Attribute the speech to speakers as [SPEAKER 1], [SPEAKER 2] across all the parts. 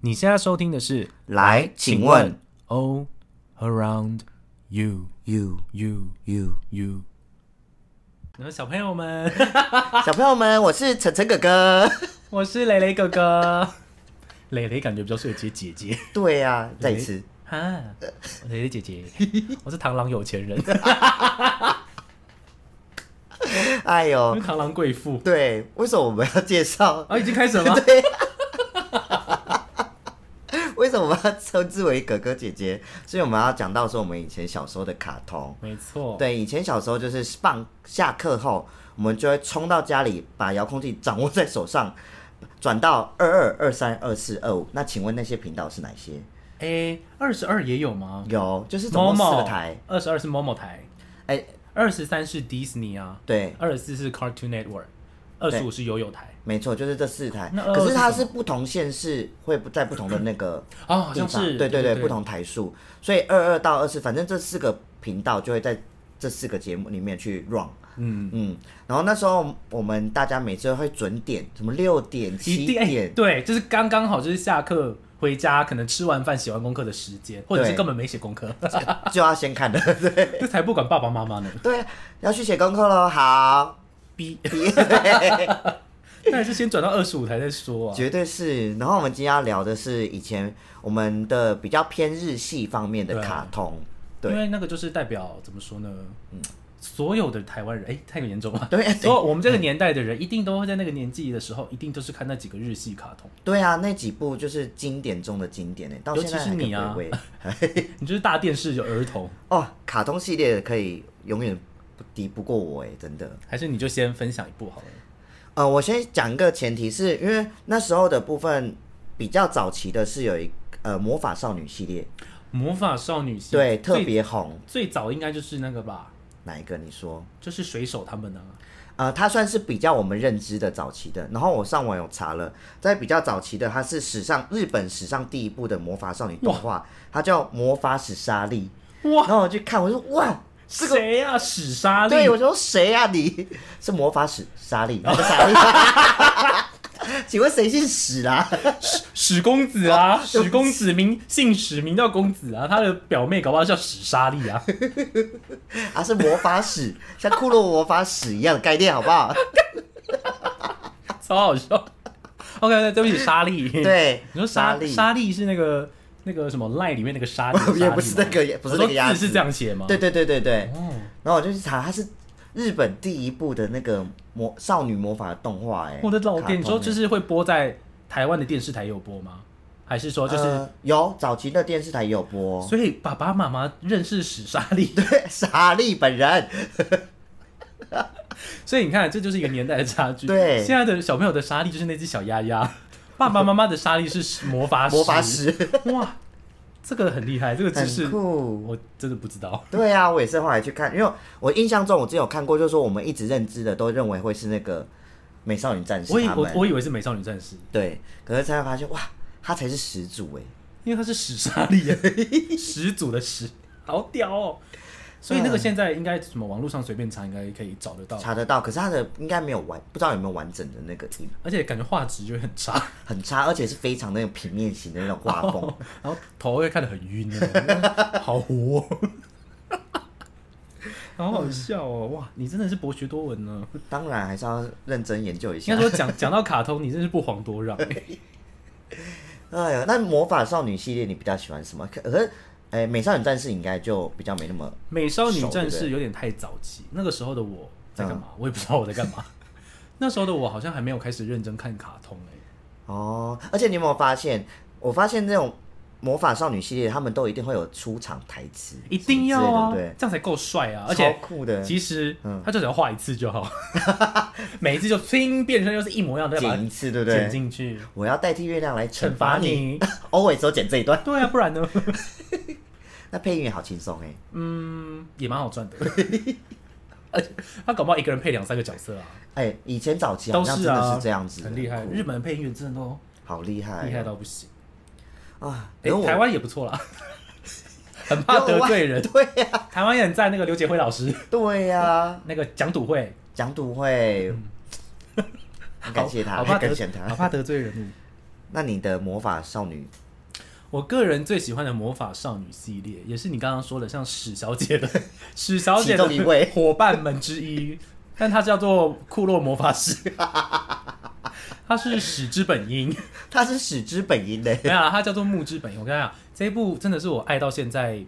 [SPEAKER 1] 你现在收听的是，哦
[SPEAKER 2] 来，请问
[SPEAKER 1] All Around You
[SPEAKER 2] you
[SPEAKER 1] You
[SPEAKER 2] you
[SPEAKER 1] You，那么小朋友们，
[SPEAKER 2] 小朋友们，我是晨晨哥哥。
[SPEAKER 1] 我是蕾蕾哥哥。 蕾蕾感觉比较适合接姐姐
[SPEAKER 2] 对啊，再一次，
[SPEAKER 1] 哈，蕾蕾姐姐， 我是螳螂有钱 人，
[SPEAKER 2] 哎
[SPEAKER 1] 我
[SPEAKER 2] 呦
[SPEAKER 1] 是，螳螂贵妇。
[SPEAKER 2] 对，为什么我们要介绍？
[SPEAKER 1] 啊，已经开始了 吗？
[SPEAKER 2] 为什么我们要称之为哥哥姐姐？所以我们要讲到说我们以前小时候的卡通。
[SPEAKER 1] 没错，
[SPEAKER 2] 对，以前小时候就是放下课后，我们就会冲到家里，把遥控器掌握在手上，转到二二、二三、二四、二五。那请问那些频道是哪些？
[SPEAKER 1] 哎，二十二也有吗？
[SPEAKER 2] 有，就是总
[SPEAKER 1] 某
[SPEAKER 2] 共四
[SPEAKER 1] 某
[SPEAKER 2] 个台。，
[SPEAKER 1] 二十二是某某台，
[SPEAKER 2] 哎、
[SPEAKER 1] 二十三是 Disney 啊，
[SPEAKER 2] 对，
[SPEAKER 1] 二十四是 Cartoon Network，二十五是悠悠台。
[SPEAKER 2] 没错，就是这四台
[SPEAKER 1] 那。22
[SPEAKER 2] 可是它
[SPEAKER 1] 是什
[SPEAKER 2] 是不同县市会不在不同的那个
[SPEAKER 1] 哦， 好
[SPEAKER 2] 地
[SPEAKER 1] 像
[SPEAKER 2] 方，
[SPEAKER 1] 是
[SPEAKER 2] 对对对，不。同台数，所以二二到二四，反正这四个频道就会在这四个节目里面去 run。
[SPEAKER 1] 嗯，
[SPEAKER 2] 嗯，然后那时候我们大家每次会准点，什么六点、七
[SPEAKER 1] 一定哎、
[SPEAKER 2] 点，
[SPEAKER 1] 对，就是刚刚好，就是下课回家，可能吃完饭写完功课的时间，或者是
[SPEAKER 2] 对
[SPEAKER 1] 根本没写功课，
[SPEAKER 2] 就要先看的， 对
[SPEAKER 1] 这才不管爸爸妈妈呢。
[SPEAKER 2] 对，啊要去写功课喽。好，
[SPEAKER 1] 逼，
[SPEAKER 2] 毕业
[SPEAKER 1] 那还是先转到二十五台再说啊。
[SPEAKER 2] 绝对是。然后我们今天要聊的是以前我们的比较偏日系方面的
[SPEAKER 1] 对啊
[SPEAKER 2] 卡通，
[SPEAKER 1] 因
[SPEAKER 2] 对嗯
[SPEAKER 1] 为那个就是代表怎么说呢？所有的台湾人，哎、太严重了。
[SPEAKER 2] 对
[SPEAKER 1] 所以我们这个年代的人，一定都会在那个年纪的时候，一定都是看那几个日系卡通。
[SPEAKER 2] 对啊，那几部就是经典中的经典呢，到
[SPEAKER 1] 尤
[SPEAKER 2] 现
[SPEAKER 1] 其
[SPEAKER 2] 在
[SPEAKER 1] 是
[SPEAKER 2] 还可以
[SPEAKER 1] 你啊
[SPEAKER 2] 回味。
[SPEAKER 1] 你就是大电视有儿童，
[SPEAKER 2] 哦，卡通系列可以永远不敌不过我哎，真的。
[SPEAKER 1] 还是你就先分享一部好了。
[SPEAKER 2] 呃，我先讲一个前提是，因为那时候的部分比较早期的是有一呃魔法少女系列，
[SPEAKER 1] 魔法少女系
[SPEAKER 2] 对，特
[SPEAKER 1] 最
[SPEAKER 2] 别红。
[SPEAKER 1] 最早应该就是那个吧，
[SPEAKER 2] 哪一个？你说？
[SPEAKER 1] 就是水手他们啊呢、
[SPEAKER 2] 呃，它算是比较我们认知的早期的。然后我上网有查了，在比较早期的，它是史上日本史上第一部的魔法少女动画，它叫《魔法史莎莉》。
[SPEAKER 1] 哇，
[SPEAKER 2] 然后我去看，我说哇，
[SPEAKER 1] 谁呀、史莎啊莉
[SPEAKER 2] 对，我说谁呀、你 是魔法史莎莉，哪个莎莉？ 请问谁姓史啊？
[SPEAKER 1] 史史公子
[SPEAKER 2] 哦
[SPEAKER 1] 啊，史公子名姓史，名叫公子啊，他的表妹搞不好叫史莎莉啊，
[SPEAKER 2] 啊，是魔法史，像骷髅魔法史一样的概念，好不好？
[SPEAKER 1] 超好笑。OK，对 不起，莎莉。，
[SPEAKER 2] 对，
[SPEAKER 1] 你说莎
[SPEAKER 2] 莎莉
[SPEAKER 1] 莎莉是那个那个什么赖里面那个莎莉的莎莉吗，
[SPEAKER 2] 也不是那个也不是那个
[SPEAKER 1] 我说
[SPEAKER 2] 鸭
[SPEAKER 1] 字
[SPEAKER 2] 子
[SPEAKER 1] 是这样写吗？
[SPEAKER 2] 对，对对对对。
[SPEAKER 1] 哦，
[SPEAKER 2] 然后我就去查，它是日本第一部的那个魔少女魔法动画、哎，
[SPEAKER 1] 我的哦老天，你
[SPEAKER 2] 卡通
[SPEAKER 1] 说就是会播在台湾的电视台有播吗？还是说
[SPEAKER 2] 哎
[SPEAKER 1] 哦就是？
[SPEAKER 2] 呃有早期的电视台也有播，
[SPEAKER 1] 所以爸爸妈妈认识史莎莉，
[SPEAKER 2] 对，莎莉本人，
[SPEAKER 1] 所以你看，这就是一个年代的差距。
[SPEAKER 2] 对
[SPEAKER 1] 现在的小朋友的莎莉就是那只小鸭鸭，爸爸妈妈的莎莉是魔法师。
[SPEAKER 2] 魔 法，史，
[SPEAKER 1] 哇，这个很厉害，这个知识
[SPEAKER 2] 很酷。
[SPEAKER 1] 我真的不知道。
[SPEAKER 2] 对啊，我也是后来去看，因为我印象中我之前有看过，就是说我们一直认知的都认为会是那个美少女战士
[SPEAKER 1] 我以
[SPEAKER 2] 他
[SPEAKER 1] 我
[SPEAKER 2] 们，
[SPEAKER 1] 我以为是美少女战士，
[SPEAKER 2] 对，可是才发现哇，他才是始祖哎、
[SPEAKER 1] 因为她是史莎莉 啊，始祖的始，好屌哦。所以那个现在应该什么网络上随便查应该可以找得到，
[SPEAKER 2] 查得到，可是它的应该没有完，不知道有没有完整的那个 音，
[SPEAKER 1] 而且感觉画质就会很差，
[SPEAKER 2] 很差，而且是非常那个平面型的那种画风。
[SPEAKER 1] 然后头会看得很 晕哦，好糊哦。好好笑哦！哇，你真的是博学多闻呢。
[SPEAKER 2] 当然还是要认真研究一
[SPEAKER 1] 应
[SPEAKER 2] 下
[SPEAKER 1] 该。说讲讲到卡通，你真是不遑多让、
[SPEAKER 2] 哎呀，那魔法少女系列你比较喜欢什么？可可是，哎、美少女战士应该就比较没那么
[SPEAKER 1] 美少女
[SPEAKER 2] 熟对嗯
[SPEAKER 1] 战
[SPEAKER 2] 不对
[SPEAKER 1] 士有点太早期，那个时候的我在干嘛？我也不知道我在干嘛。 那时候的我好像还没有开始认真看卡通 哎、
[SPEAKER 2] 哦。而且你有没有发现？我发现那种魔法少女系列，他们都一定会有出场台词，
[SPEAKER 1] 一定要啊，
[SPEAKER 2] 什么之类的
[SPEAKER 1] 这样才够帅啊！而
[SPEAKER 2] 对不对？
[SPEAKER 1] 且
[SPEAKER 2] 超酷嗯的，
[SPEAKER 1] 其实他就只要画一次就好， 每一次就拼变身又是一模一样的，再把
[SPEAKER 2] 剪一次，对不
[SPEAKER 1] 它剪
[SPEAKER 2] 对？
[SPEAKER 1] 进去，
[SPEAKER 2] 我要代替月亮来
[SPEAKER 1] 惩
[SPEAKER 2] 惩
[SPEAKER 1] 罚
[SPEAKER 2] 罚你。
[SPEAKER 1] 你。
[SPEAKER 2] always 都剪这一段，
[SPEAKER 1] 对啊，不然呢？
[SPEAKER 2] 那配音也好轻松哎。
[SPEAKER 1] 嗯，也蛮好赚的。 而且他搞不好一个人配两三个角色啊，
[SPEAKER 2] 哎、以前早期好
[SPEAKER 1] 都
[SPEAKER 2] 像
[SPEAKER 1] 是
[SPEAKER 2] 真的
[SPEAKER 1] 啊，
[SPEAKER 2] 是这样子，
[SPEAKER 1] 很厉害。
[SPEAKER 2] 酷
[SPEAKER 1] 日本的配音员真的都
[SPEAKER 2] 好厉害，哦
[SPEAKER 1] 厉害到不行。
[SPEAKER 2] 啊！
[SPEAKER 1] 哎、
[SPEAKER 2] 然后我啊
[SPEAKER 1] 台湾也不错啦， 很怕得罪人。
[SPEAKER 2] 对呀、
[SPEAKER 1] 台湾也很赞那个刘杰辉老师，
[SPEAKER 2] 对呀、
[SPEAKER 1] 那个讲赌会，
[SPEAKER 2] 蒋笃会，感谢他，
[SPEAKER 1] 好怕
[SPEAKER 2] 感
[SPEAKER 1] 得
[SPEAKER 2] 谢
[SPEAKER 1] 好
[SPEAKER 2] 他。
[SPEAKER 1] 怕得罪人物。
[SPEAKER 2] 那你的魔法少女
[SPEAKER 1] 我个人最喜欢的魔法少女系列，也是你刚刚说的，像史小姐 的史小姐的
[SPEAKER 2] 其中一位
[SPEAKER 1] 伙伴们之一，但她叫做库洛魔法师， 她是史之本 樱，
[SPEAKER 2] 她是史之本音嘞，
[SPEAKER 1] 没有啦，她叫做木之本樱。我跟你讲，这一部真的是我爱到现在，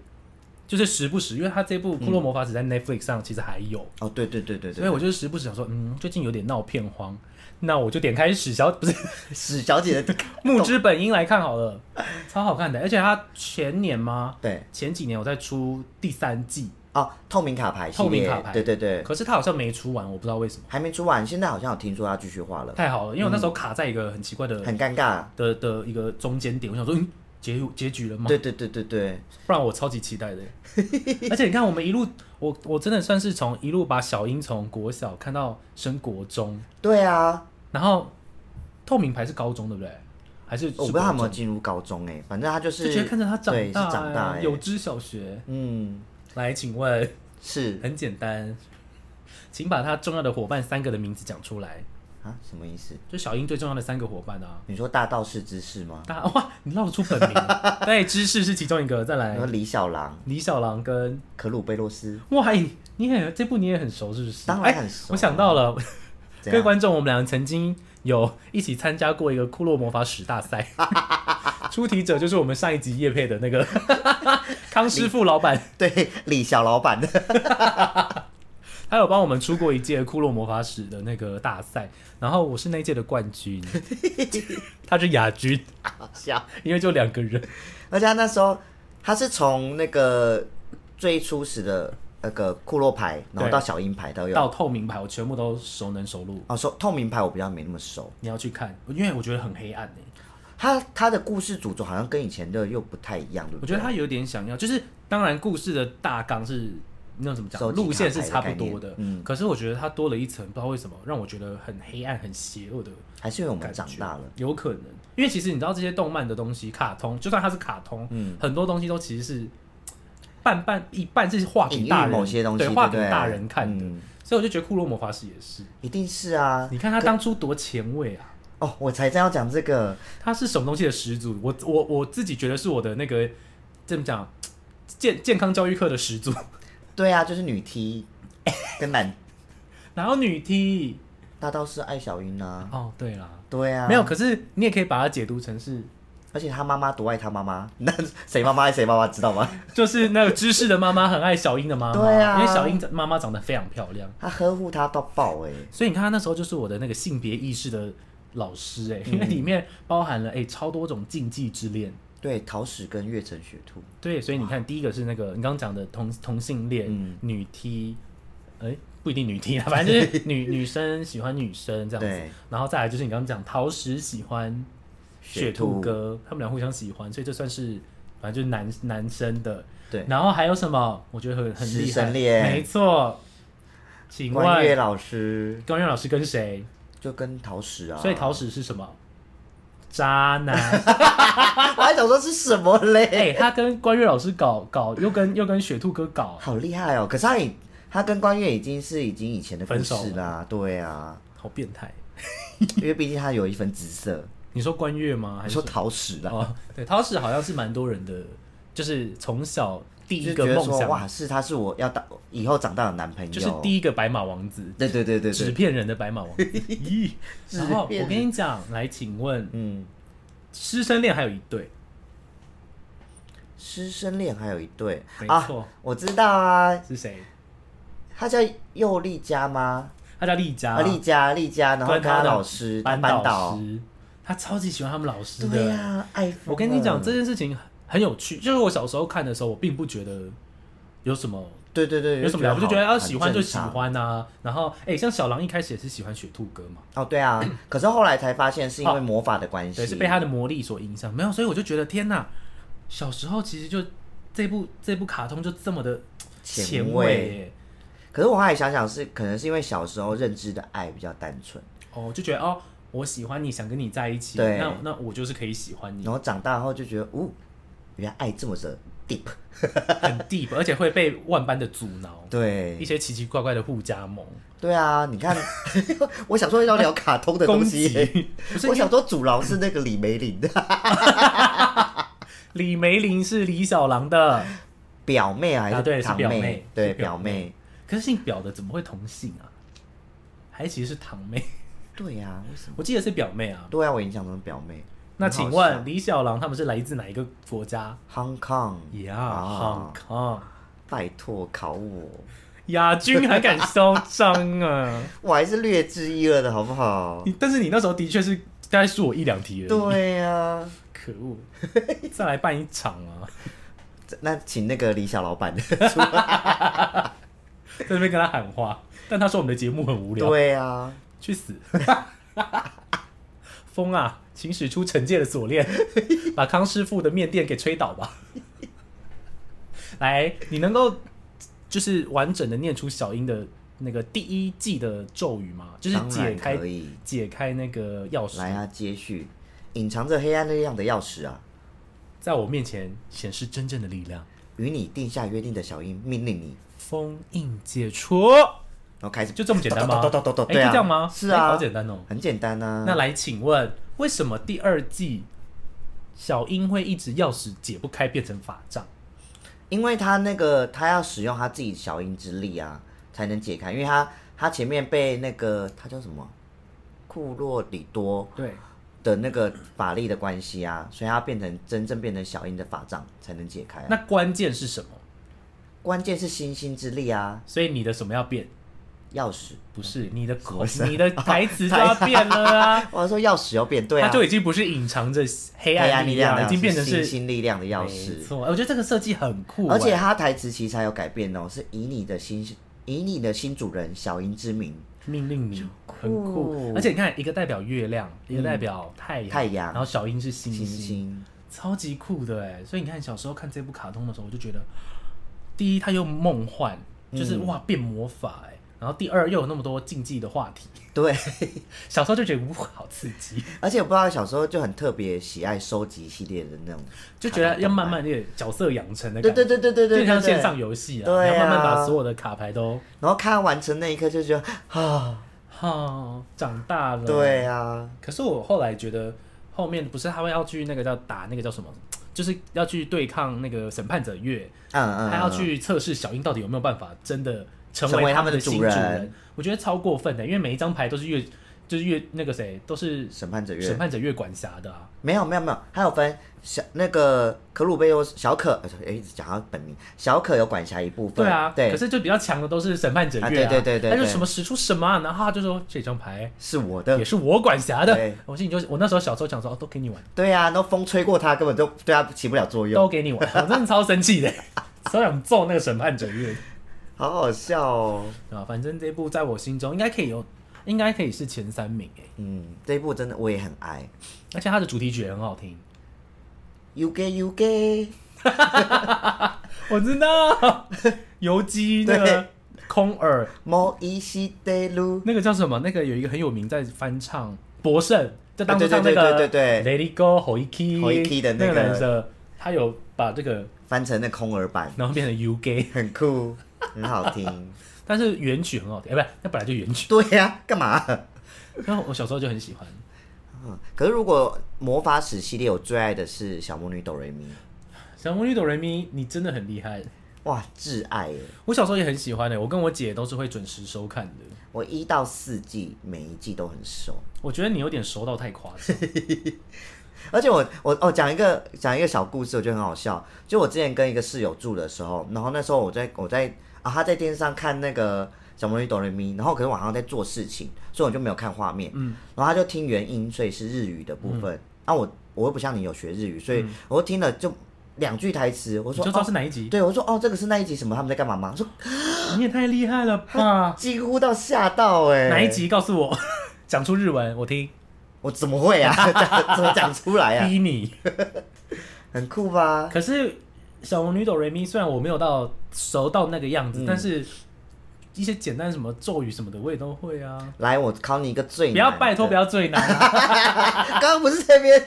[SPEAKER 1] 就是时不时，因为她这部《库洛魔法使》在 Netflix 上其实还有，
[SPEAKER 2] 哦，对对嗯对对
[SPEAKER 1] 所以
[SPEAKER 2] 对，
[SPEAKER 1] 我就是时不时想说，嗯，最近有点闹片荒，那我就点开史小不是
[SPEAKER 2] 史小姐的
[SPEAKER 1] 木之本樱来看好了，超好看的，而且她前年吗？
[SPEAKER 2] 对
[SPEAKER 1] 前几年我在出第三季，
[SPEAKER 2] 哦，透明卡牌系
[SPEAKER 1] 透明
[SPEAKER 2] 列
[SPEAKER 1] 卡牌
[SPEAKER 2] 对对对，
[SPEAKER 1] 可是它好像没出完，我不知道为什么。
[SPEAKER 2] 还没出完，现在好像有听说要继续画了，
[SPEAKER 1] 太好了，因为我那时候卡在一个很奇怪的、
[SPEAKER 2] 很尴尬。
[SPEAKER 1] 的的一个中间点，我想说，嗯，结结局了吗？
[SPEAKER 2] 对对对对对，
[SPEAKER 1] 不然我超级期待的。而且你看，我们一路，我我真的算是从一路把小樱从国小看到升国中，
[SPEAKER 2] 对啊，
[SPEAKER 1] 然后透明牌是高中对不对？还是
[SPEAKER 2] 哦我不知道他有没有进入高中哎、反正他就是
[SPEAKER 1] 就觉得看着他长大、欸
[SPEAKER 2] 对，是长大哎、
[SPEAKER 1] 有知小学。
[SPEAKER 2] 嗯，
[SPEAKER 1] 来，请问，
[SPEAKER 2] 是
[SPEAKER 1] 很简单，请把他重要的伙伴三个的名字讲出来。
[SPEAKER 2] 啊，什么意思？
[SPEAKER 1] 就小樱最重要的三个伙伴啊。
[SPEAKER 2] 你说大道士之士吗？
[SPEAKER 1] 大哇，你绕得出本 名，对，芝士是其中一个，再
[SPEAKER 2] 然后
[SPEAKER 1] 来
[SPEAKER 2] 李小狼、
[SPEAKER 1] 李小狼跟
[SPEAKER 2] 可鲁贝洛斯，
[SPEAKER 1] 哇，哎你也这部你也很熟是不是？
[SPEAKER 2] 当然很熟
[SPEAKER 1] 哎我想到了，各
[SPEAKER 2] 怎
[SPEAKER 1] 位
[SPEAKER 2] 样？
[SPEAKER 1] 观众，我们俩曾经有一起参加过一个库洛魔法史大 赛，出题者就是我们上一集叶配的那个康师傅老板，
[SPEAKER 2] 对，李小老板的，
[SPEAKER 1] 他有帮我们出过一届库洛魔法史的那个大赛，然后我是那一届的冠军， 他是亚军，
[SPEAKER 2] 好笑。
[SPEAKER 1] 因为就两个人，
[SPEAKER 2] 而且他那时候他是从那个最初始的那个库洛牌，然后
[SPEAKER 1] 对
[SPEAKER 2] 到小鹰牌都有。
[SPEAKER 1] 到透明牌我全部都熟能熟路。
[SPEAKER 2] 哦，说透明牌我比较没那么熟，
[SPEAKER 1] 你要去看，因为我觉得很黑暗诶、欸
[SPEAKER 2] 他他的故事主轴好像跟以前的又不太一样，对不
[SPEAKER 1] 我
[SPEAKER 2] 对？
[SPEAKER 1] 觉得他有点想要，就是当然故事的大纲是那种怎么讲，
[SPEAKER 2] 收集
[SPEAKER 1] 路线是
[SPEAKER 2] 卡
[SPEAKER 1] 差
[SPEAKER 2] 牌
[SPEAKER 1] 不
[SPEAKER 2] 的
[SPEAKER 1] 多
[SPEAKER 2] 概念嗯
[SPEAKER 1] 的，可是我觉得他多了一层，不知道为什么让我觉得很黑暗、很邪恶的
[SPEAKER 2] 还是因为我
[SPEAKER 1] 感
[SPEAKER 2] 们
[SPEAKER 1] 觉
[SPEAKER 2] 长大了，，
[SPEAKER 1] 有可能，因为其实你知道这些动漫的东西，卡通就算它是卡通，
[SPEAKER 2] 嗯
[SPEAKER 1] 很多东西都其实是。半半一半是画
[SPEAKER 2] 隐
[SPEAKER 1] 给
[SPEAKER 2] 喻
[SPEAKER 1] 大人
[SPEAKER 2] 某些东西，对
[SPEAKER 1] 对
[SPEAKER 2] 不
[SPEAKER 1] 画给
[SPEAKER 2] 对
[SPEAKER 1] 大人看的，
[SPEAKER 2] 嗯
[SPEAKER 1] 所以我就觉得《库洛魔法使》也是。
[SPEAKER 2] 一定是啊。
[SPEAKER 1] 你看他当初多前卫啊！
[SPEAKER 2] 哦，我才正要讲这个，
[SPEAKER 1] 它是什么东西的始祖？我我我自己觉得是我的那个怎么讲健健康教育课的始祖。
[SPEAKER 2] 对啊，就是女 T 跟男
[SPEAKER 1] 然后女 T
[SPEAKER 2] 大道士爱小樱啊，
[SPEAKER 1] 哦，对啦，
[SPEAKER 2] 对啊，
[SPEAKER 1] 没有，，可是你也可以把它解读成是，
[SPEAKER 2] 而且他妈妈多爱他妈妈，那谁妈妈爱谁妈妈知道吗？
[SPEAKER 1] 就是那个知识的妈妈很爱小樱的妈妈，
[SPEAKER 2] 对啊
[SPEAKER 1] 因为小樱的妈妈长得非常漂亮，
[SPEAKER 2] 他呵护他到爆哎、
[SPEAKER 1] 所以你看她那时候就是我的那个性别意识的老师哎、因为 里面包含了哎、超多种禁忌之恋。
[SPEAKER 2] 对，桃矢跟月城雪兔，
[SPEAKER 1] 对，所以你看，第一个是那个你刚刚讲的同同性恋、
[SPEAKER 2] 嗯
[SPEAKER 1] 女 T，哎、不一定女 T 啊，反正就是女女生喜欢女生这样子
[SPEAKER 2] 对。
[SPEAKER 1] 然后再来就是你刚刚讲桃石喜欢
[SPEAKER 2] 雪
[SPEAKER 1] 雪
[SPEAKER 2] 兔
[SPEAKER 1] 兔哥，他们俩互相喜欢，所以这算是反正就是男男生的。
[SPEAKER 2] 对
[SPEAKER 1] 然后还有什么？我觉得很很
[SPEAKER 2] 师
[SPEAKER 1] 厉害，
[SPEAKER 2] 生恋
[SPEAKER 1] 没错。请问
[SPEAKER 2] 关月老师
[SPEAKER 1] 关月老师跟谁？
[SPEAKER 2] 就跟桃矢啊，
[SPEAKER 1] 所以桃矢是什么？渣男。
[SPEAKER 2] 我还想说是什么嘞，
[SPEAKER 1] 哎、他跟关月老师搞搞，又跟又跟雪兔哥搞，
[SPEAKER 2] 好厉害哦！可是他已他跟关月已经是已经以前的故
[SPEAKER 1] 分手
[SPEAKER 2] 事啦， 对啊，
[SPEAKER 1] 好变态。
[SPEAKER 2] 因为毕竟他有一份紫色，
[SPEAKER 1] 你说关月吗？还
[SPEAKER 2] 你
[SPEAKER 1] 是
[SPEAKER 2] 说
[SPEAKER 1] 什么
[SPEAKER 2] 桃矢啦，
[SPEAKER 1] 哦，对，桃矢好像是蛮多人的，就是从小第
[SPEAKER 2] 就
[SPEAKER 1] 一
[SPEAKER 2] 是
[SPEAKER 1] 个
[SPEAKER 2] 觉得
[SPEAKER 1] 梦
[SPEAKER 2] 说哇，
[SPEAKER 1] 想，
[SPEAKER 2] 是他是我要当以后长大的男朋友，
[SPEAKER 1] 就是第一个白马王子，
[SPEAKER 2] 对对对对
[SPEAKER 1] 纸
[SPEAKER 2] 对，
[SPEAKER 1] 片人的白马 王子。咦，
[SPEAKER 2] 纸
[SPEAKER 1] 然后
[SPEAKER 2] 片
[SPEAKER 1] 我跟你讲，来，请问
[SPEAKER 2] 嗯，
[SPEAKER 1] 师生恋还有一对，
[SPEAKER 2] 师生恋还有一对
[SPEAKER 1] 没
[SPEAKER 2] 啊，
[SPEAKER 1] 错，
[SPEAKER 2] 我知道啊，
[SPEAKER 1] 是谁？
[SPEAKER 2] 他叫佑丽佳吗？
[SPEAKER 1] 他叫丽佳，
[SPEAKER 2] 啊，丽佳，丽佳，然后
[SPEAKER 1] 跟
[SPEAKER 2] 跟
[SPEAKER 1] 他
[SPEAKER 2] 他
[SPEAKER 1] 的
[SPEAKER 2] 老师
[SPEAKER 1] 班
[SPEAKER 2] 班
[SPEAKER 1] 导
[SPEAKER 2] 导，
[SPEAKER 1] 师，他超级喜欢他们老师
[SPEAKER 2] 对啊
[SPEAKER 1] 的。
[SPEAKER 2] 呀，爱疯了。
[SPEAKER 1] 我跟你讲这件事情很有趣，就是我小时候看的时候，我并不觉得有什么
[SPEAKER 2] 对对对，
[SPEAKER 1] 有什么了不起，就觉得要
[SPEAKER 2] 要
[SPEAKER 1] 喜欢就喜。欢啊。然后，哎、像小狼一开始也是喜欢雪兔哥嘛，
[SPEAKER 2] 哦，对啊，可是后来才发现是因为魔法的关系，
[SPEAKER 1] 哦对，是被他的魔力所影响。没有，所以我就觉得天哪，小时候其实就这部这部卡通就这么的
[SPEAKER 2] 前
[SPEAKER 1] 前卫
[SPEAKER 2] 卫。
[SPEAKER 1] 耶
[SPEAKER 2] 可是我后来想想是，可能是因为小时候认知的爱比较单纯，
[SPEAKER 1] 哦，就觉得哦，我喜欢你，想跟你在一起，
[SPEAKER 2] 对
[SPEAKER 1] 那那我就是可以喜欢你
[SPEAKER 2] 然。后长大后就觉得，哦，原来爱这么的 deep，
[SPEAKER 1] 很 deep，而且会被万般的阻挠，一
[SPEAKER 2] 对
[SPEAKER 1] 些奇奇怪怪的互加盟
[SPEAKER 2] 对啊，你看， 我想说要聊卡通的
[SPEAKER 1] 啊攻
[SPEAKER 2] 东西耶、
[SPEAKER 1] 击。不是
[SPEAKER 2] 我想说阻挠是那个李梅林的
[SPEAKER 1] 李梅林是李小狼的，
[SPEAKER 2] 表妹还
[SPEAKER 1] 啊对
[SPEAKER 2] 是
[SPEAKER 1] 是
[SPEAKER 2] 堂
[SPEAKER 1] 表
[SPEAKER 2] 妹
[SPEAKER 1] 妹？
[SPEAKER 2] 对，
[SPEAKER 1] 是表
[SPEAKER 2] 表妹，
[SPEAKER 1] 可是姓表的怎么会同姓啊？还其实是堂妹，
[SPEAKER 2] 对呀、为什么？
[SPEAKER 1] 我记得是表妹啊。
[SPEAKER 2] 对啊，我印象中是表妹。
[SPEAKER 1] 那
[SPEAKER 2] 很
[SPEAKER 1] 请
[SPEAKER 2] 好笑
[SPEAKER 1] 问李小狼他们是来自哪一个国家
[SPEAKER 2] Hong Kong，
[SPEAKER 1] ？Yeah，Hong
[SPEAKER 2] 啊
[SPEAKER 1] Kong。
[SPEAKER 2] 拜托考我，
[SPEAKER 1] 亚军还敢嚣张 啊！
[SPEAKER 2] 我还是略知一二的好不好？
[SPEAKER 1] 你但是你那时候的确是大概输我一两题而已。
[SPEAKER 2] 对啊呀、
[SPEAKER 1] 可恶！再来办一场啊，
[SPEAKER 2] 这那请那个李小老板。
[SPEAKER 1] 在那边跟他喊话，但他说我们的节目很无聊，
[SPEAKER 2] 对啊呀、
[SPEAKER 1] 去死！ 风啊，请使出惩戒的锁链， 把康师傅的面店给吹倒吧！来，你能够就是完整的念出小樱的那个第一季的咒语吗？就是
[SPEAKER 2] 当
[SPEAKER 1] 解
[SPEAKER 2] 然
[SPEAKER 1] 开
[SPEAKER 2] 可以。
[SPEAKER 1] 解开那个钥匙
[SPEAKER 2] 来啊，接续，隐藏着黑暗力量的钥匙啊，
[SPEAKER 1] 在我面前显示真正的力量，
[SPEAKER 2] 与你定下约定的小樱命令你，
[SPEAKER 1] 封印解除，
[SPEAKER 2] 然后开始
[SPEAKER 1] 就这么简单吗？
[SPEAKER 2] 咚咚咚咚
[SPEAKER 1] 哎
[SPEAKER 2] 咚对啊
[SPEAKER 1] 就这样吗？
[SPEAKER 2] 是啊
[SPEAKER 1] 哎好简单哦。
[SPEAKER 2] 很简单啊。
[SPEAKER 1] 那来，请问为什么第二季小樱会一直钥匙解不开，变成法杖？
[SPEAKER 2] 因为他那个他要使用他自己小樱之力啊，才能解开，因为他他前面被那个他叫什么库洛里多
[SPEAKER 1] 对，
[SPEAKER 2] 的那个法力的关系啊，所以他变成真正变成小樱的法杖才能解开、啊。
[SPEAKER 1] 那关键是什么？
[SPEAKER 2] 关键是星星之力啊，
[SPEAKER 1] 所以你的什么要变？
[SPEAKER 2] 钥匙。
[SPEAKER 1] 不是你的口
[SPEAKER 2] 嗯什么，事
[SPEAKER 1] 你的台词就要变了啊！
[SPEAKER 2] 我还说钥匙要变 对
[SPEAKER 1] 它
[SPEAKER 2] 啊，
[SPEAKER 1] 就已经不是隐藏着黑
[SPEAKER 2] 黑
[SPEAKER 1] 暗
[SPEAKER 2] 暗
[SPEAKER 1] 力
[SPEAKER 2] 力量
[SPEAKER 1] 量，
[SPEAKER 2] 的
[SPEAKER 1] 已经变成
[SPEAKER 2] 是
[SPEAKER 1] 是
[SPEAKER 2] 星星力量的钥匙
[SPEAKER 1] 没。错，哎我觉得这个设计很酷，
[SPEAKER 2] 而且
[SPEAKER 1] 哎
[SPEAKER 2] 他台词其实还有改变哦，是以你的新以你的新主人小樱之名，
[SPEAKER 1] 命令你很酷
[SPEAKER 2] 酷，
[SPEAKER 1] 而且你看，一个代表月亮，一个代表太阳，
[SPEAKER 2] 太阳
[SPEAKER 1] 然后小樱是星
[SPEAKER 2] 星
[SPEAKER 1] 星，
[SPEAKER 2] 星，
[SPEAKER 1] 超级酷的哎！所以你看，小时候看这部卡通的时候，我就觉得，第一它又梦幻，就是、
[SPEAKER 2] 嗯
[SPEAKER 1] 哇变魔法哎，然后第二又有那么多禁忌的话题，
[SPEAKER 2] 对，
[SPEAKER 1] 小时候就觉得哇好刺 激，
[SPEAKER 2] 而且我不知道小时候就很特别喜爱收集系列的那种，
[SPEAKER 1] 就觉得要慢慢的角色养成的
[SPEAKER 2] 对
[SPEAKER 1] 感觉，
[SPEAKER 2] 对对对对对
[SPEAKER 1] 就像
[SPEAKER 2] 对
[SPEAKER 1] 线上
[SPEAKER 2] 对，
[SPEAKER 1] 游戏啊，
[SPEAKER 2] 对啊
[SPEAKER 1] 你要慢慢把所有的卡牌都
[SPEAKER 2] 然后看完成那一刻就觉得啊，
[SPEAKER 1] 哈、长大了，
[SPEAKER 2] 对啊，
[SPEAKER 1] 可是我后来觉得，后面不是他们要去那个叫打那个叫什么，就是要去对抗那个审判者月，
[SPEAKER 2] 嗯嗯，
[SPEAKER 1] 他要
[SPEAKER 2] 嗯
[SPEAKER 1] 去测试小樱到底有没有办法真的成
[SPEAKER 2] 成为
[SPEAKER 1] 他
[SPEAKER 2] 他们
[SPEAKER 1] 的
[SPEAKER 2] 的
[SPEAKER 1] 新
[SPEAKER 2] 主
[SPEAKER 1] 人。
[SPEAKER 2] 人
[SPEAKER 1] 我觉得超过分的，因为每一张牌都是月，就是月那个谁都是
[SPEAKER 2] 嗯审判者月
[SPEAKER 1] 审判者月管辖的、啊。
[SPEAKER 2] 没有没有没有，还有分小那个可鲁贝欧小可，哎，一直讲他本名，小可有管辖一部分，
[SPEAKER 1] 对啊，
[SPEAKER 2] 对
[SPEAKER 1] 可，是就比较强的都是审判者月、啊
[SPEAKER 2] 啊对对对对对
[SPEAKER 1] 他就什么使出什么啊、然后他就说这张牌
[SPEAKER 2] 是我的
[SPEAKER 1] 也，是我管辖的
[SPEAKER 2] 对。
[SPEAKER 1] 我心里就我那时候小时候想说，哦，都给你玩，
[SPEAKER 2] 对啊，那风吹过他根本就对他起不了作用，
[SPEAKER 1] 都给你 玩，我真的超生气的，超想揍那个审判者月。
[SPEAKER 2] 好好笑哦。
[SPEAKER 1] 啊，反正这部在我心中应该可以有，应该可以是前三名哎，
[SPEAKER 2] 嗯，这一部真的我也很爱。
[SPEAKER 1] 而且它的主题曲也很好听。
[SPEAKER 2] You get, you get，
[SPEAKER 1] 我知道， 游击那个
[SPEAKER 2] 对
[SPEAKER 1] 空耳，
[SPEAKER 2] more easy day lu。
[SPEAKER 1] 那个叫什么？那个有一个很有名在翻唱博胜，就当初
[SPEAKER 2] 啊对
[SPEAKER 1] 唱那
[SPEAKER 2] 对
[SPEAKER 1] 个
[SPEAKER 2] 对对对
[SPEAKER 1] 对 Let It Go 侯一 k
[SPEAKER 2] 侯一 K 的
[SPEAKER 1] 那
[SPEAKER 2] 那
[SPEAKER 1] 个
[SPEAKER 2] 个
[SPEAKER 1] 人的，他有把这个
[SPEAKER 2] 翻成那空耳版，
[SPEAKER 1] 然后变成 U Gay，
[SPEAKER 2] 很酷，很好听。
[SPEAKER 1] 但是原曲很好听，哎、不是，那本来就原曲，
[SPEAKER 2] 对呀、干嘛、
[SPEAKER 1] 然后我小时候就很喜欢。
[SPEAKER 2] 嗯可是如果魔法史系列，我最爱的是小魔女哆瑞咪，
[SPEAKER 1] 小魔女哆瑞咪，你真的很厉害，
[SPEAKER 2] 哇，挚爱耶！
[SPEAKER 1] 我小时候也很喜欢欸的，我跟我姐都是会准时收看的。
[SPEAKER 2] 我一到四季每一季都很熟，
[SPEAKER 1] 我觉得你有点熟到太夸张。
[SPEAKER 2] 而且我我哦讲一个讲一个小故事，我觉得很好笑。就我之前跟一个室友住的时候，然后那时候我在我在啊他在电视上看那个小魔女哆瑞咪，然后可是晚上在做事情，所以我就没有看画面。嗯，然后他就听原音，所以是日语的部分。
[SPEAKER 1] 嗯
[SPEAKER 2] 啊我我又不像你有学日语，所以我就听了就两句台词， 我
[SPEAKER 1] 你
[SPEAKER 2] 说
[SPEAKER 1] 就知道
[SPEAKER 2] 哦
[SPEAKER 1] 是哪一集？
[SPEAKER 2] 对，我说哦这个是那一集什么他们在干嘛吗？我说哦
[SPEAKER 1] 你也太厉害了 吧！
[SPEAKER 2] 几乎到吓到哎、
[SPEAKER 1] 哪一？集？告诉我， 讲出日文，我听。
[SPEAKER 2] 我怎么会啊？ 讲怎么讲出来啊？
[SPEAKER 1] 逼 你。
[SPEAKER 2] 很酷吧？
[SPEAKER 1] 可是小魔女哆瑞咪，虽然我没有到熟到那个样子，但是一些简单什么咒语什么的，我也都会啊。
[SPEAKER 2] 来，我考你一个最
[SPEAKER 1] 不要
[SPEAKER 2] 难
[SPEAKER 1] 拜托，
[SPEAKER 2] 的
[SPEAKER 1] 不要最难、啊。
[SPEAKER 2] 刚刚不是这边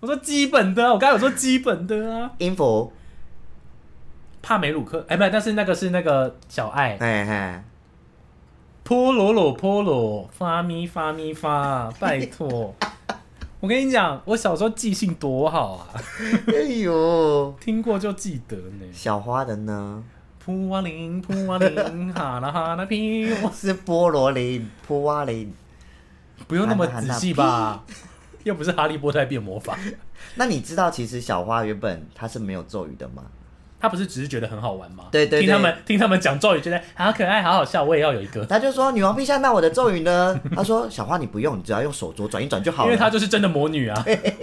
[SPEAKER 1] 我说基本的啊、我刚才有说基本的啊。
[SPEAKER 2] 音符
[SPEAKER 1] 帕梅鲁克，哎，不，但是那个是那个小爱，
[SPEAKER 2] 嘿嘿，
[SPEAKER 1] 波罗罗波罗，发咪发咪发，拜托，我跟你讲，我小时候记性多好啊，
[SPEAKER 2] 哎呦，
[SPEAKER 1] 听过就记得呢。
[SPEAKER 2] 小花的呢
[SPEAKER 1] 扑哇林扑哇林，哈啦哈啦皮，
[SPEAKER 2] 是菠萝林、波蛙林。
[SPEAKER 1] 不用那么仔细吧？ 又不是哈利波特变魔法，
[SPEAKER 2] 那你知道其实小花原本她是没有咒语的吗？
[SPEAKER 1] 他不是只是觉得很好玩吗？
[SPEAKER 2] 对对对
[SPEAKER 1] 听他们听他们讲咒语，觉得好可爱，好好笑，我也要有一个，
[SPEAKER 2] 她就说女王陛下，那我的咒语呢？ 她说小花你不用，你只要用手镯转一转就好
[SPEAKER 1] 因
[SPEAKER 2] 了。
[SPEAKER 1] 为她就是真的魔女啊，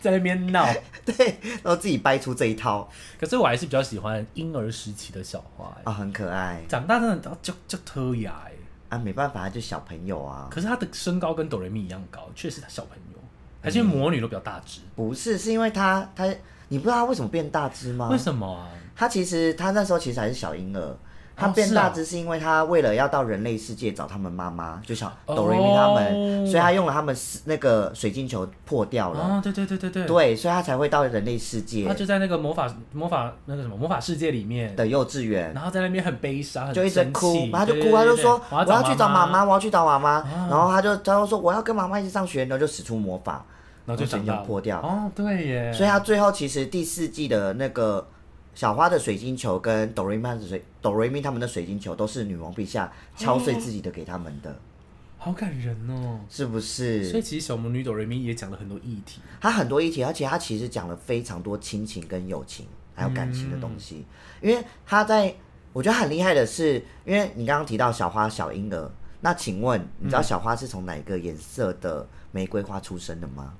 [SPEAKER 1] 在那边闹。
[SPEAKER 2] 对，然后自己掰出这一套
[SPEAKER 1] 可是我还是比较喜欢婴儿时期的小花、欸，
[SPEAKER 2] 啊，很可爱
[SPEAKER 1] 长大真的就就特牙哎、
[SPEAKER 2] 啊，没办法，她就小朋友啊。
[SPEAKER 1] 可是她的身高跟哆瑞咪一样高，确实她小朋友，还是因为魔女都比较大只，
[SPEAKER 2] 不是，是因为她她，你不知道她为什么变大只吗
[SPEAKER 1] 为？什么啊？
[SPEAKER 2] 她其实她那时候其实还是小婴儿。她
[SPEAKER 1] 哦
[SPEAKER 2] 变
[SPEAKER 1] 是啊
[SPEAKER 2] 大只是因为她为了要到人类世界找他们妈妈，就小哆瑞咪他们，
[SPEAKER 1] 哦
[SPEAKER 2] 所以她用了他们那个水晶球破掉了，
[SPEAKER 1] 哦，对对对对对，
[SPEAKER 2] 对，所以她才会到人类世界
[SPEAKER 1] 她就在那个魔法魔法那个什么魔法世界里面，
[SPEAKER 2] 的幼稚园。
[SPEAKER 1] 然后在那边很悲伤，很
[SPEAKER 2] 就一直
[SPEAKER 1] 生气
[SPEAKER 2] 哭，然后他就
[SPEAKER 1] 对
[SPEAKER 2] 哭，
[SPEAKER 1] 对
[SPEAKER 2] 他就
[SPEAKER 1] 对
[SPEAKER 2] 说
[SPEAKER 1] 对
[SPEAKER 2] 我要去找妈妈，
[SPEAKER 1] 妈，
[SPEAKER 2] 我要去找妈妈，然后他就他就说我要跟妈妈一起上学，然后就使出魔法，
[SPEAKER 1] 然后就
[SPEAKER 2] 水
[SPEAKER 1] 长
[SPEAKER 2] 晶
[SPEAKER 1] 大
[SPEAKER 2] 球破掉，
[SPEAKER 1] 哦，对耶，
[SPEAKER 2] 所以他最后其实第四季的那个小花的水晶球跟哆瑞咪的水哆瑞咪他们的水晶球都是女王陛下敲
[SPEAKER 1] 哦
[SPEAKER 2] 碎自己的给他们的，
[SPEAKER 1] 好感人哦。
[SPEAKER 2] 是不
[SPEAKER 1] 所以
[SPEAKER 2] 是？
[SPEAKER 1] 其实小魔女哆瑞咪也讲了很多议题，
[SPEAKER 2] 他很多议题，而且他其实讲了非常多亲情跟友情还有感情的东西，
[SPEAKER 1] 嗯
[SPEAKER 2] 因为他在我觉得很厉害的是，因为你刚刚提到小花小婴儿，那请问你知
[SPEAKER 1] 嗯
[SPEAKER 2] 道小花是从哪一个颜色的玫瑰花出生的吗？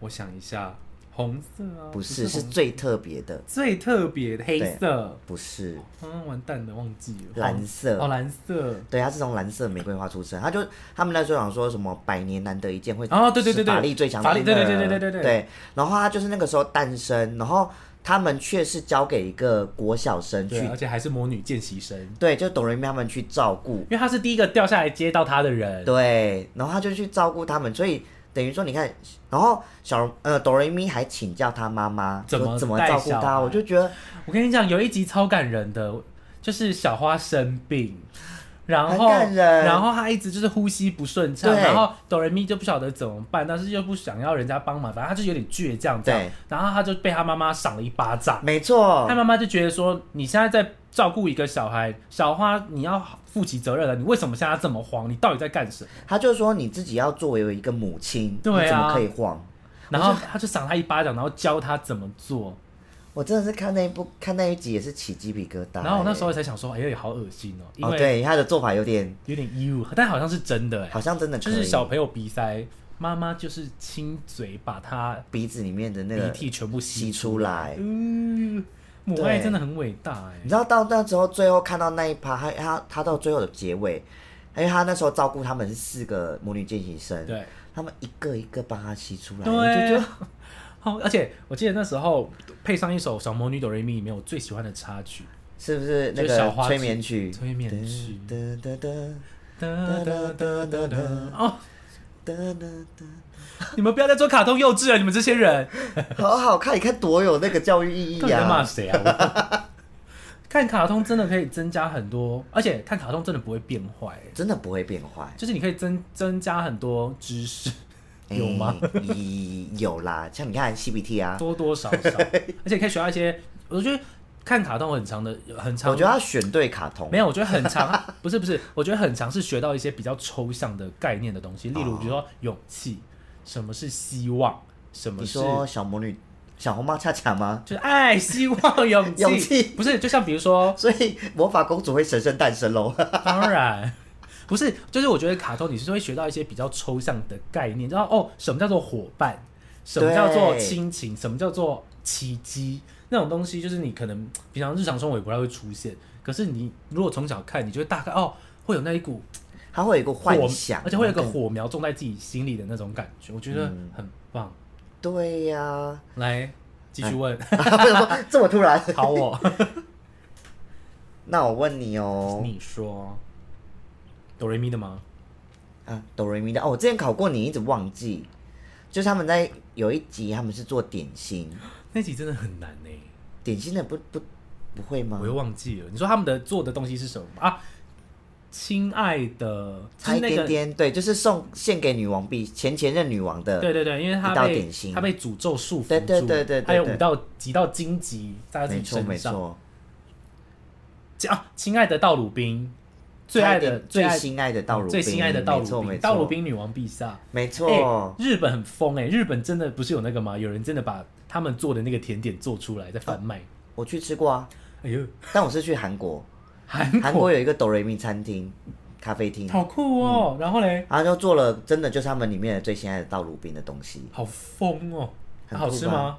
[SPEAKER 1] 我想一下，红色啊，
[SPEAKER 2] 不是，是
[SPEAKER 1] 红
[SPEAKER 2] 最特别的，
[SPEAKER 1] 最特别的黑色，
[SPEAKER 2] 不是
[SPEAKER 1] 嗯，完蛋了，忘记了，
[SPEAKER 2] 蓝色。
[SPEAKER 1] 哦，蓝色，
[SPEAKER 2] 对，他是从蓝色玫瑰花出生，他就他们那时候想说什么百年难得一见会
[SPEAKER 1] 哦对对对
[SPEAKER 2] 是法
[SPEAKER 1] 对
[SPEAKER 2] 力最强的
[SPEAKER 1] 法力对对
[SPEAKER 2] 婴儿
[SPEAKER 1] 对对对对对
[SPEAKER 2] 然后他就是那个时候诞生，然后他们却是交给一个国小生去
[SPEAKER 1] 对，啊而且还是魔女见习生，
[SPEAKER 2] 对，就董瑞咪他们去照顾
[SPEAKER 1] 因，为她是第一个掉下来接到她的人，
[SPEAKER 2] 对，然后他就去照顾他们，所以等于说你看，然后小呃哆瑞咪还请教他妈妈
[SPEAKER 1] 怎
[SPEAKER 2] 说
[SPEAKER 1] 么
[SPEAKER 2] 怎么
[SPEAKER 1] 带
[SPEAKER 2] 照顾
[SPEAKER 1] 小
[SPEAKER 2] 他，
[SPEAKER 1] 孩
[SPEAKER 2] 我就觉得
[SPEAKER 1] 我跟你讲，有一集超感人的，就是小花生病，然后
[SPEAKER 2] 很感人
[SPEAKER 1] 然后她一直就是呼吸不顺畅，
[SPEAKER 2] 对
[SPEAKER 1] 然后哆瑞咪就不晓得怎么办，但是又不想要人家帮忙，反正她就有点倔强这样
[SPEAKER 2] 对，哦
[SPEAKER 1] 然后她就被她妈妈赏了一巴掌，
[SPEAKER 2] 没错
[SPEAKER 1] 她，妈妈就觉得说你现在在。照顾一个小孩，小花你要负起责任了。你为什么现在这么慌？你到底在干什么？
[SPEAKER 2] 他就说你自己要作为一个母亲，
[SPEAKER 1] 对
[SPEAKER 2] 你怎么
[SPEAKER 1] 啊
[SPEAKER 2] 可以慌？
[SPEAKER 1] 然后她就赏她一巴掌，然后教她怎么做。
[SPEAKER 2] 我真的是看那一部看那一集也是起鸡皮疙瘩欸、
[SPEAKER 1] 然后我那时候才想说，哎呦，好恶心哦，因
[SPEAKER 2] 哦，
[SPEAKER 1] 为
[SPEAKER 2] 对他的做法有点，
[SPEAKER 1] 有点 you，但好像是真的哎。
[SPEAKER 2] 好像真的可
[SPEAKER 1] 就
[SPEAKER 2] 以
[SPEAKER 1] 是小朋友鼻塞，妈妈就是亲嘴把他
[SPEAKER 2] 鼻子里面的那
[SPEAKER 1] 鼻
[SPEAKER 2] 个
[SPEAKER 1] 涕全部吸
[SPEAKER 2] 吸
[SPEAKER 1] 出。
[SPEAKER 2] 出来。
[SPEAKER 1] 嗯，母爱真的很伟大哎、
[SPEAKER 2] 你知道到那时候最后看到那一趴，他他他到最后的结尾，因为他那时候照顾他们是四个母女见习生，
[SPEAKER 1] 对
[SPEAKER 2] 他们一个一个帮他吸出来，我就觉
[SPEAKER 1] 对啊
[SPEAKER 2] 得，
[SPEAKER 1] 好，而且我记得那时候配上一首《小魔女哆瑞咪》里面我最喜欢的插曲，
[SPEAKER 2] 是不是那
[SPEAKER 1] 就是小
[SPEAKER 2] 个
[SPEAKER 1] 花
[SPEAKER 2] 催
[SPEAKER 1] 枝
[SPEAKER 2] 眠曲？
[SPEAKER 1] 催眠曲
[SPEAKER 2] 哒哒哒
[SPEAKER 1] 哒哒哒哒哒。哦，
[SPEAKER 2] 哒哒
[SPEAKER 1] 你们不要再做卡通幼稚了，你们这些人
[SPEAKER 2] 哒，好好看，你看多有那个教育意义
[SPEAKER 1] 到底在
[SPEAKER 2] 啊！
[SPEAKER 1] 骂谁 啊？我看卡通真的可以增加很多，而且看卡通真的不会变坏、哎
[SPEAKER 2] 真的不会变坏，
[SPEAKER 1] 就是你可以增增加很多知识，有吗？
[SPEAKER 2] 哎？咦有啦，像你看 CBT 啊，
[SPEAKER 1] 多多少 少，而且可以学到一些。我觉得看卡通很长的，很长。
[SPEAKER 2] 我觉得他选对卡通
[SPEAKER 1] 没，有，我觉得很长， 不是不是，我觉得很长是学到一些比较抽象的概念的东
[SPEAKER 2] 哦
[SPEAKER 1] 西，例如比如说勇气，什么是希望，什么
[SPEAKER 2] 你
[SPEAKER 1] 是
[SPEAKER 2] 说小魔女、小红帽恰恰吗？
[SPEAKER 1] 就是爱、希望、勇气，
[SPEAKER 2] 勇气
[SPEAKER 1] 不是就像比如说，
[SPEAKER 2] 所以魔法公主会神圣诞生喽。
[SPEAKER 1] 当然。不是，就是我觉得卡通你是会学到一些比较抽象的概念，然后哦，什么叫做伙伴，什么叫做
[SPEAKER 2] 对
[SPEAKER 1] 亲情，什么叫做奇迹，那种东西就是你可能平常日常生活也不太会出现，可是你如果从小看，你就会大概哦，会有那一股
[SPEAKER 2] 它会有一个
[SPEAKER 1] 火
[SPEAKER 2] 幻想，
[SPEAKER 1] 而且会有一个
[SPEAKER 2] 然后
[SPEAKER 1] 火苗种在自己心里的那种感觉，我觉得很棒。
[SPEAKER 2] 跟对呀、
[SPEAKER 1] 来，继续问，
[SPEAKER 2] 为什么这么突然？
[SPEAKER 1] 考我，
[SPEAKER 2] 那我问你哦，
[SPEAKER 1] 你说哆瑞咪的吗？
[SPEAKER 2] 啊，哆瑞咪的哦，我之前考过你，一直忘记，就是他们在有一集他们是做点心，
[SPEAKER 1] 那集真的很难呢、欸
[SPEAKER 2] 点心的不不不会吗
[SPEAKER 1] 我？又忘记了。你说他们的做的东西是什么啊？亲爱的，就
[SPEAKER 2] 差
[SPEAKER 1] 是
[SPEAKER 2] 一
[SPEAKER 1] 那
[SPEAKER 2] 点
[SPEAKER 1] 个
[SPEAKER 2] 点，对，就是送献给女王币，前前任女王的，
[SPEAKER 1] 对对对，因为他
[SPEAKER 2] 一道
[SPEAKER 1] 被
[SPEAKER 2] 点心
[SPEAKER 1] 他被诅咒束缚住，
[SPEAKER 2] 对对对对对对
[SPEAKER 1] 还有五道几道荆棘在他自
[SPEAKER 2] 没
[SPEAKER 1] 己
[SPEAKER 2] 错没
[SPEAKER 1] 身上。
[SPEAKER 2] 错，
[SPEAKER 1] 啊，亲爱的道鲁宾，最爱
[SPEAKER 2] 差一
[SPEAKER 1] 的
[SPEAKER 2] 点
[SPEAKER 1] 最
[SPEAKER 2] 最
[SPEAKER 1] 爱嗯
[SPEAKER 2] 心爱的道鲁宾，
[SPEAKER 1] 最心爱的道
[SPEAKER 2] 没
[SPEAKER 1] 鲁
[SPEAKER 2] 错没
[SPEAKER 1] 宾，
[SPEAKER 2] 错
[SPEAKER 1] 道鲁宾女王陛下。
[SPEAKER 2] 没
[SPEAKER 1] 哎
[SPEAKER 2] 错，，
[SPEAKER 1] 日本很疯哎、日本真的不是有那个吗？有人真的把他们做的那个甜点做出来在贩卖。
[SPEAKER 2] 我去吃过啊，
[SPEAKER 1] 哎呦，
[SPEAKER 2] 但我是去韩国，
[SPEAKER 1] 韩
[SPEAKER 2] 韩国有一个哆瑞咪餐厅咖啡厅，
[SPEAKER 1] 好酷哦、然后嘞，
[SPEAKER 2] 然后就做了真的就是他们里面的最心爱的道鲁宾的东西，
[SPEAKER 1] 好疯哦、
[SPEAKER 2] 很酷吧
[SPEAKER 1] 好吃吗？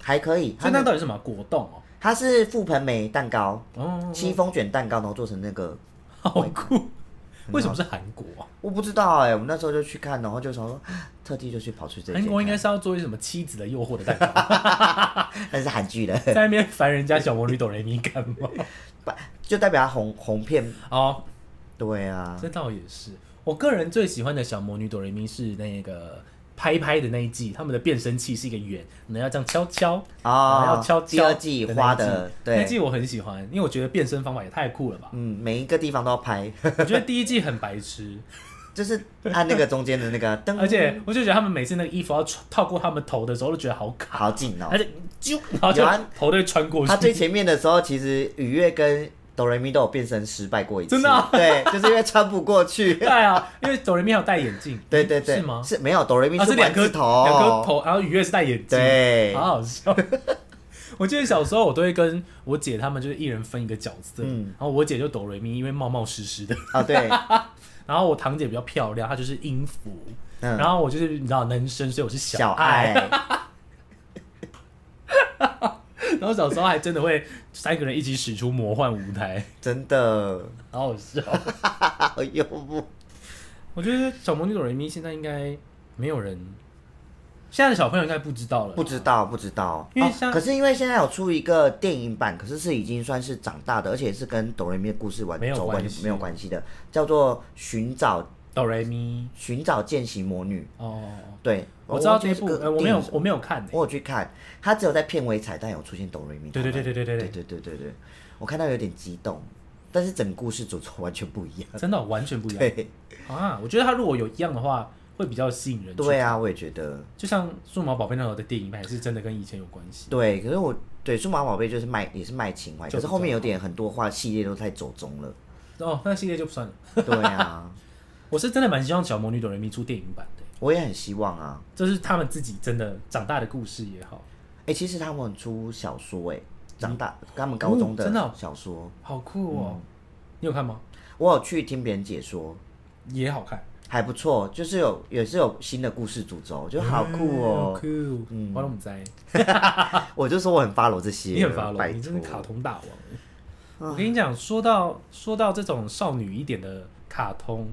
[SPEAKER 2] 还可以，
[SPEAKER 1] 所
[SPEAKER 2] 它
[SPEAKER 1] 以那
[SPEAKER 2] 那
[SPEAKER 1] 到底是什么果冻哦、
[SPEAKER 2] 它是覆盆梅蛋糕，
[SPEAKER 1] 哦，
[SPEAKER 2] 戚风卷蛋糕，然后做成那个，
[SPEAKER 1] 好
[SPEAKER 2] 嗯
[SPEAKER 1] 酷！为什么是韩国啊？
[SPEAKER 2] 我不知道哎、我们那时候就去看，然后就想说， 特地就去跑去这间
[SPEAKER 1] 韩
[SPEAKER 2] 看，
[SPEAKER 1] 国应该是要做一些什么妻子的诱惑的蛋糕，
[SPEAKER 2] 但是韩剧的，
[SPEAKER 1] 在那边烦人家小魔女哆来咪干嘛？
[SPEAKER 2] 就代表它红红片，
[SPEAKER 1] 哦，
[SPEAKER 2] 对啊，
[SPEAKER 1] 这倒也是。我个人最喜欢的小魔女哆来咪是那个拍拍的那一季，他们的变声器是一个圆，你要这样敲敲，然后
[SPEAKER 2] 哦
[SPEAKER 1] 要敲敲。
[SPEAKER 2] 第二季
[SPEAKER 1] 的那一
[SPEAKER 2] 花的，
[SPEAKER 1] 那
[SPEAKER 2] 对，。
[SPEAKER 1] 季我很喜欢，因为我觉得变身方法也太酷了吧
[SPEAKER 2] 嗯，每一个地方都要拍，
[SPEAKER 1] 我觉得第一季很白痴，
[SPEAKER 2] 就是按那个中间的那 个灯，
[SPEAKER 1] 而且我就觉得他们每次那个衣服要穿套过他们头的时候，都觉得好卡，
[SPEAKER 2] 好紧哦
[SPEAKER 1] 而。且啾，然后就
[SPEAKER 2] 有啊
[SPEAKER 1] 头都会穿过去。
[SPEAKER 2] 他最前面的时候，其实雨月跟哆瑞咪都有变身失败过一次，
[SPEAKER 1] 真的啊
[SPEAKER 2] 对，就是因为穿不 过去。
[SPEAKER 1] 对啊，因为哆瑞咪有戴眼镜，
[SPEAKER 2] 对对对，
[SPEAKER 1] 是吗？
[SPEAKER 2] 是没有哆瑞咪
[SPEAKER 1] 啊，是两
[SPEAKER 2] 丸
[SPEAKER 1] 颗
[SPEAKER 2] 子头，
[SPEAKER 1] 两颗头，啊然后愉悦是戴眼镜，
[SPEAKER 2] 对
[SPEAKER 1] 好好笑。 我记得小时候，我都会跟我姐他们就是一人分一个角色，
[SPEAKER 2] 嗯
[SPEAKER 1] 然后我姐就哆瑞咪，因为冒冒失失的，
[SPEAKER 2] 啊，对，
[SPEAKER 1] 然后我堂姐比较漂亮，她就是音符，
[SPEAKER 2] 嗯，
[SPEAKER 1] 然后我就是你知道男生，所以我是
[SPEAKER 2] 小
[SPEAKER 1] 爱，
[SPEAKER 2] 爱，
[SPEAKER 1] 然后小时候还真的会三个人一起使出魔幻舞台，
[SPEAKER 2] 真的哎
[SPEAKER 1] 好好笑。
[SPEAKER 2] 好幽默。
[SPEAKER 1] 我觉得小魔女哆瑞咪现在应该没有人，现在的小朋友应该不知道了，
[SPEAKER 2] 不知道，不知道。
[SPEAKER 1] 因为
[SPEAKER 2] 哦
[SPEAKER 1] 像
[SPEAKER 2] 可是因为现在有出一个电影版，可是是已经算是长大的，而且是跟哆瑞咪的故事完
[SPEAKER 1] 没有
[SPEAKER 2] 走完
[SPEAKER 1] 关系
[SPEAKER 2] 没有关系的，叫做《寻找
[SPEAKER 1] 哆瑞咪
[SPEAKER 2] 寻找见习魔女》。
[SPEAKER 1] 哦，
[SPEAKER 2] 对，
[SPEAKER 1] 我知道
[SPEAKER 2] 忘记
[SPEAKER 1] 这
[SPEAKER 2] 是
[SPEAKER 1] 部，
[SPEAKER 2] 个
[SPEAKER 1] 呃我没
[SPEAKER 2] 电影
[SPEAKER 1] 有
[SPEAKER 2] 什么
[SPEAKER 1] 我没有看欸，
[SPEAKER 2] 我有去看，它只有在片尾彩蛋有出现哆瑞咪。
[SPEAKER 1] 对对对对对对
[SPEAKER 2] 对对对对对，我看到有点激动，但是整个故事主轴完全不一样。
[SPEAKER 1] 真的完全不一样
[SPEAKER 2] 对
[SPEAKER 1] 啊！我觉得他如果有一样的话，会比较吸引人。
[SPEAKER 2] 对，啊，我也觉得
[SPEAKER 1] 就像数码宝贝那时候的电影版，是真的跟以前有关系。
[SPEAKER 2] 对。可是我对数码宝贝就是卖也是卖情怀，
[SPEAKER 1] 就
[SPEAKER 2] 可是
[SPEAKER 1] 比
[SPEAKER 2] 后
[SPEAKER 1] 较
[SPEAKER 2] 面有点很多话系列都太走中 了。
[SPEAKER 1] 哦，那系列就不算了。
[SPEAKER 2] 对啊，
[SPEAKER 1] 我是真的蛮希望小魔女哆瑞咪出电影版的，
[SPEAKER 2] 我也很希望啊。
[SPEAKER 1] 这是他们自己真的长大的故事也好，
[SPEAKER 2] 哎、其实他们出小说哎、长大他们高中
[SPEAKER 1] 哦真的哦
[SPEAKER 2] 的小说，
[SPEAKER 1] 好酷哦！你有看吗？
[SPEAKER 2] 我有去听别人解说，
[SPEAKER 1] 也好看，
[SPEAKER 2] 还不错，就是有也是有新的故事主轴，就好酷
[SPEAKER 1] 嗯好
[SPEAKER 2] 哦。
[SPEAKER 1] 酷！我都不知道
[SPEAKER 2] 我就说我很 follow 这些，
[SPEAKER 1] 你很发
[SPEAKER 2] 拜
[SPEAKER 1] 了，你真是卡
[SPEAKER 2] 托
[SPEAKER 1] 通大王。我跟你讲，说到说到这种少女一点的卡通，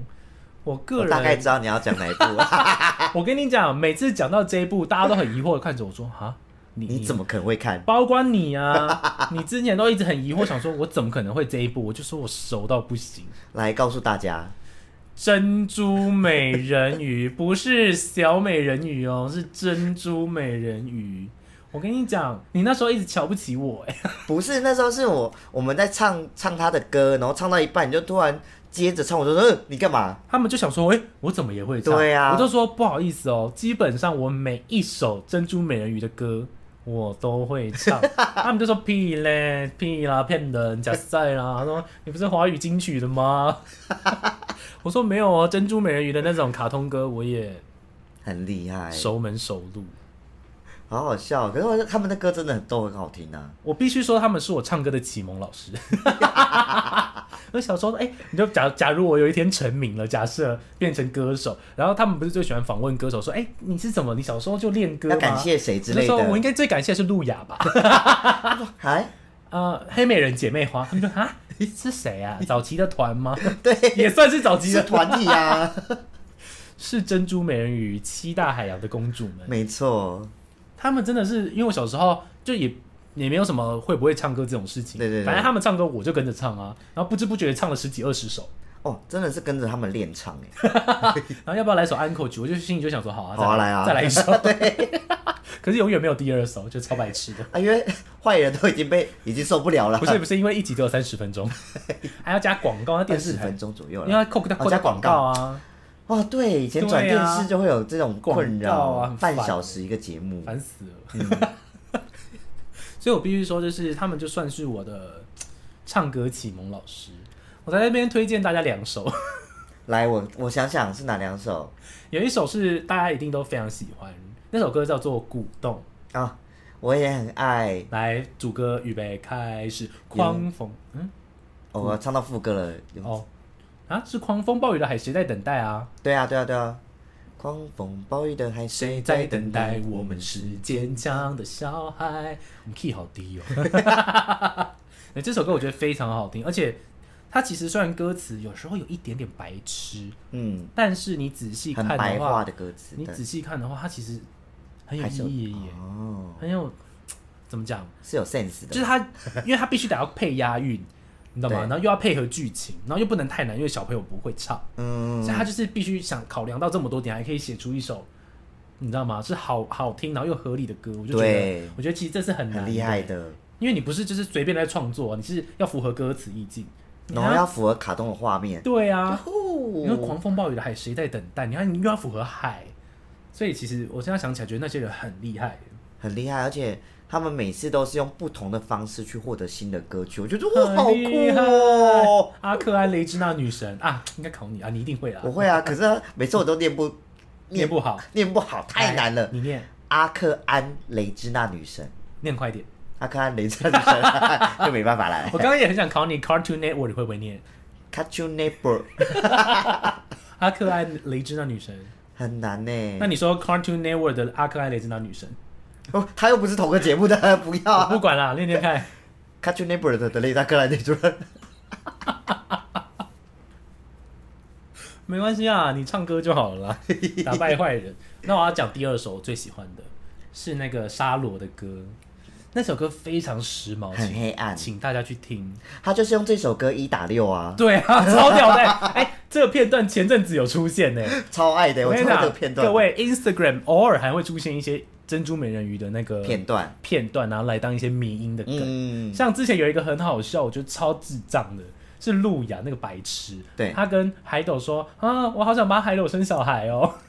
[SPEAKER 1] 我个
[SPEAKER 2] 我
[SPEAKER 1] 人
[SPEAKER 2] 大概知道你要讲 哪一部，
[SPEAKER 1] 我跟你讲，每次讲到这一步，大家都很疑惑的看着我说：“哈，你
[SPEAKER 2] 你怎么可能会看？
[SPEAKER 1] 包括你啊，你之前都一直很疑惑，想说我怎么可能会这一步？我就说我熟到不行。
[SPEAKER 2] 来告诉大家，
[SPEAKER 1] 珍珠美人鱼不是小美人鱼哦，是珍珠美人鱼。我跟你讲，你那时候一直瞧不起我哎、
[SPEAKER 2] 不是那时候是我我们在唱唱他的歌，然后唱到一半你就突然接着唱，我就说、呃、你干嘛？
[SPEAKER 1] 他们就想说，哎、我怎么也会唱？
[SPEAKER 2] 对啊
[SPEAKER 1] 我就说不好意思哦，基本上我每一首珍珠美人鱼的歌我都会 唱。他们就说屁嘞，屁啦，骗人，假赛啦。他说你不是华语金曲的 吗？我说没有哦，珍珠美人鱼的那种卡通歌我也
[SPEAKER 2] 很厉害，
[SPEAKER 1] 熟门熟路。
[SPEAKER 2] 好好笑。可是我他们的歌真的很都很好听啊。
[SPEAKER 1] 我必须说，他们是我唱歌的启蒙老师。 我小时候，哎、你就假假如我有一天成名了，假设变成歌手，然后他们不是最喜欢访问歌手，说，哎、你是怎么？你小时候就练歌吗？
[SPEAKER 2] 要感谢谁之
[SPEAKER 1] 我就
[SPEAKER 2] 类的哎
[SPEAKER 1] 说，我应该最感谢的是路雅吧？
[SPEAKER 2] 还
[SPEAKER 1] 呃，黑美人姐妹花，他们就 啊，是谁啊？早期的团吗？ 对，也算是早期
[SPEAKER 2] 是
[SPEAKER 1] 的团，
[SPEAKER 2] 团体啊，
[SPEAKER 1] 是珍珠美人鱼七大海洋的公主们。
[SPEAKER 2] 没错，
[SPEAKER 1] 他们真的是，因为我小时候就也也没有什么会不会唱歌这种事情，
[SPEAKER 2] 对对对
[SPEAKER 1] 反正他们唱歌我就跟着唱啊，然后不知不觉唱了十几二十首，
[SPEAKER 2] 哦，真的是跟着他们练唱哎。
[SPEAKER 1] 然后要不要来首安可曲？我就心里就想说，好啊，
[SPEAKER 2] 好啊
[SPEAKER 1] 再
[SPEAKER 2] 来啊
[SPEAKER 1] 再来 一首。对， 可是永远没有第二首，就超白痴的。
[SPEAKER 2] 啊，因为坏人都已经被已经受不了了，
[SPEAKER 1] 不是不是，因为一集只有三十分 钟，还要加广告，那电视
[SPEAKER 2] 20
[SPEAKER 1] 台
[SPEAKER 2] 分钟左右
[SPEAKER 1] 因为
[SPEAKER 2] 了。
[SPEAKER 1] 它扣
[SPEAKER 2] 哦
[SPEAKER 1] 扣
[SPEAKER 2] 加
[SPEAKER 1] 加广
[SPEAKER 2] 广告
[SPEAKER 1] 告啊，
[SPEAKER 2] 哦，对，以前转
[SPEAKER 1] 对
[SPEAKER 2] 电
[SPEAKER 1] 啊
[SPEAKER 2] 视就会有这种困扰，
[SPEAKER 1] 广告啊很
[SPEAKER 2] 半
[SPEAKER 1] 烦
[SPEAKER 2] 小时一个节目，
[SPEAKER 1] 烦死了。 所以我必须说，就是他们就算是我的唱歌启蒙老师。我在那边推荐大家两首，
[SPEAKER 2] 来，我我想想是哪两首
[SPEAKER 1] 有一首是大家一定都非常喜欢，那首歌叫做《鼓动
[SPEAKER 2] 啊、我也很爱》。。
[SPEAKER 1] 来，主歌预备开始，狂风，嗯，
[SPEAKER 2] 哦我唱到副歌了。
[SPEAKER 1] 哦，啊，是狂风暴雨的海，谁在等待啊？
[SPEAKER 2] 对啊，对啊，对啊。狂风暴雨的海，
[SPEAKER 1] 谁在等待？我们是坚强的小孩。我们 key 好低哦。 那这首歌我觉得非常好听，而且它其实虽然歌词有时候有一点点白痴，
[SPEAKER 2] 嗯，
[SPEAKER 1] 但是你仔细
[SPEAKER 2] 很
[SPEAKER 1] 看
[SPEAKER 2] 白
[SPEAKER 1] 的
[SPEAKER 2] 话
[SPEAKER 1] 话，
[SPEAKER 2] 的歌词。
[SPEAKER 1] 你
[SPEAKER 2] 对
[SPEAKER 1] 仔细啊看的话，它其实很有
[SPEAKER 2] 还是有
[SPEAKER 1] 意义耶，
[SPEAKER 2] 哦，
[SPEAKER 1] 很有怎么讲？
[SPEAKER 2] 是有 sense
[SPEAKER 1] 就
[SPEAKER 2] 的。
[SPEAKER 1] 是它，因为它必须得要配押 韵，你懂吗？
[SPEAKER 2] 对
[SPEAKER 1] 然后又要配合剧情，然后又不能太难，因为小朋友不会唱。
[SPEAKER 2] 嗯
[SPEAKER 1] 所以他就是必须想考量到这么多点，还可以写出一首，你知道吗？是好好听，然后又合理的歌，我就觉
[SPEAKER 2] 对
[SPEAKER 1] 得，我觉得其实这是很难
[SPEAKER 2] 很厉害，的，
[SPEAKER 1] 因为你不是就是随便来创作、你是要符合歌词意境，你
[SPEAKER 2] 然
[SPEAKER 1] 还
[SPEAKER 2] 后要符合卡通的画面。
[SPEAKER 1] 对啊，因为
[SPEAKER 2] 哦，
[SPEAKER 1] 狂风暴雨的海，谁在等待？你看你又要符合海，所以其实我现在想起来，觉得那些人很厉害。
[SPEAKER 2] 很厉害，而且他们每次都是用不同的方式去获得新的歌曲，我觉得哇，好
[SPEAKER 1] 很厉
[SPEAKER 2] 酷
[SPEAKER 1] 害
[SPEAKER 2] 哦！
[SPEAKER 1] 阿克安雷之那女神啊，应该考你啊，你一定会啊
[SPEAKER 2] 我，会啊，可是每次我都念不
[SPEAKER 1] 念不好，
[SPEAKER 2] 念不好，太难了
[SPEAKER 1] 来。你念
[SPEAKER 2] 阿克安雷之娜女神，
[SPEAKER 1] 念快点。
[SPEAKER 2] 阿克安雷之娜女神 就没办法来
[SPEAKER 1] 我。刚刚也很想考你 Cartoon Network 你会不会念
[SPEAKER 2] Cartoon Network
[SPEAKER 1] 阿克安雷之那女神？
[SPEAKER 2] 很难呢、
[SPEAKER 1] 那你说 Cartoon Network 的阿克艾雷这那女神，
[SPEAKER 2] 哦，他又不是同个节目的， 不要、
[SPEAKER 1] 我
[SPEAKER 2] 啊。
[SPEAKER 1] 不管啦，练练看。
[SPEAKER 2] Cartoon Network 的雷达克兰内主任，
[SPEAKER 1] 没关系啊，你唱歌就好 了啦，打败坏人。那我要讲第二首我最喜欢的是那个沙罗的歌，那首歌非常时髦，
[SPEAKER 2] 很
[SPEAKER 1] 请
[SPEAKER 2] 黑暗
[SPEAKER 1] 请大家去听。
[SPEAKER 2] 他就是用这首歌一打六啊，
[SPEAKER 1] 对啊，超屌的、哎、这个片段前阵子有出现 呢、
[SPEAKER 2] 超爱的，我
[SPEAKER 1] 跟
[SPEAKER 2] 超
[SPEAKER 1] 你
[SPEAKER 2] 爱这
[SPEAKER 1] 讲
[SPEAKER 2] 个，片段。
[SPEAKER 1] 各位 Instagram 偶尔还会出现一些珍珠美人鱼的那个
[SPEAKER 2] 片段，
[SPEAKER 1] 片段，然后来当一些迷音的梗。
[SPEAKER 2] 嗯，
[SPEAKER 1] 像之前有一个很好笑，我觉得超智障的，是路亚那个白痴，
[SPEAKER 2] 对
[SPEAKER 1] 他跟海斗说啊，我好想帮海斗生小孩哦。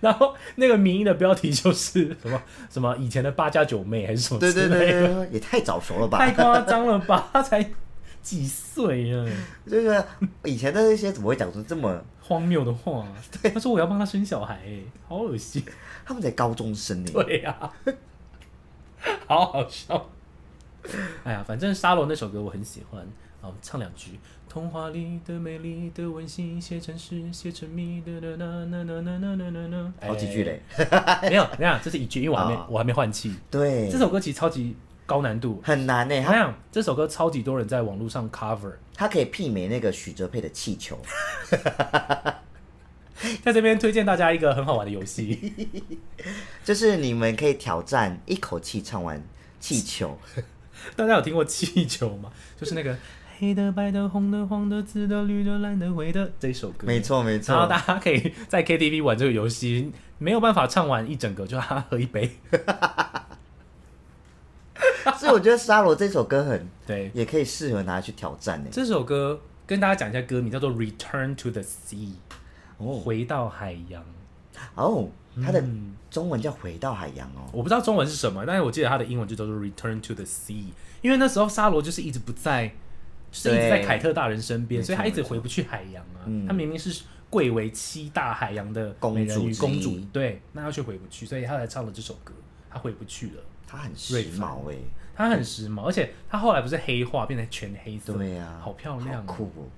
[SPEAKER 1] 然后那个名义的标题就是什么什么以前的八家九妹还是什么之
[SPEAKER 2] 对
[SPEAKER 1] 类
[SPEAKER 2] 对
[SPEAKER 1] 的，
[SPEAKER 2] 对对对，也太早熟了吧
[SPEAKER 1] 太？夸张了吧？他才几岁啊，
[SPEAKER 2] 就是以前的那些怎么会讲出这么？
[SPEAKER 1] 荒谬的话。他说我要帮他生小孩、欸，好恶心。
[SPEAKER 2] 他们才高中生呢。
[SPEAKER 1] 对呀、 好好笑。哎呀，反正沙龙那首歌我很喜欢，好唱两句。童话里的美丽的温馨，写成诗，写成谜的那那那那那那那那，
[SPEAKER 2] 好几句嘞。
[SPEAKER 1] 哎。没有，没有，这是一句，因为我还没、
[SPEAKER 2] 哦
[SPEAKER 1] 我还没换气。
[SPEAKER 2] 对
[SPEAKER 1] 这，首歌其实超级高难度，
[SPEAKER 2] 很难呢。
[SPEAKER 1] 我
[SPEAKER 2] 他
[SPEAKER 1] 想这首歌超级多人在网络上 cover，
[SPEAKER 2] 他可以媲美那个许哲佩的气球。
[SPEAKER 1] 在这边推荐大家一个很好玩的游戏，
[SPEAKER 2] 就是你们可以挑战一口气唱完气球，
[SPEAKER 1] 大家有听过气球吗？就是那个黑的、白的、红的、黄的、紫的、绿的、蓝的、灰的这一首歌，
[SPEAKER 2] 没错没错
[SPEAKER 1] 然后。大家可以在 KTV 玩这个游戏，没有办法唱完一整个，就让他喝一杯。
[SPEAKER 2] 所以我觉得沙罗这首歌很
[SPEAKER 1] 对，
[SPEAKER 2] 也可以适合拿来去挑战呢。
[SPEAKER 1] 这首歌跟大家讲一下歌名，叫做《Return to the Sea》，
[SPEAKER 2] 哦
[SPEAKER 1] 回到海洋。
[SPEAKER 2] 哦，
[SPEAKER 1] 嗯
[SPEAKER 2] 它的中文叫回到海洋哦。
[SPEAKER 1] 我不知道中文是什么，但是我记得它的英文就叫做《Return to the Sea》，因为那时候沙罗就是一直不在，就是一直在
[SPEAKER 2] 对
[SPEAKER 1] 凯特大人身边，
[SPEAKER 2] 没错
[SPEAKER 1] 所以他一直回不去海洋啊。
[SPEAKER 2] 嗯
[SPEAKER 1] 他明明是贵为七大海洋的
[SPEAKER 2] 公主
[SPEAKER 1] 美人鱼
[SPEAKER 2] 之
[SPEAKER 1] 公
[SPEAKER 2] 一
[SPEAKER 1] 主，对，那他却回不去，所以他才唱了这首歌，他回不去了。
[SPEAKER 2] 它很时髦哎，
[SPEAKER 1] 她很时髦，而且她后来不是黑化，变成全黑色，
[SPEAKER 2] 对呀，
[SPEAKER 1] 好漂亮、
[SPEAKER 2] 好酷
[SPEAKER 1] 哦。
[SPEAKER 2] 哦。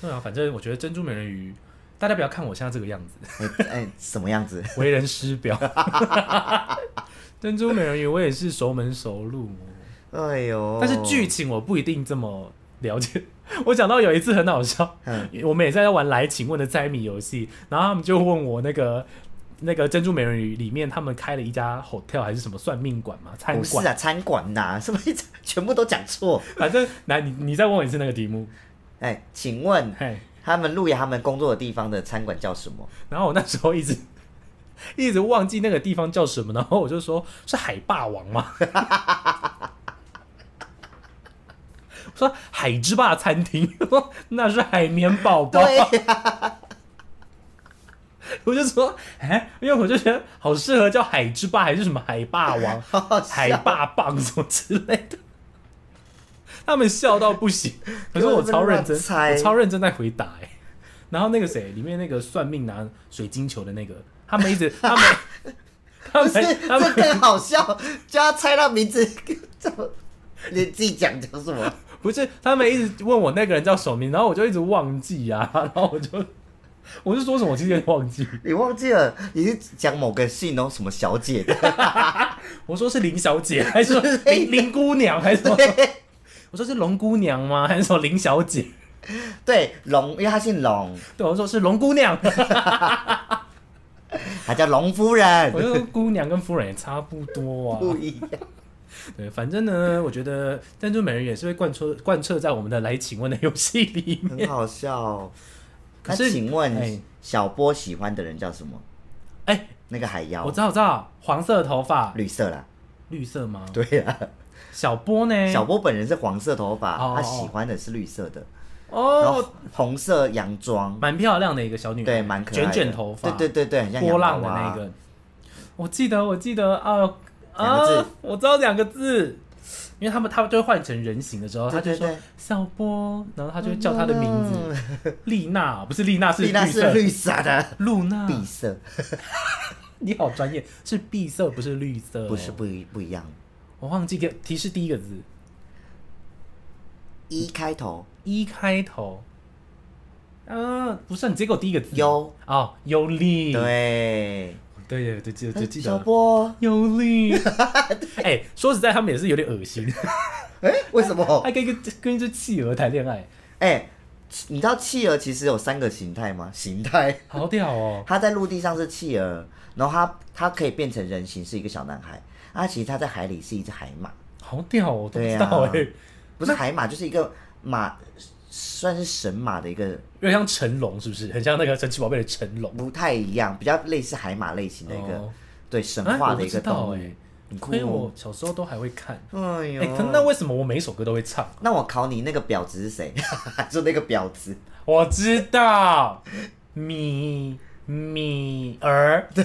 [SPEAKER 1] 对啊，反正我觉得珍珠美人鱼，大家不要看我现在这个样 子，
[SPEAKER 2] 哎哎，什么 样子？
[SPEAKER 1] 为人师表。珍珠美人鱼我也是熟门熟路哦、
[SPEAKER 2] 哎呦！
[SPEAKER 1] 但是剧情我不一定这么了解。 我讲到有一次很好笑，
[SPEAKER 2] 嗯
[SPEAKER 1] 我们也在玩来请问的猜谜游戏，然后他们就问我那个。那个珍珠美人鱼里面，他们开了一家 hotel 还是什么算命馆嘛，餐
[SPEAKER 2] 不是
[SPEAKER 1] 馆，
[SPEAKER 2] 啊，餐馆呐，什么一直全部都讲错。
[SPEAKER 1] 反正来你你再问我一次那个题目，
[SPEAKER 2] 哎，请问
[SPEAKER 1] 嘿，
[SPEAKER 2] 他们路亚他们工作的地方的餐馆叫什么？
[SPEAKER 1] 然后我那时候一直 一直忘记那个地方叫什么，然后我就说是海霸王吗？ 我说海之霸餐厅， 我说那是海绵宝宝。
[SPEAKER 2] 对
[SPEAKER 1] 我就说，哎，因为我就觉得好适合叫海之霸，还是什么海霸王、
[SPEAKER 2] 好笑
[SPEAKER 1] 海霸棒什么之类的。他们笑到不行，可是我超认真，
[SPEAKER 2] 根本不能乱猜
[SPEAKER 1] 我超认真在回答哎、然后那个谁，里面那个算命拿水晶球的那个，他们一直，他 们，他
[SPEAKER 2] 不
[SPEAKER 1] 们
[SPEAKER 2] 是，，
[SPEAKER 1] 他
[SPEAKER 2] 这
[SPEAKER 1] 们，
[SPEAKER 2] 更好笑，就要猜到名字，怎么连自己讲叫什么？
[SPEAKER 1] 不是，他们一直问我那个人叫什么名，然后我就一直忘记啊，然后我就，我就说什么，我其实有点忘记，
[SPEAKER 2] 你忘记了？你是讲某个姓哦，什么小姐 的？
[SPEAKER 1] 我说是林小姐，还是说
[SPEAKER 2] 之类
[SPEAKER 1] 林
[SPEAKER 2] 的
[SPEAKER 1] 林姑娘，还是什么？
[SPEAKER 2] 对
[SPEAKER 1] 我说是龙姑娘吗？ 还是说林小姐？
[SPEAKER 2] 对，龙，因为她姓龙，
[SPEAKER 1] 对，我说是龙姑 娘。
[SPEAKER 2] 她叫龙夫 人
[SPEAKER 1] 我，就说姑娘跟夫人也差不多啊。
[SPEAKER 2] 不一样。
[SPEAKER 1] 对，反正呢，我觉得珍珠美人鱼也是会贯彻贯彻在我们的来请问的游戏里面。
[SPEAKER 2] 很好笑、 哦。
[SPEAKER 1] 可
[SPEAKER 2] 那
[SPEAKER 1] 是
[SPEAKER 2] 请问、
[SPEAKER 1] 哎
[SPEAKER 2] 小波喜欢的人叫什么？
[SPEAKER 1] 哎、
[SPEAKER 2] 那个海妖
[SPEAKER 1] 我，知道，我知道，黄色头发，
[SPEAKER 2] 绿色啦。
[SPEAKER 1] 绿色吗？
[SPEAKER 2] 对啊，
[SPEAKER 1] 小波呢？
[SPEAKER 2] 小波本人是黄色头发，
[SPEAKER 1] 哎哦
[SPEAKER 2] 他喜欢的是绿色的，然
[SPEAKER 1] 哦，
[SPEAKER 2] 后红色洋装，
[SPEAKER 1] 蛮漂亮的一个小女孩，
[SPEAKER 2] 对，蛮可爱
[SPEAKER 1] 卷
[SPEAKER 2] 的。
[SPEAKER 1] 卷头发，
[SPEAKER 2] 对对对对，很像
[SPEAKER 1] 波
[SPEAKER 2] 洋娃
[SPEAKER 1] 浪的那
[SPEAKER 2] 娃。
[SPEAKER 1] 个。我记得，我记得啊
[SPEAKER 2] 两个字
[SPEAKER 1] 啊，我知道两个字，因为他们他们就会换成人形的时候，他
[SPEAKER 2] 对
[SPEAKER 1] 就
[SPEAKER 2] 对
[SPEAKER 1] 说
[SPEAKER 2] 对
[SPEAKER 1] 小波，然后他就会叫他的名字，丽娜，不是丽娜，是
[SPEAKER 2] 嗯丽娜
[SPEAKER 1] 绿
[SPEAKER 2] 是
[SPEAKER 1] 色，
[SPEAKER 2] 绿色的，
[SPEAKER 1] 露娜，
[SPEAKER 2] 碧色，
[SPEAKER 1] 你好专业，是碧色，不是绿色哦，
[SPEAKER 2] 不是不一不一样。
[SPEAKER 1] 我忘记给提示第一个字，
[SPEAKER 2] 一开头，
[SPEAKER 1] 一开头，嗯，不是，你直接给我第一个字，
[SPEAKER 2] 优
[SPEAKER 1] 哦，尤丽，
[SPEAKER 2] 对，哎
[SPEAKER 1] 对对对，记得就记得
[SPEAKER 2] 小
[SPEAKER 1] 了，
[SPEAKER 2] 波，
[SPEAKER 1] 尤 丽，哎，说实在，他们也是有点恶心。
[SPEAKER 2] 哎，为什么？
[SPEAKER 1] 还跟一个跟一只企鹅谈恋爱，
[SPEAKER 2] 哎，你知道企鹅其实有三个形态吗？形态，
[SPEAKER 1] 好屌哦！
[SPEAKER 2] 它在陆地上是企鹅，然后它它可以变成人形，是一个小男孩。啊，其实它在海里是一只海马，
[SPEAKER 1] 好屌哦，我都不
[SPEAKER 2] 对
[SPEAKER 1] 知
[SPEAKER 2] 啊
[SPEAKER 1] 道哎、
[SPEAKER 2] 不是海马，就是一个马，算是神马的一个，
[SPEAKER 1] 有点像成龙，是不是？很像那个神奇宝贝的成龙
[SPEAKER 2] 不太一样，比较类似海马类型的一个，
[SPEAKER 1] 哦
[SPEAKER 2] 对神话的一个
[SPEAKER 1] 哎我
[SPEAKER 2] 动
[SPEAKER 1] 不
[SPEAKER 2] 物。
[SPEAKER 1] 知道哎、
[SPEAKER 2] 很酷
[SPEAKER 1] 亏我
[SPEAKER 2] 哦，
[SPEAKER 1] 小时候都还会看。
[SPEAKER 2] 哎
[SPEAKER 1] 哎、
[SPEAKER 2] 呦，
[SPEAKER 1] 可那为什么我每一首歌都会唱？
[SPEAKER 2] 那我考你，那个婊子是谁？ 就那个婊子，
[SPEAKER 1] 我知道，米米 儿。对，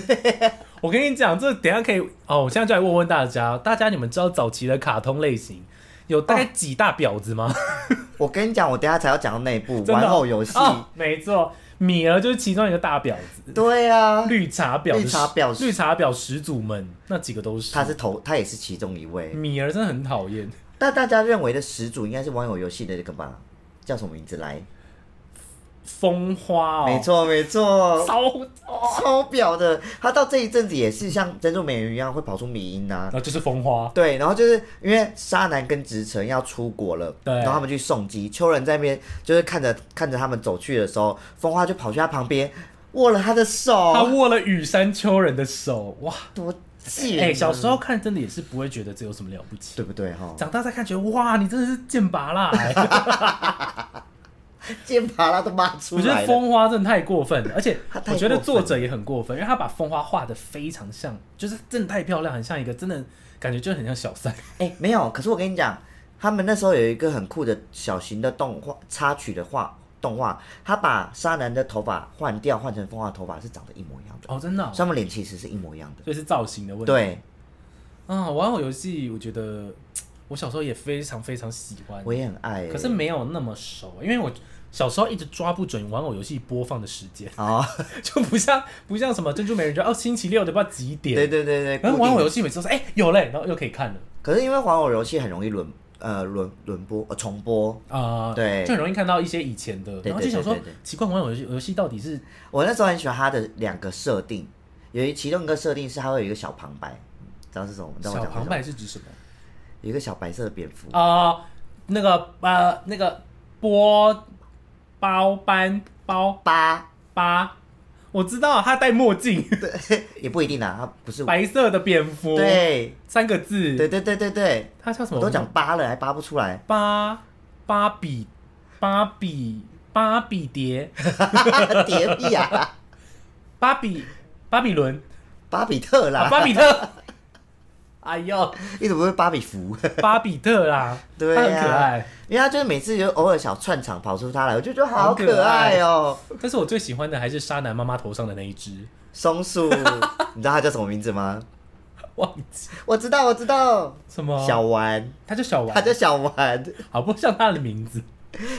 [SPEAKER 1] 我跟你讲，这等一下可以哦。我现在就来问问大家，大家你们知道早期的卡通类型有大概几大婊子吗？
[SPEAKER 2] 我跟你讲，我等一下才要讲到那一部
[SPEAKER 1] 真的
[SPEAKER 2] 哦玩
[SPEAKER 1] 哦
[SPEAKER 2] 偶游戏。
[SPEAKER 1] 哦没错，米儿就是其中一个大婊子。
[SPEAKER 2] 对啊，
[SPEAKER 1] 绿茶婊的始、
[SPEAKER 2] 绿茶婊
[SPEAKER 1] 绿茶婊始祖们，那几个都是。
[SPEAKER 2] 他是头，他也是其中一位。
[SPEAKER 1] 米儿真的很讨厌，
[SPEAKER 2] 那大家认为的始祖应该是玩偶游戏的这个吧？叫什么名字来？
[SPEAKER 1] 风花哦，
[SPEAKER 2] 没，错，没错，
[SPEAKER 1] 骚哦，
[SPEAKER 2] 超婊的。他到这一阵子也是像珍珠美人鱼一样会跑出迷音啊
[SPEAKER 1] 然。后就是风花，
[SPEAKER 2] 对，然后就是因为沙男跟直城要出国了，
[SPEAKER 1] 对
[SPEAKER 2] 然后他们去送机，秋人在那边就是看着看着他们走去的时候，风花就跑去他旁边握了他的
[SPEAKER 1] 他
[SPEAKER 2] 手，
[SPEAKER 1] 握了雨山丘人的手，哇，
[SPEAKER 2] 多贱、啊
[SPEAKER 1] 哎、小时候看真的也是不会觉得这有什么了不起，
[SPEAKER 2] 对不对哈？
[SPEAKER 1] 长大再看觉得哇，你真的是剑拔啦、哎
[SPEAKER 2] 剑拔拉都骂出
[SPEAKER 1] 我觉得
[SPEAKER 2] 来了，
[SPEAKER 1] 风花真的太过分了，而且
[SPEAKER 2] 他太
[SPEAKER 1] 我觉得
[SPEAKER 2] 过分
[SPEAKER 1] 作者也很过分，因为他把风花画的非常像，就是真的太漂亮，很像一个真的感觉就很像小三，
[SPEAKER 2] 哎、没有，可是我跟你讲，他们那时候有一个很酷的小型的动画插曲的画动画，他把沙男的头发换掉，换成风花的头发是长得一模一样的，
[SPEAKER 1] 哦，真的、哦
[SPEAKER 2] 所以，他们脸其实是一模一样的。
[SPEAKER 1] 所以是造型的问题。
[SPEAKER 2] 对，
[SPEAKER 1] 啊，玩偶游戏，我觉得我小时候也非常非常喜欢，
[SPEAKER 2] 我也很爱、欸。
[SPEAKER 1] 可是没有那么熟，因为我小时候一直抓不准玩偶游戏播放的时间，
[SPEAKER 2] 哦，
[SPEAKER 1] 就不像不像什么珍珠美人鱼，就哦星期六的不知道几点，
[SPEAKER 2] 对对对对，
[SPEAKER 1] 然后
[SPEAKER 2] 固
[SPEAKER 1] 玩
[SPEAKER 2] 定
[SPEAKER 1] 偶游戏每次都是哎、有嘞，然后又可以看了
[SPEAKER 2] 可是因为玩偶游戏很容易轮呃轮轮播呃重播，
[SPEAKER 1] 啊、
[SPEAKER 2] 对
[SPEAKER 1] 就很容易看到一些以前的，
[SPEAKER 2] 对
[SPEAKER 1] 然后就想说
[SPEAKER 2] 对对对对
[SPEAKER 1] 奇怪，玩偶游戏游戏到底是
[SPEAKER 2] 我那时候很喜欢它的两个设定，有一其中一个设定是它会有一个小旁白，知道是什么？你知道我
[SPEAKER 1] 小
[SPEAKER 2] 讲的是
[SPEAKER 1] 旁
[SPEAKER 2] 什么？
[SPEAKER 1] 白是指什么
[SPEAKER 2] 有一个小白色的蝙蝠，
[SPEAKER 1] 啊、那个呃那个波包班包
[SPEAKER 2] 八
[SPEAKER 1] 八，我知道他戴墨 镜，
[SPEAKER 2] 也不一定啊，它不是
[SPEAKER 1] 白色的蝙蝠，
[SPEAKER 2] 对
[SPEAKER 1] 三个字，
[SPEAKER 2] 对对对对对，
[SPEAKER 1] 他叫什么？
[SPEAKER 2] 我都讲八了还八不出来，
[SPEAKER 1] 芭芭比芭比芭比蝶、
[SPEAKER 2] 叠币啊，
[SPEAKER 1] 芭比、巴比伦、
[SPEAKER 2] 巴比特
[SPEAKER 1] 啊、
[SPEAKER 2] 啦，
[SPEAKER 1] 巴比特。哎呦，
[SPEAKER 2] 一直不是巴比服，
[SPEAKER 1] 巴比特啦，
[SPEAKER 2] 对
[SPEAKER 1] 它很可
[SPEAKER 2] 啊
[SPEAKER 1] 爱。
[SPEAKER 2] 因为他就是每次就偶尔小串场跑出他来，我就觉得好
[SPEAKER 1] 好可
[SPEAKER 2] 可爱哦、
[SPEAKER 1] 但是我最喜欢的还是沙男妈妈头上的那一只，
[SPEAKER 2] 松树，你知道他叫什么名字吗？
[SPEAKER 1] 忘记
[SPEAKER 2] 我知道，我知道，
[SPEAKER 1] 什么
[SPEAKER 2] 小，丸，
[SPEAKER 1] 它叫小
[SPEAKER 2] 他
[SPEAKER 1] 丸
[SPEAKER 2] 叫，小丸。
[SPEAKER 1] 好不像它的名字。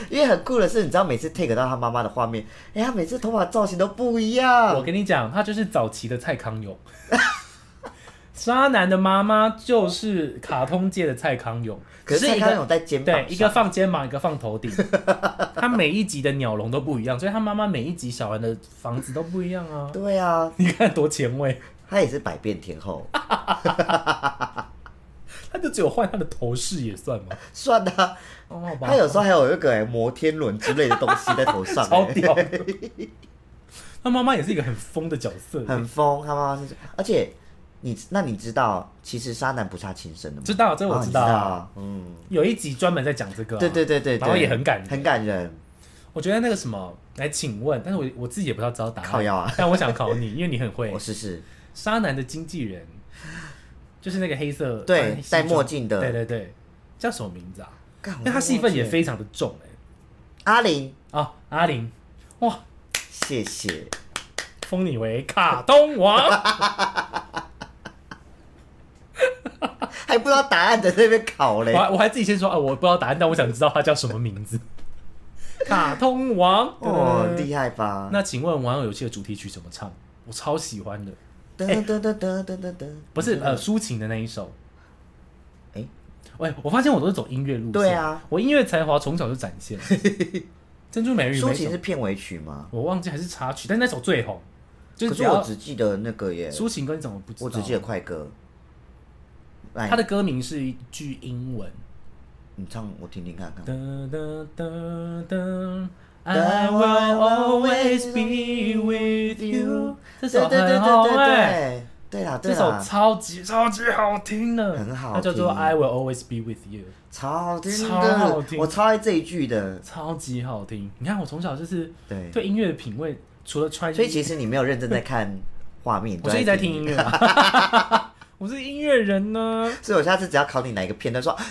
[SPEAKER 2] 因为很酷的是，你知道每次 take 到他妈妈的画面，哎、他每次头发造型都不一
[SPEAKER 1] 我
[SPEAKER 2] 样。
[SPEAKER 1] 跟你讲，他就是早期的蔡康永。 渣男的妈妈就是卡通界的蔡康永，
[SPEAKER 2] 可
[SPEAKER 1] 只
[SPEAKER 2] 是
[SPEAKER 1] 一
[SPEAKER 2] 蔡康永
[SPEAKER 1] 个
[SPEAKER 2] 在肩膀
[SPEAKER 1] 对
[SPEAKER 2] 上，
[SPEAKER 1] 一个放肩膀，一个放头顶。他每一集的鸟笼都不一样，所以他妈妈每一集小丸的房子都不一样啊。
[SPEAKER 2] 对啊，
[SPEAKER 1] 你看多前卫，
[SPEAKER 2] 他也是百变天后，
[SPEAKER 1] 他就只有换他的头饰也算吗？
[SPEAKER 2] 算啦、啊。
[SPEAKER 1] 哦，好吧
[SPEAKER 2] 他，有时候还有一个、哎摩天轮之类的东西在头上、
[SPEAKER 1] 超
[SPEAKER 2] 哎
[SPEAKER 1] 屌 的。他妈妈也是一个很疯的角色，
[SPEAKER 2] 很疯。他妈妈是，而且你那你知道，其实沙男不是他亲生的吗？
[SPEAKER 1] 知道这我
[SPEAKER 2] 哦
[SPEAKER 1] 知
[SPEAKER 2] 你
[SPEAKER 1] 道。
[SPEAKER 2] 道，嗯，
[SPEAKER 1] 有一集专门在讲这个啊、
[SPEAKER 2] 对对对对，
[SPEAKER 1] 然后
[SPEAKER 2] 对
[SPEAKER 1] 也很感人
[SPEAKER 2] 很感人，
[SPEAKER 1] 我觉得那个什么，来，请问，但是我我自己也不知道知道答
[SPEAKER 2] 靠
[SPEAKER 1] 案，
[SPEAKER 2] 腰啊，
[SPEAKER 1] 但我想考你，因为你很会
[SPEAKER 2] 我。试试。
[SPEAKER 1] 沙男的经纪人就是那个黑色
[SPEAKER 2] 对，戴墨，镜
[SPEAKER 1] 穿西装对
[SPEAKER 2] 的，
[SPEAKER 1] 对对，叫什么名字啊？
[SPEAKER 2] 干
[SPEAKER 1] 那他戏份也。非常的重哎、
[SPEAKER 2] 阿玲，
[SPEAKER 1] 哦，阿玲，哇，
[SPEAKER 2] 谢谢。
[SPEAKER 1] 封你为卡通 王，
[SPEAKER 2] 还不知道答案在那边考
[SPEAKER 1] 我
[SPEAKER 2] 嘞。
[SPEAKER 1] 还我还自己先说啊，我不知道答案，但我想知道他叫什么名 字。卡通王，
[SPEAKER 2] 哦，
[SPEAKER 1] 噔噔
[SPEAKER 2] 厉害吧？
[SPEAKER 1] 那请问《玩偶游戏》的主题曲怎么唱？我超喜欢的，
[SPEAKER 2] 噔噔噔噔噔噔噔，
[SPEAKER 1] 哎不是呃抒情的那一首。
[SPEAKER 2] 嗯哎
[SPEAKER 1] 喂，我发现我都是走音乐路线。
[SPEAKER 2] 对啊，
[SPEAKER 1] 我音乐才华从小就展 现。珍珠美人鱼
[SPEAKER 2] 抒
[SPEAKER 1] 每
[SPEAKER 2] 情
[SPEAKER 1] 首
[SPEAKER 2] 是片尾曲吗？
[SPEAKER 1] 我忘记还是插曲，但那首最红，就
[SPEAKER 2] 可
[SPEAKER 1] 是只
[SPEAKER 2] 是我
[SPEAKER 1] 要
[SPEAKER 2] 只记得那个耶，
[SPEAKER 1] 抒情歌你怎么不知道？
[SPEAKER 2] 我只记得快歌。来，
[SPEAKER 1] 它的歌名是一句英文。
[SPEAKER 2] 你唱我听听看看。
[SPEAKER 1] 哒哒哒哒，I will always be with you。这首很好哎。
[SPEAKER 2] 对啦对
[SPEAKER 1] 这首
[SPEAKER 2] 啦，
[SPEAKER 1] 超级超级好听的，
[SPEAKER 2] 很好
[SPEAKER 1] 它叫做《
[SPEAKER 2] 听
[SPEAKER 1] I Will Always Be With You
[SPEAKER 2] 超好听
[SPEAKER 1] 超好
[SPEAKER 2] 的，
[SPEAKER 1] 听
[SPEAKER 2] 我超爱这一句的》，。
[SPEAKER 1] 超级好听。你看我从小就是
[SPEAKER 2] 对，
[SPEAKER 1] 对音乐的品味，除了穿，
[SPEAKER 2] 所以其实你没有认真在看画面，
[SPEAKER 1] 我是一直在听音乐、啊， 我是音乐人呢、
[SPEAKER 2] 所以我下次只要考你哪一个片段，说啊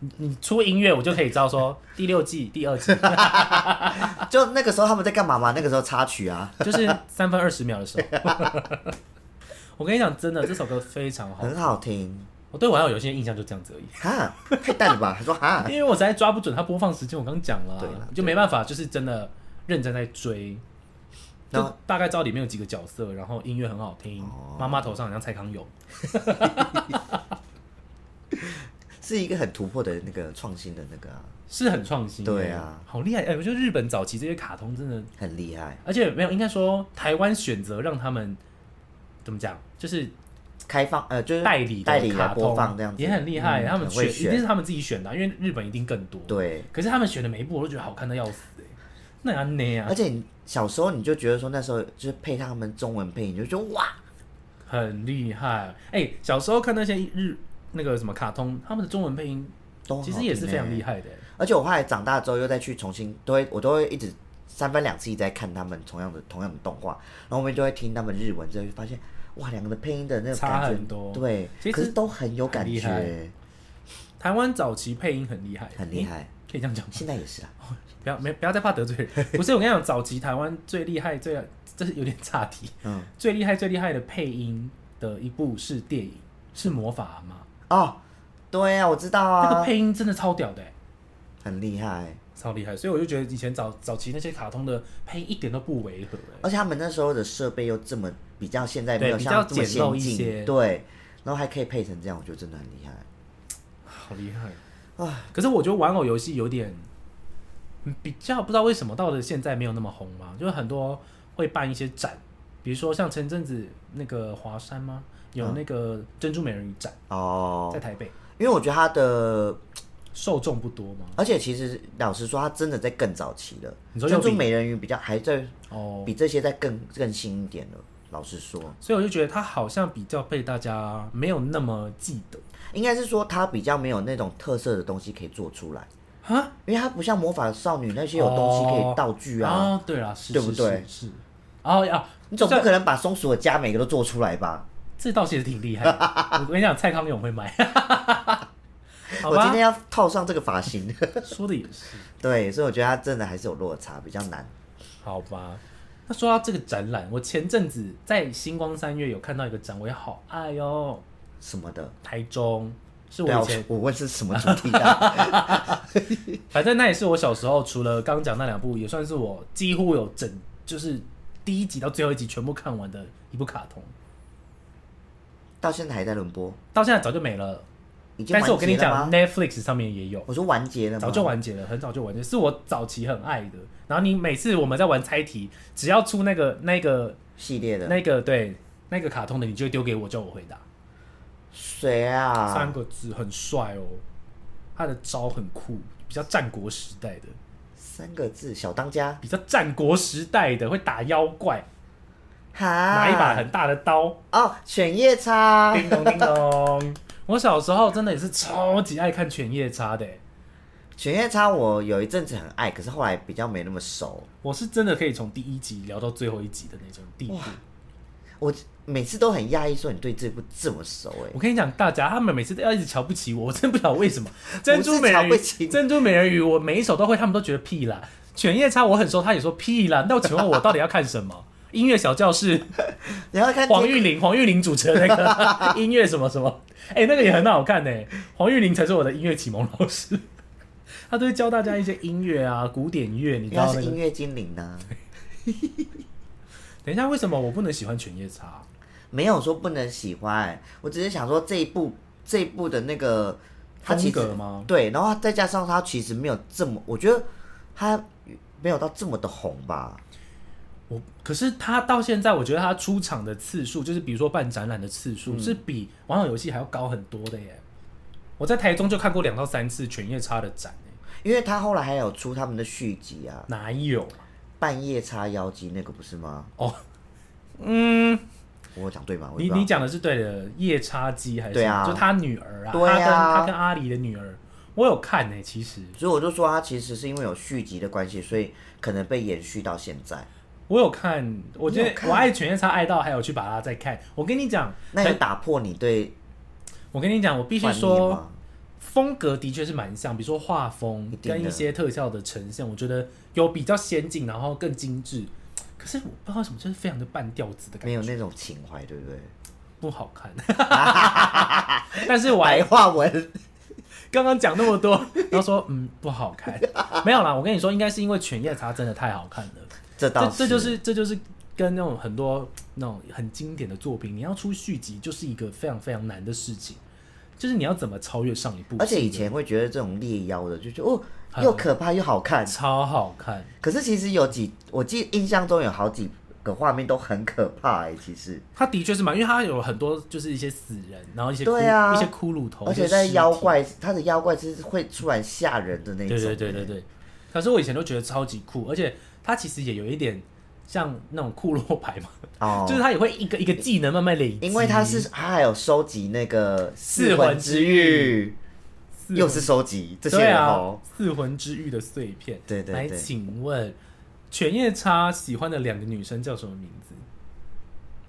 [SPEAKER 1] 你你出音乐，我就可以知道说第六季第二季
[SPEAKER 2] 就那个时候他们在干嘛嘛？那个时候插曲啊，
[SPEAKER 1] 就是三分二十秒的时候。 我跟你讲，真的这首歌非常好，
[SPEAKER 2] 很好听。
[SPEAKER 1] 我对网友有些印象就这样子而已。
[SPEAKER 2] 哈，太淡了吧？他说哈，
[SPEAKER 1] 因为我实在抓不准它播放时间，我刚讲了啊，
[SPEAKER 2] 啊对啦
[SPEAKER 1] 就没办法，就是真的认真在追，
[SPEAKER 2] 然后
[SPEAKER 1] 就大概知道里面有几个角色，然后音乐很好听，
[SPEAKER 2] 哦
[SPEAKER 1] 妈妈头上很像蔡康永，
[SPEAKER 2] 是一个很突破的那个创新的那个、啊，
[SPEAKER 1] 是很创新的，
[SPEAKER 2] 对啊
[SPEAKER 1] 好厉害！哎、我觉得日本早期这些卡通真的，
[SPEAKER 2] 很厉害。
[SPEAKER 1] 而且没有应该说台湾选择让他们怎么讲，就是
[SPEAKER 2] 开放呃，就是
[SPEAKER 1] 代理的
[SPEAKER 2] 代理的
[SPEAKER 1] 卡通
[SPEAKER 2] 播放这样子
[SPEAKER 1] 也很厉害，
[SPEAKER 2] 嗯
[SPEAKER 1] 他们
[SPEAKER 2] 很
[SPEAKER 1] 选
[SPEAKER 2] 会
[SPEAKER 1] 一定是他们自己选的啊、因为日本一定更多，，
[SPEAKER 2] 对，
[SPEAKER 1] 可是他们选的每一部我都觉得好看的要死、哎，那安内啊
[SPEAKER 2] 而，且你小时候你就觉得说那时候就是配上他们中文配音，你就觉得哇，
[SPEAKER 1] 很厉害。哎、小时候看那些日那个什么卡通，他们的中文配音
[SPEAKER 2] 都很好
[SPEAKER 1] 其实也是非常厉
[SPEAKER 2] 害。
[SPEAKER 1] 害的、
[SPEAKER 2] 而且我后来长大之后又再去重新，都会我都会一直三番两次一直在看他们同样的同样的动画，然后我们就会听他们日文，就会发现哇，两个的配音的那个
[SPEAKER 1] 差
[SPEAKER 2] 感觉
[SPEAKER 1] 很多
[SPEAKER 2] 对，
[SPEAKER 1] 其实
[SPEAKER 2] 可是都很有感
[SPEAKER 1] 很厉
[SPEAKER 2] 觉
[SPEAKER 1] 害，台湾早期配音很厉害，
[SPEAKER 2] 很厉
[SPEAKER 1] 诶
[SPEAKER 2] 害。
[SPEAKER 1] 可以这样讲吗？
[SPEAKER 2] 现在也是啊，
[SPEAKER 1] 不要没不要再怕得罪人。 不是我跟你讲，早期台湾最厉害最这是有点岔题，
[SPEAKER 2] 嗯，
[SPEAKER 1] 最厉害最厉害的配音的一部是电影，是魔法阿妈，
[SPEAKER 2] 哦，对啊，我知道
[SPEAKER 1] 那个
[SPEAKER 2] 啊，
[SPEAKER 1] 配音真的超屌的、诶欸
[SPEAKER 2] 很厉害。
[SPEAKER 1] 超厉害。所以我就觉得以前早早期那些卡通的配音一点都不违和、欸诶
[SPEAKER 2] 而且他们那时候的设备又这么比较，现在没有
[SPEAKER 1] 对
[SPEAKER 2] 像这
[SPEAKER 1] 比
[SPEAKER 2] 么
[SPEAKER 1] 较简陋
[SPEAKER 2] 先
[SPEAKER 1] 一些
[SPEAKER 2] 进，对，然后还可以配成这样，我觉得真的很厉害
[SPEAKER 1] 好厉害。
[SPEAKER 2] 啊！
[SPEAKER 1] 可是我觉得玩偶游戏有点嗯比较不知道为什么到了现在没有那么红嘛，就是很多会办一些展，比如说像前阵子那个华山吗？有
[SPEAKER 2] 嗯
[SPEAKER 1] 那个珍珠美人鱼展在
[SPEAKER 2] 哦，
[SPEAKER 1] 台北，
[SPEAKER 2] 因为我觉得他的，
[SPEAKER 1] 受众不多嘛。
[SPEAKER 2] 而且其实老实说，他真的在更早期了。
[SPEAKER 1] 你说
[SPEAKER 2] 珍
[SPEAKER 1] 又
[SPEAKER 2] 珠
[SPEAKER 1] 比
[SPEAKER 2] 美人鱼比较还在
[SPEAKER 1] 哦，
[SPEAKER 2] 比这些再更更新一点了。老实说，
[SPEAKER 1] 所以我就觉得它好像比较被大家没有那么记得
[SPEAKER 2] 应该是说他比较没有那种特色的东西可以做出来，
[SPEAKER 1] 啊
[SPEAKER 2] 因为它不像魔法少女那些有东西可以道具啊，
[SPEAKER 1] 哦，对啦，是
[SPEAKER 2] 对不
[SPEAKER 1] 是
[SPEAKER 2] 对
[SPEAKER 1] 是是，哦呀，
[SPEAKER 2] 你总
[SPEAKER 1] 这
[SPEAKER 2] 不可能把松鼠的家每个都做出来吧？
[SPEAKER 1] 这倒其实挺厉害的。 我跟你讲，蔡康永会买，好
[SPEAKER 2] 我今
[SPEAKER 1] 吧
[SPEAKER 2] 天？要套上这个发型，
[SPEAKER 1] 说的也是，
[SPEAKER 2] 对，所以我觉得它真的还是有落差，比较难。
[SPEAKER 1] 好吧。那说到这个展览，我前阵子在星光三月有看到一个展，我也好爱哦。
[SPEAKER 2] 什么的。
[SPEAKER 1] 台中是
[SPEAKER 2] 对啊，
[SPEAKER 1] 我以
[SPEAKER 2] 我
[SPEAKER 1] 前，
[SPEAKER 2] 我问是什么主题啊 的？
[SPEAKER 1] 反正那也是我小时候除了刚讲那两部，也算是我几乎有整就是第一集到最后一集全部看完的一部卡通，
[SPEAKER 2] 到现在还在轮播，
[SPEAKER 1] 到现在早就没了。
[SPEAKER 2] 已经
[SPEAKER 1] 但
[SPEAKER 2] 完
[SPEAKER 1] 是我跟你
[SPEAKER 2] 结了
[SPEAKER 1] 讲
[SPEAKER 2] 吗？
[SPEAKER 1] ，Netflix 上面也有。
[SPEAKER 2] 我说完结了吗？
[SPEAKER 1] 早就完结了，很早就完结，是我早期很爱的。然后你每次我们在玩猜题，只要出那个那个
[SPEAKER 2] 系列的。
[SPEAKER 1] 那个对那个卡通的，你就丢给我，叫我回答。
[SPEAKER 2] 谁
[SPEAKER 1] 三
[SPEAKER 2] 啊？
[SPEAKER 1] 个字很帅哦，他的招很酷，比较战国时代的，
[SPEAKER 2] 三个字，小当家。
[SPEAKER 1] 比较战国时代的会打妖怪，
[SPEAKER 2] 哈，
[SPEAKER 1] 拿一把很大的刀，
[SPEAKER 2] 哦，犬夜叉。
[SPEAKER 1] 叮咚叮咚。我小时候真的也是超级爱看犬夜叉的欸，
[SPEAKER 2] 犬夜叉我有一阵子很爱，可是后来比较没那么熟。
[SPEAKER 1] 我是真的可以从第一集聊到最后一集的那种地步。
[SPEAKER 2] 我每次都很讶异，说你对这部这么熟哎、
[SPEAKER 1] 我跟你讲，大家他们每次都要一直瞧不起我，我真不知道为 什么。珍珠美人
[SPEAKER 2] 瞧不起
[SPEAKER 1] 鱼，
[SPEAKER 2] 你
[SPEAKER 1] 珍珠美人鱼，我每一首都会，他们都觉得屁啦。犬夜叉我很熟，他也说屁啦。那我请问我到底要看什么？音乐小教室，
[SPEAKER 2] 然后看
[SPEAKER 1] 黄
[SPEAKER 2] 天
[SPEAKER 1] 玉玲，黄玉玲主持的那 个音乐什么什么，哎、那个也很好看呢、黄玉玲才是我的音乐启蒙老师， 他都会教大家一些音乐啊，古典乐，你知
[SPEAKER 2] 因为他
[SPEAKER 1] 道那
[SPEAKER 2] 是音
[SPEAKER 1] 个。
[SPEAKER 2] 乐精灵啊呢、
[SPEAKER 1] 等一下，为什么我不能喜欢犬夜叉？
[SPEAKER 2] 没有说不能喜欢，我只是想说这一部这一部的那个它
[SPEAKER 1] 风
[SPEAKER 2] 其实
[SPEAKER 1] 格吗？
[SPEAKER 2] 对，然后再加上它其实没有这么，我觉得它没有到这么的红吧。
[SPEAKER 1] 我可是他到现在，我觉得他出场的次数，就是比如说办展览的次数，
[SPEAKER 2] 嗯
[SPEAKER 1] 是比网友游戏还要高很多的耶。我在台中就看过两到三次犬夜叉的展耶，
[SPEAKER 2] 因为它后来还有出他们的续集啊，
[SPEAKER 1] 哪有？
[SPEAKER 2] 半夜叉妖姬那个不是吗？
[SPEAKER 1] 哦，嗯，
[SPEAKER 2] 我有讲对吗？我也
[SPEAKER 1] 你
[SPEAKER 2] 不知道
[SPEAKER 1] 你讲的是对的，夜叉姬还是
[SPEAKER 2] 对啊
[SPEAKER 1] 什么就他女儿啊，
[SPEAKER 2] 对啊
[SPEAKER 1] 他跟他跟阿里的女儿，我有看呢。其实
[SPEAKER 2] 所以我就说，它其实是因为有续集的关系，所以可能被延续到现在。
[SPEAKER 1] 我有看，我觉
[SPEAKER 2] 你有
[SPEAKER 1] 得
[SPEAKER 2] 看
[SPEAKER 1] 我爱犬夜叉爱到还有去把它再看。我跟你讲，
[SPEAKER 2] 那有打破你对
[SPEAKER 1] 我跟你讲，我哎必须
[SPEAKER 2] 幻
[SPEAKER 1] 说
[SPEAKER 2] 灭。吗？
[SPEAKER 1] 风格的确是蛮像，比如说画风
[SPEAKER 2] 一定的
[SPEAKER 1] 跟一些特效的呈现，我觉得有比较先进，然后更精致。可是我不知道为什么，就是非常的半吊子的感
[SPEAKER 2] 没
[SPEAKER 1] 觉，
[SPEAKER 2] 有那种情怀，对不对？
[SPEAKER 1] 不好看。 但是我还
[SPEAKER 2] 白话文，
[SPEAKER 1] 刚刚讲那么多， 然后说嗯不好看，没有啦。我跟你说，应该是因为犬夜叉真的太好看了，
[SPEAKER 2] 这
[SPEAKER 1] 这
[SPEAKER 2] 倒
[SPEAKER 1] 这就是这就是跟那种很多那种很经典的作品，你要出续集就是一个非常非常难的事情，就是你要怎么超越上一部，
[SPEAKER 2] 而且以前会觉得这种猎妖的，就觉得哦，
[SPEAKER 1] 很
[SPEAKER 2] 又可怕又好看。
[SPEAKER 1] 超好看。
[SPEAKER 2] 可是其实有几，我记印象中有好几个画面都很可怕哎、其实，
[SPEAKER 1] 他的确是蛮，因为他有很多就是一些死人，然后一些
[SPEAKER 2] 对
[SPEAKER 1] 骷
[SPEAKER 2] 啊
[SPEAKER 1] 一些骷髅头，
[SPEAKER 2] 而
[SPEAKER 1] 一
[SPEAKER 2] 且
[SPEAKER 1] 些
[SPEAKER 2] 在
[SPEAKER 1] 尸体
[SPEAKER 2] 妖，怪，它的妖怪是会突然吓人的那一
[SPEAKER 1] 对
[SPEAKER 2] 种。欸
[SPEAKER 1] 对对对对。可是我以前都觉得超级酷，而且他其实也有一点像那种库洛牌嘛，
[SPEAKER 2] 哦，
[SPEAKER 1] 就是他也会一个一个技能慢慢累积，
[SPEAKER 2] 因为它是它还有收集那个
[SPEAKER 1] 四魂
[SPEAKER 2] 魂
[SPEAKER 1] 之
[SPEAKER 2] 之玉，
[SPEAKER 1] 四魂
[SPEAKER 2] 又是收集这些
[SPEAKER 1] 对
[SPEAKER 2] 人
[SPEAKER 1] 啊
[SPEAKER 2] 哦。，
[SPEAKER 1] 四魂之玉的碎片。
[SPEAKER 2] 对对
[SPEAKER 1] 来，
[SPEAKER 2] 对
[SPEAKER 1] 请问犬夜叉喜欢的两个女生叫什么名字？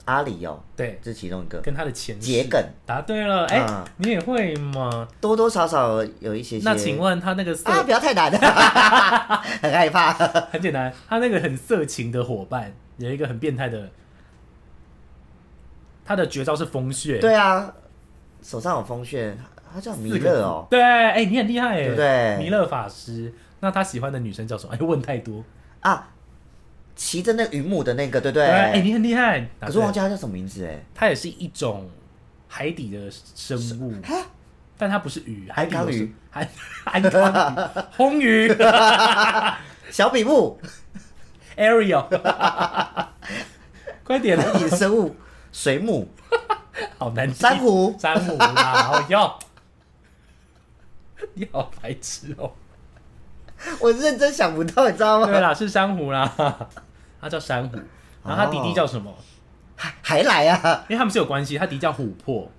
[SPEAKER 2] 阿里哦，
[SPEAKER 1] 对，
[SPEAKER 2] 这是其中一个，
[SPEAKER 1] 跟他的前世
[SPEAKER 2] 桔梗
[SPEAKER 1] 答对了，哎、
[SPEAKER 2] 嗯
[SPEAKER 1] 你也会吗？
[SPEAKER 2] 多多少少有一些些。
[SPEAKER 1] 那请问他那个色
[SPEAKER 2] 啊，不要太难， 很害怕。
[SPEAKER 1] 很简单，他那个很色情的伙伴有一个很变态的，他的绝招是风穴，
[SPEAKER 2] 对啊，手上有风旋，他叫弥
[SPEAKER 1] 四个字，
[SPEAKER 2] 勒哦。
[SPEAKER 1] 对，哎、你很厉害哎，
[SPEAKER 2] 对不对
[SPEAKER 1] 弥勒法师，那他喜欢的女生叫什么？哎，问太多，
[SPEAKER 2] 啊，骑着那个云母的那个，对不
[SPEAKER 1] 哎、
[SPEAKER 2] 对？
[SPEAKER 1] 你很厉害，
[SPEAKER 2] 可是我
[SPEAKER 1] 答对
[SPEAKER 2] 忘记他叫什么名字哎。
[SPEAKER 1] 它也是一种海底的生物，
[SPEAKER 2] 哈
[SPEAKER 1] 但它不是鱼，海底
[SPEAKER 2] 安
[SPEAKER 1] 有
[SPEAKER 2] 康
[SPEAKER 1] 什
[SPEAKER 2] 鱼，
[SPEAKER 1] 海 安康鱼，红鱼
[SPEAKER 2] 小比目，
[SPEAKER 1] ，Ariel，快点
[SPEAKER 2] 海
[SPEAKER 1] 了，
[SPEAKER 2] 底 生物，水母，
[SPEAKER 1] 好难听
[SPEAKER 2] 珊瑚。
[SPEAKER 1] 詹姆啦，我要，你好白痴哦、
[SPEAKER 2] 我认真想不到，你知道
[SPEAKER 1] 对啊
[SPEAKER 2] 吗？
[SPEAKER 1] 啦，是珊瑚啦，他叫珊瑚，然后他弟
[SPEAKER 2] 哦
[SPEAKER 1] 弟叫什么？
[SPEAKER 2] 还来啊？
[SPEAKER 1] 因为他们是有关系，他弟弟叫琥珀，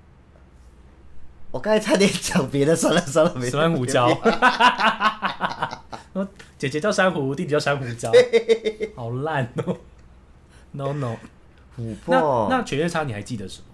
[SPEAKER 2] 我刚才差点讲别的，算了算了，没事
[SPEAKER 1] 珊瑚礁。 然后姐姐叫珊瑚，弟弟叫珊瑚 礁，好烂哦、No no，
[SPEAKER 2] 琥
[SPEAKER 1] 那
[SPEAKER 2] 珀。
[SPEAKER 1] 那犬夜叉你还记得什么？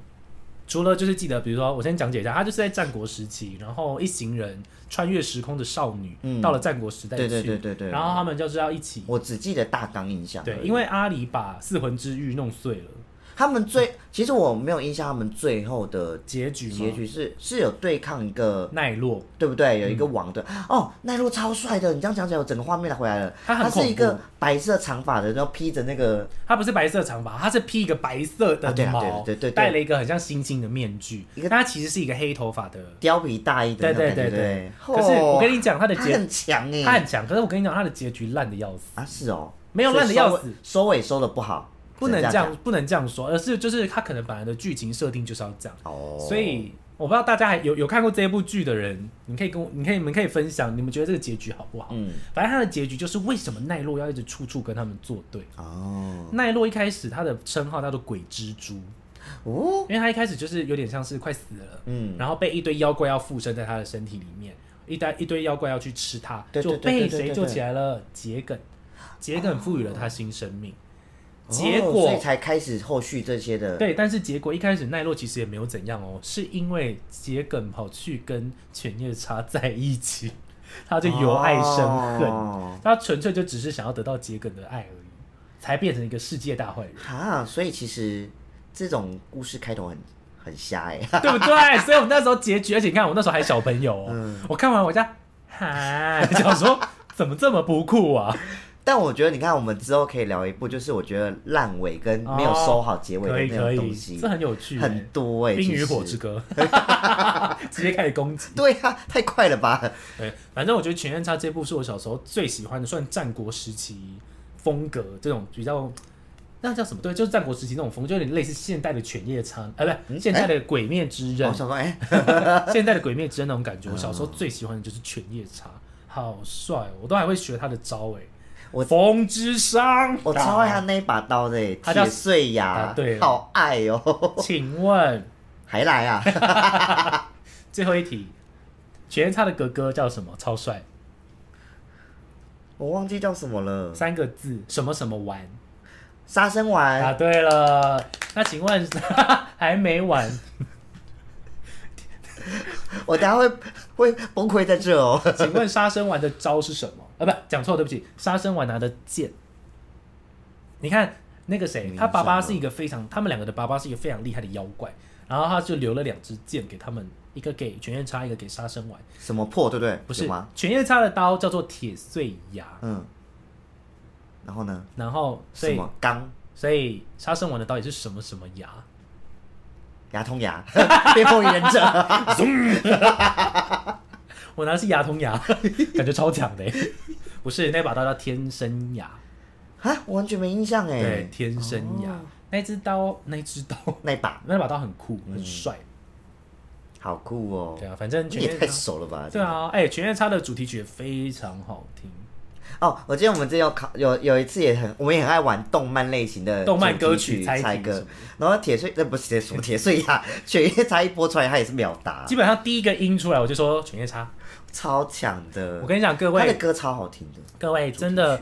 [SPEAKER 1] 除了就是记得，比如说我先讲解一下，她就是在战国时期，然后一行人穿越时空的少女，
[SPEAKER 2] 嗯
[SPEAKER 1] 到了战国时代去，
[SPEAKER 2] 对对对对对
[SPEAKER 1] 然后他们就是要一起，
[SPEAKER 2] 我只记得大纲印象而已。
[SPEAKER 1] 对，因为阿里把四魂之玉弄碎了，
[SPEAKER 2] 他们最，其实我没有印象他们最后的
[SPEAKER 1] 结局吗
[SPEAKER 2] 结局是是有对抗一个，
[SPEAKER 1] 奈落，
[SPEAKER 2] 对不对？有一个
[SPEAKER 1] 嗯
[SPEAKER 2] 王的、哦，奈落超帅的，你这样讲起来，我整个画面回来了。
[SPEAKER 1] 他很
[SPEAKER 2] 是一
[SPEAKER 1] 恐
[SPEAKER 2] 个
[SPEAKER 1] 怖
[SPEAKER 2] 白色长发的，然后披着那个，
[SPEAKER 1] 他不是白色长发，他是披一个白色
[SPEAKER 2] 啊对
[SPEAKER 1] 的
[SPEAKER 2] 啊
[SPEAKER 1] 毛，
[SPEAKER 2] 对对对对对
[SPEAKER 1] 戴了一个很像星星的面具，
[SPEAKER 2] 一
[SPEAKER 1] 但
[SPEAKER 2] 个
[SPEAKER 1] 他其实是一个黑头发的。
[SPEAKER 2] 貂皮大衣的
[SPEAKER 1] 对
[SPEAKER 2] 那种
[SPEAKER 1] 对对
[SPEAKER 2] 感觉，
[SPEAKER 1] 对，
[SPEAKER 2] 不
[SPEAKER 1] 可是我跟
[SPEAKER 2] 你
[SPEAKER 1] 你讲，他的
[SPEAKER 2] 他
[SPEAKER 1] 结
[SPEAKER 2] 很强
[SPEAKER 1] 他
[SPEAKER 2] 哎，
[SPEAKER 1] 很强，可是我跟你讲，他的结局烂的要死，
[SPEAKER 2] 啊是哦，
[SPEAKER 1] 没有
[SPEAKER 2] 所以
[SPEAKER 1] 烂得要
[SPEAKER 2] 收尾
[SPEAKER 1] 死
[SPEAKER 2] 收尾收的不好，
[SPEAKER 1] 不能
[SPEAKER 2] 只
[SPEAKER 1] 这
[SPEAKER 2] 这
[SPEAKER 1] 样，不能这样说，而是就是他可能本来的剧情设定就是要这样，
[SPEAKER 2] 讲哦，
[SPEAKER 1] 所以我不知道大家还有有看过这一部剧的人，你可以跟我，你可以你们可以分享，你们觉得这个结局好不好？
[SPEAKER 2] 嗯
[SPEAKER 1] 反正他的结局就是为什么奈落要一直处处跟他们作对。
[SPEAKER 2] 哦
[SPEAKER 1] 奈落一开始他的称号叫做鬼蜘蛛，
[SPEAKER 2] 哦
[SPEAKER 1] 因为他一开始就是有点像是快死了，
[SPEAKER 2] 嗯，
[SPEAKER 1] 然后被一堆妖怪要附身在他的身体里面，一堆一堆妖怪要去吃他，
[SPEAKER 2] 对对
[SPEAKER 1] 就
[SPEAKER 2] 对
[SPEAKER 1] 被
[SPEAKER 2] 对对
[SPEAKER 1] 谁
[SPEAKER 2] 对
[SPEAKER 1] 救
[SPEAKER 2] 对
[SPEAKER 1] 起来了？桔梗，桔梗赋予了他新生命。
[SPEAKER 2] 哦
[SPEAKER 1] 结
[SPEAKER 2] 所
[SPEAKER 1] 果
[SPEAKER 2] 以才开始后续这些的，
[SPEAKER 1] 对，但是结果一开始奈落其实也没有怎样哦，是因为桔梗跑去跟犬夜叉在一起， 他就由爱生恨，
[SPEAKER 2] 哦
[SPEAKER 1] 他纯粹就只是想要得到桔梗的爱而已，才变成一个世界大坏人，
[SPEAKER 2] 哈，所以其实这种故事开头很很瞎哎、
[SPEAKER 1] 对不对？所以我们那时候结局，而且你看我那时候还小朋友哦，
[SPEAKER 2] 嗯
[SPEAKER 1] 我看完我家 哈，想说怎么这么不酷啊？
[SPEAKER 2] 但我觉得你看，我们之后可以聊一部，就是我觉得烂尾跟没有收好结
[SPEAKER 1] 哦可
[SPEAKER 2] 尾
[SPEAKER 1] 以
[SPEAKER 2] 的
[SPEAKER 1] 可
[SPEAKER 2] 那种
[SPEAKER 1] 以
[SPEAKER 2] 东西，，
[SPEAKER 1] 这很有趣、欸
[SPEAKER 2] 很多哎、
[SPEAKER 1] 冰与
[SPEAKER 2] 其
[SPEAKER 1] 火
[SPEAKER 2] 实
[SPEAKER 1] 之歌， 直接开始攻击。
[SPEAKER 2] 对啊，太快了吧？
[SPEAKER 1] 对，反正我觉得《犬夜叉》这部是我小时候最喜欢的，算战国时期风格这种比较，那叫什么？对，就是战国时期那种风，就有点类似现代的《犬夜叉》，呃，不是
[SPEAKER 2] 嗯
[SPEAKER 1] 现代的《鬼灭之刃
[SPEAKER 2] 我》想说，哎、
[SPEAKER 1] 现代的《鬼灭之刃》那种感
[SPEAKER 2] 嗯
[SPEAKER 1] 觉。我小时候最喜欢的就是《犬夜叉》，好帅、哦，我都还会学他的招哎、
[SPEAKER 2] 我
[SPEAKER 1] 风之伤，
[SPEAKER 2] 我超爱他那一把刀的、欸，
[SPEAKER 1] 他叫
[SPEAKER 2] 铁碎牙
[SPEAKER 1] 啊，对
[SPEAKER 2] 好爱哦、
[SPEAKER 1] 请问
[SPEAKER 2] 还 来啊？
[SPEAKER 1] 最后一题，《犬夜叉》的哥哥叫什么？超帅，
[SPEAKER 2] 我忘记叫什么了，
[SPEAKER 1] 三个字，什么什么丸。
[SPEAKER 2] 杀生丸、
[SPEAKER 1] 答对了，那请问 还没完，
[SPEAKER 2] 我等下会 会崩溃在这哦、
[SPEAKER 1] 请问杀生丸的招是什么？啊，不，讲错，对不起，杀生丸拿的剑。你看那个谁，
[SPEAKER 2] 名
[SPEAKER 1] 他爸爸
[SPEAKER 2] 字啊
[SPEAKER 1] 是一个非常，他们两个的爸爸是一个非常厉害的妖怪，然后他就留了两支剑给他们，一个给犬夜叉，一个给杀生丸。
[SPEAKER 2] 什么破对不对？
[SPEAKER 1] 不是
[SPEAKER 2] 有吗？
[SPEAKER 1] 犬夜叉的刀叫做铁碎牙，
[SPEAKER 2] 嗯，然后呢？
[SPEAKER 1] 然后所
[SPEAKER 2] 什
[SPEAKER 1] 以
[SPEAKER 2] 么钢？
[SPEAKER 1] 所以杀生丸的刀也是什么什么牙。
[SPEAKER 2] 牙 痛牙， 被风云忍者。
[SPEAKER 1] 我拿的是牙通牙， 感觉超强的欸。不是那把刀叫天生牙，
[SPEAKER 2] 啊，我完全没印象
[SPEAKER 1] 对，
[SPEAKER 2] 哎。
[SPEAKER 1] 天生牙、
[SPEAKER 2] 哦
[SPEAKER 1] 那只刀，那只刀，
[SPEAKER 2] 那一把
[SPEAKER 1] 那把刀很酷，很帅。
[SPEAKER 2] 好酷嗯哦
[SPEAKER 1] 对，啊，反正
[SPEAKER 2] 你
[SPEAKER 1] 犬
[SPEAKER 2] 也
[SPEAKER 1] 夜
[SPEAKER 2] 太
[SPEAKER 1] 叉，
[SPEAKER 2] 熟了吧？
[SPEAKER 1] 对啊，哎、犬夜叉的主题曲也非常好听，
[SPEAKER 2] 哦，我记得我们之前有考有有一次也很，我们也很爱玩动漫类型的
[SPEAKER 1] 动漫
[SPEAKER 2] 主题
[SPEAKER 1] 歌曲
[SPEAKER 2] 曲
[SPEAKER 1] 猜
[SPEAKER 2] 猜
[SPEAKER 1] 题什
[SPEAKER 2] 歌
[SPEAKER 1] 么，
[SPEAKER 2] 然后铁碎呃那不是铁什么铁碎 呀， 犬夜叉一播出来，他也是秒答
[SPEAKER 1] 基，本上第一个音出来我就说犬夜叉。
[SPEAKER 2] 超强的
[SPEAKER 1] 我。跟你讲，各
[SPEAKER 2] 他呃的
[SPEAKER 1] 位
[SPEAKER 2] 歌超好听的，
[SPEAKER 1] 各位
[SPEAKER 2] 曲
[SPEAKER 1] 真的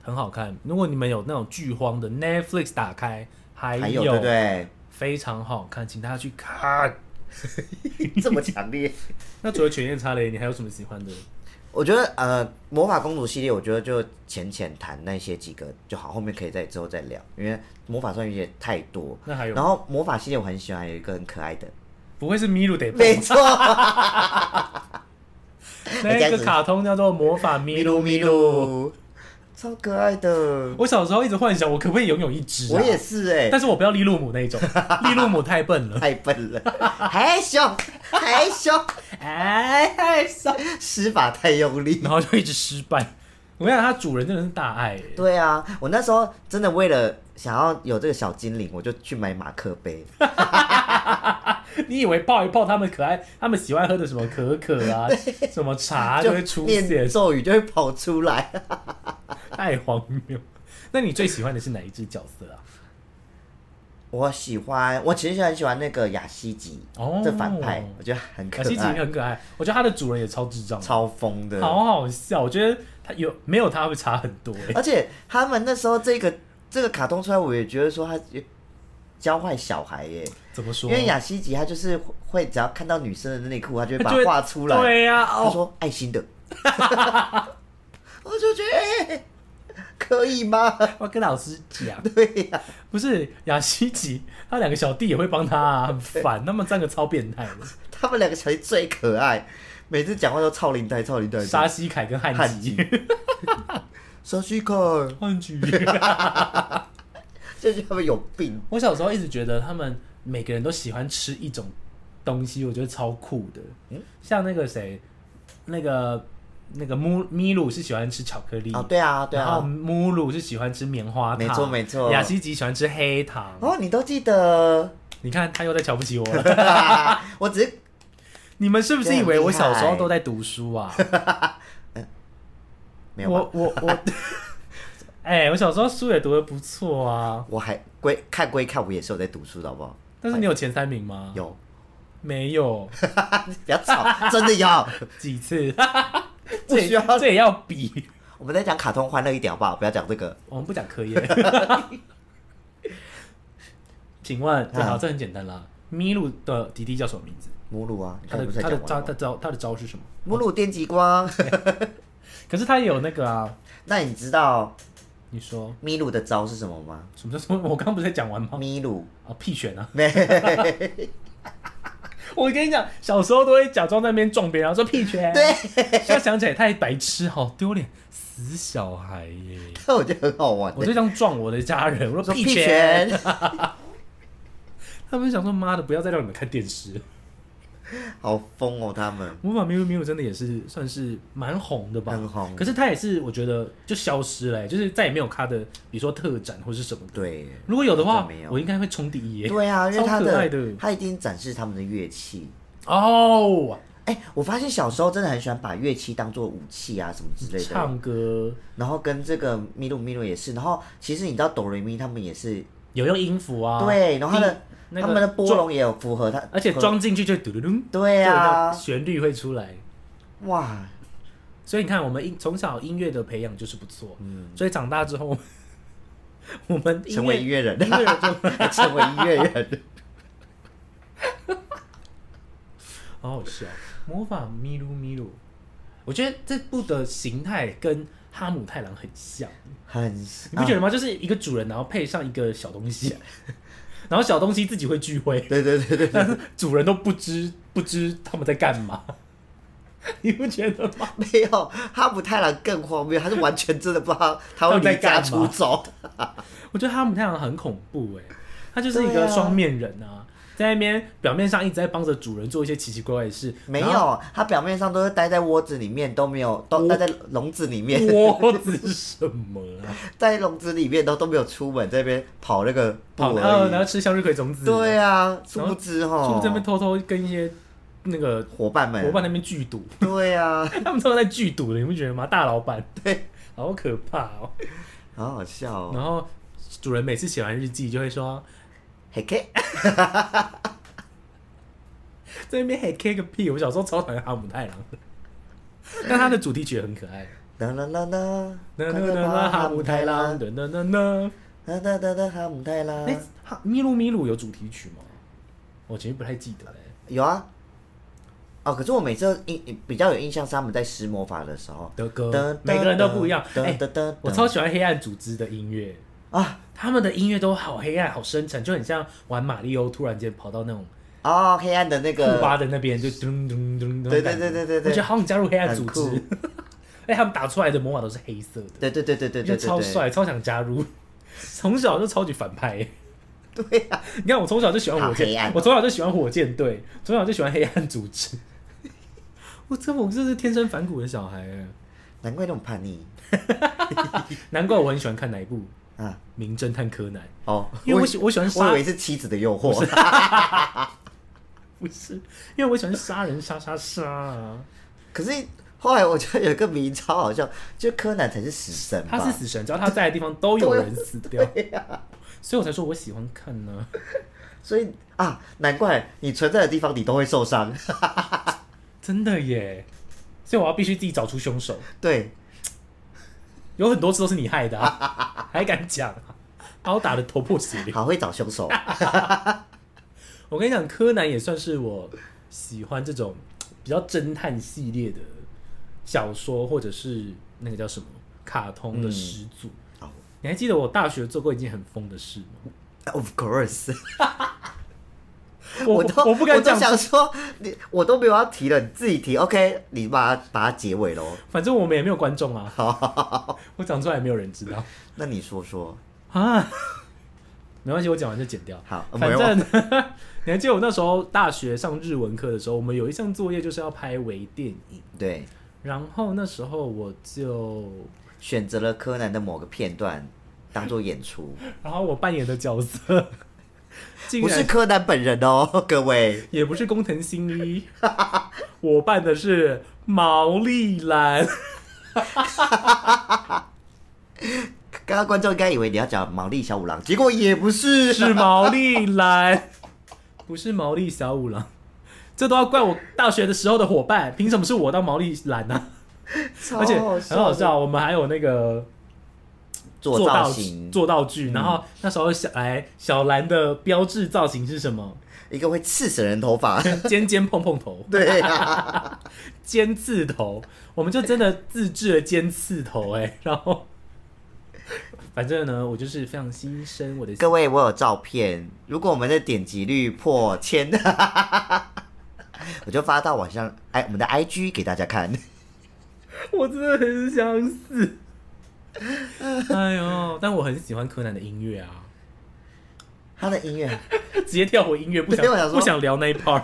[SPEAKER 1] 很好看。如果你们有那种剧荒的 Netflix 打开，还
[SPEAKER 2] 还有对不对？
[SPEAKER 1] 非常好看，请大家去看。
[SPEAKER 2] 这么 强烈。
[SPEAKER 1] 那除了犬夜叉嘞，你还有什么喜欢的？
[SPEAKER 2] 我觉得呃，魔法公主系列，我觉得就浅浅谈那些几个就好，后面可以再之后再聊，因为魔法算有点太多。
[SPEAKER 1] 那还有
[SPEAKER 2] 然后魔法系列我很喜欢，有一个很可爱的，
[SPEAKER 1] 不会是米鲁得蹦
[SPEAKER 2] 没错，
[SPEAKER 1] 那个卡通叫做《魔法咪噜咪噜》，
[SPEAKER 2] 噜，超可爱的。
[SPEAKER 1] 我小时候一直幻想我可不可以拥有一只、啊，
[SPEAKER 2] 我也，是哎、
[SPEAKER 1] 但是我不要利露姆那一 种，利露姆太笨了，
[SPEAKER 2] 太笨了， 还凶，还凶，
[SPEAKER 1] 哎，害臊
[SPEAKER 2] 施法太用力
[SPEAKER 1] 然。后就一直失败。我想它主人真的是大爱、欸，
[SPEAKER 2] 对啊，我那时候真的为了想要有这个小精灵，我就去买马克杯。
[SPEAKER 1] 你以为泡一泡他们可爱，他们喜欢喝的什么可可啊，什么茶啊就会出
[SPEAKER 2] 念
[SPEAKER 1] 现，
[SPEAKER 2] 咒语就会跑出来。
[SPEAKER 1] 太荒谬。那你最喜欢的是哪一只角色啊？
[SPEAKER 2] 我喜欢，我其实很喜欢那个雅西吉，
[SPEAKER 1] 哦
[SPEAKER 2] 这反派，我觉得很可
[SPEAKER 1] 可惜吉
[SPEAKER 2] 爱，
[SPEAKER 1] 很可爱，我觉得它的主人也超智障的，
[SPEAKER 2] 超疯的。
[SPEAKER 1] 好啊好笑。我觉得它有没有它会差很多、欸。
[SPEAKER 2] 而且他们那时候这个这个卡通出来，我也觉得说他也教坏小孩耶，
[SPEAKER 1] 怎么说？啊
[SPEAKER 2] 因为雅西吉他就是会只要看到女生的内裤，他就
[SPEAKER 1] 它
[SPEAKER 2] 会把
[SPEAKER 1] 就
[SPEAKER 2] 它
[SPEAKER 1] 会
[SPEAKER 2] 画出来，
[SPEAKER 1] 对呀、
[SPEAKER 2] 他
[SPEAKER 1] 哦，
[SPEAKER 2] 说爱心的， 我就觉得、哎可以吗？
[SPEAKER 1] 我跟老师讲，
[SPEAKER 2] 对呀、
[SPEAKER 1] 不是雅西吉，他两个小弟也会帮他、啊，很烦，他们三个超变态的，
[SPEAKER 2] 他们两个小孩最可爱，每次讲话都超灵呆，超灵呆的。
[SPEAKER 1] 沙西凯跟汉
[SPEAKER 2] 汉
[SPEAKER 1] 吉
[SPEAKER 2] 吉，沙西克，
[SPEAKER 1] 汉 吉。
[SPEAKER 2] 就是他们有病。
[SPEAKER 1] 我小时候一直觉得他们每个人都喜欢吃一种东西，我觉得超酷的。
[SPEAKER 2] 嗯
[SPEAKER 1] 像那个谁，那个那个姆米鲁是喜欢吃巧克力，
[SPEAKER 2] 哦，对啊，
[SPEAKER 1] 嗯
[SPEAKER 2] 对
[SPEAKER 1] 然后
[SPEAKER 2] 啊。
[SPEAKER 1] 母乳是喜欢吃棉花糖，
[SPEAKER 2] 没错没错
[SPEAKER 1] 雅西吉喜欢吃黑糖，
[SPEAKER 2] 哦，你都记得，
[SPEAKER 1] 你看他又在瞧不起我了。
[SPEAKER 2] 我只是
[SPEAKER 1] 你们是不是以为我小时候都在读书啊？
[SPEAKER 2] 没有吧，
[SPEAKER 1] 我我 我，哎、我小时候书也读的不错啊。
[SPEAKER 2] 我还归看归看，我也是有在读书的，好不好？
[SPEAKER 1] 但是你有前三名吗？
[SPEAKER 2] 有，
[SPEAKER 1] 没有？
[SPEAKER 2] 不要吵， 真的有。
[SPEAKER 1] 几次？
[SPEAKER 2] 不
[SPEAKER 1] 这
[SPEAKER 2] 需要
[SPEAKER 1] 也这也要比？
[SPEAKER 2] 我们在讲卡通欢乐一点好不好？不要讲这个。
[SPEAKER 1] 我们不讲科研。 请问，这好，这很简单啦。麋鹿的弟弟叫什么名字？
[SPEAKER 2] 母乳啊，你
[SPEAKER 1] 他
[SPEAKER 2] 刚才
[SPEAKER 1] 的
[SPEAKER 2] 不是
[SPEAKER 1] 他
[SPEAKER 2] 才
[SPEAKER 1] 的
[SPEAKER 2] 讲
[SPEAKER 1] 招他
[SPEAKER 2] 完吗？
[SPEAKER 1] 的招他的招是什么？
[SPEAKER 2] 母乳电极光。
[SPEAKER 1] 可是他也有那个啊，
[SPEAKER 2] 那你知道
[SPEAKER 1] 你说
[SPEAKER 2] 咪鲁的招是什么吗？
[SPEAKER 1] 什么叫什么？ 我刚不是在讲完吗？
[SPEAKER 2] 咪鲁
[SPEAKER 1] 啊，屁选啊！
[SPEAKER 2] 没
[SPEAKER 1] 我跟你讲，小时候都会假装在那边撞别人，然后说屁拳。
[SPEAKER 2] 对，
[SPEAKER 1] 现在想起来太白痴，好丢脸，死小孩耶！
[SPEAKER 2] 我觉得很好玩
[SPEAKER 1] 我
[SPEAKER 2] 的。
[SPEAKER 1] 就这样撞我的家人，我
[SPEAKER 2] 说
[SPEAKER 1] 说
[SPEAKER 2] 屁
[SPEAKER 1] 屁拳。
[SPEAKER 2] 拳，
[SPEAKER 1] 他们想说妈的，不要再让你们看电视了。
[SPEAKER 2] 好疯哦，他们。
[SPEAKER 1] 魔法咪咪咪真的也是算是蛮红的吧，
[SPEAKER 2] 很红
[SPEAKER 1] 可是他也是我觉得就消失了耶、欸就是再也没有他的，比如说特展或是什么的。
[SPEAKER 2] 对，
[SPEAKER 1] 如果有的话
[SPEAKER 2] 真的没，有
[SPEAKER 1] 我应该会冲第一耶、
[SPEAKER 2] 对啊，因为他
[SPEAKER 1] 超可爱的
[SPEAKER 2] 的他一定展示他们的乐器。
[SPEAKER 1] 哦，
[SPEAKER 2] 哎、我发现小时候真的很喜欢把乐器当做武器啊，什么之类的。
[SPEAKER 1] 唱歌
[SPEAKER 2] 然后跟这个咪鲁咪鲁也是，然后其实你知道哆瑞咪他们也是，
[SPEAKER 1] 有用音符啊，
[SPEAKER 2] 对，然后他的、
[SPEAKER 1] 那
[SPEAKER 2] 他
[SPEAKER 1] 个
[SPEAKER 2] 们的波龙也有符合他，
[SPEAKER 1] 而且
[SPEAKER 2] 符合
[SPEAKER 1] 装进去就嘟嘟嘟，
[SPEAKER 2] 对啊
[SPEAKER 1] 就有那种旋律会出来。
[SPEAKER 2] 哇，
[SPEAKER 1] 所以你看，我们音从小音乐的培养就是不错，所以长大之后，我们音乐
[SPEAKER 2] 嗯成为音乐人，
[SPEAKER 1] 音乐人就
[SPEAKER 2] 成为音乐人，
[SPEAKER 1] 好好笑。魔法咪噜咪噜，我觉得这部的形态跟哈姆太郎很像，
[SPEAKER 2] 很
[SPEAKER 1] 你不觉得吗？就是一个主人，然后配上一个小东西， 然后小东西自己会聚会，
[SPEAKER 2] 对对对对，
[SPEAKER 1] 但是主人都不知不知他们在干嘛， 你不觉得吗？
[SPEAKER 2] 没有哈姆太郎更荒谬，他是完全真的不知道他会
[SPEAKER 1] 他们在
[SPEAKER 2] 离家
[SPEAKER 1] 干
[SPEAKER 2] 出
[SPEAKER 1] 嘛
[SPEAKER 2] 走，
[SPEAKER 1] 我觉得哈姆太郎很恐怖哎、他就是一
[SPEAKER 2] 对
[SPEAKER 1] 个
[SPEAKER 2] 啊
[SPEAKER 1] 双面人啊，在那边表面上一直在帮着主人做一些奇奇怪怪的事，
[SPEAKER 2] 没
[SPEAKER 1] 然后
[SPEAKER 2] 有，他表面上都是待在窝子里面，都没有都
[SPEAKER 1] 窝
[SPEAKER 2] 待在笼子里面，
[SPEAKER 1] 窝子是什么啊？
[SPEAKER 2] 在笼子里面都都没有出门，这边跑那个步
[SPEAKER 1] 跑然后然
[SPEAKER 2] 而
[SPEAKER 1] 后
[SPEAKER 2] 已。
[SPEAKER 1] 吃向日葵种子，
[SPEAKER 2] 对
[SPEAKER 1] 啊，
[SPEAKER 2] 啊，殊不知
[SPEAKER 1] 是不
[SPEAKER 2] 哈
[SPEAKER 1] 是，这边偷偷跟一些那个
[SPEAKER 2] 伙伴们，
[SPEAKER 1] 伙伴那边剧赌？
[SPEAKER 2] 对啊，
[SPEAKER 1] 他们常常在剧赌的，你不觉得吗？大老板
[SPEAKER 2] 对，
[SPEAKER 1] 好可怕哦。
[SPEAKER 2] 好好笑 哦。
[SPEAKER 1] 然后主人每次写完日记就会说，
[SPEAKER 2] 嘿嘿，
[SPEAKER 1] 在那边嘿 K 个屁！我小时候超讨厌哈姆太郎的， 但他的主题曲也很可爱。
[SPEAKER 2] 啦啦啦啦，
[SPEAKER 1] 噔噔噔噔，哈姆太郎，，噔噔噔噔。
[SPEAKER 2] 哒哒哒哒哈姆太郎
[SPEAKER 1] 哎，，哈咪噜咪噜有主题曲吗？我其实不太记得嘞。
[SPEAKER 2] 有啊。哦，可是我每次都印比较有印象是他们在施魔法的时候，
[SPEAKER 1] 的歌
[SPEAKER 2] 噔，
[SPEAKER 1] 每个人都不一样。
[SPEAKER 2] 噔
[SPEAKER 1] 哎
[SPEAKER 2] 噔噔，
[SPEAKER 1] 我超喜欢黑暗组织的音乐，
[SPEAKER 2] 啊
[SPEAKER 1] 他们的音乐都好黑暗、好深沉，就很像玩马里奥突然间跑到那种
[SPEAKER 2] 哦，黑暗的那
[SPEAKER 1] 库
[SPEAKER 2] 个
[SPEAKER 1] 巴的那边，就咚咚咚咚。
[SPEAKER 2] 对对对对对对
[SPEAKER 1] 我觉得好想加入黑暗
[SPEAKER 2] 很
[SPEAKER 1] 组
[SPEAKER 2] 酷
[SPEAKER 1] 织。 哎，他们打出来的魔法都是黑色的。
[SPEAKER 2] 对对对对对
[SPEAKER 1] 就
[SPEAKER 2] 对对，
[SPEAKER 1] 超
[SPEAKER 2] 对，
[SPEAKER 1] 帅，超想加入。 从小就超级反派、对呀、 你看我从小就喜欢火
[SPEAKER 2] 啊好黑
[SPEAKER 1] 箭，
[SPEAKER 2] 暗哦
[SPEAKER 1] 我从小就喜欢火箭队，从小就喜欢黑暗组织。 我这我这是天生反骨的小孩、欸，
[SPEAKER 2] 难怪那么叛逆
[SPEAKER 1] 难怪我很喜欢看哪一部《
[SPEAKER 2] 啊！
[SPEAKER 1] 名侦探柯南》，
[SPEAKER 2] 哦，
[SPEAKER 1] 因为我
[SPEAKER 2] 我
[SPEAKER 1] 喜我喜欢
[SPEAKER 2] 我以
[SPEAKER 1] 杀，
[SPEAKER 2] 为是妻子的诱惑，
[SPEAKER 1] 不是因为我喜欢杀人杀杀杀啊！
[SPEAKER 2] 可是后来我觉得有一个名超好笑，就柯南才是死神吧？啊
[SPEAKER 1] 他是死神，只要他在的地方都有人死掉，所以我才说我喜欢看呢、
[SPEAKER 2] 所以啊，难怪你存在的地方你都会受伤。
[SPEAKER 1] 真的耶。所以我要必须自己找出凶手，
[SPEAKER 2] 对，
[SPEAKER 1] 有很多次都是你害的、 啊，还敢讲、啊，把我打的头破血流。
[SPEAKER 2] 好会找凶手。
[SPEAKER 1] 我跟你讲，柯南也算是我喜欢这种比较侦探系列的小说，或者是那个叫什么卡通的始祖。
[SPEAKER 2] 哦
[SPEAKER 1] 你还记得我大学做过一件很疯的事吗？
[SPEAKER 2] Of course，
[SPEAKER 1] 我
[SPEAKER 2] 我都
[SPEAKER 1] 我不敢
[SPEAKER 2] 我
[SPEAKER 1] 讲
[SPEAKER 2] 都，想说你，我都没有要提了，你自己提。OK，你把它把它结尾喽。
[SPEAKER 1] 反正我们也没有观众 啊，我讲出来也没有人知道
[SPEAKER 2] 那你说说，
[SPEAKER 1] 啊。没关系，我讲完就剪掉。
[SPEAKER 2] 好
[SPEAKER 1] 反正 你还记得我那时候大学上日文课的时候，我们有一项作业就是要拍微电影，
[SPEAKER 2] 对，
[SPEAKER 1] 然后那时候我就，
[SPEAKER 2] 选择了柯南的某个片段当做演出，
[SPEAKER 1] 然后我扮演的角 色， 竟
[SPEAKER 2] 不是
[SPEAKER 1] 然
[SPEAKER 2] 柯南本人哦， 各位。
[SPEAKER 1] 也不是工藤新一， 我扮的是毛利兰。
[SPEAKER 2] 刚刚观众应该以为你要讲毛利小五郎，结果也不是。
[SPEAKER 1] 是毛利兰，不是毛利小五郎，这都要怪我大学的时候的伙伴，凭什么是我当毛利兰呢、
[SPEAKER 2] 超
[SPEAKER 1] 而且
[SPEAKER 2] 好
[SPEAKER 1] 很好笑，我们还有那个
[SPEAKER 2] 做
[SPEAKER 1] 道
[SPEAKER 2] 造
[SPEAKER 1] 具
[SPEAKER 2] 型，嗯
[SPEAKER 1] 做道具，然后那时候小来小兰的标志造型是什么？
[SPEAKER 2] 一个会刺死人的头发。
[SPEAKER 1] 尖尖碰碰头，
[SPEAKER 2] 对啊，
[SPEAKER 1] 尖刺头，我们就真的自制了尖刺头哎、然后。反正呢，我就是非常牺牲我的
[SPEAKER 2] 各位，我有照片。如果我们的点击率破千， 我就发到网上哎我们的 IG 给大家看。
[SPEAKER 1] 我真的很想 死。哎呦，但我很喜欢柯南的音乐啊，
[SPEAKER 2] 他的音乐，
[SPEAKER 1] 直接跳回音乐，不想
[SPEAKER 2] 对我想说
[SPEAKER 1] 不想聊那一 part。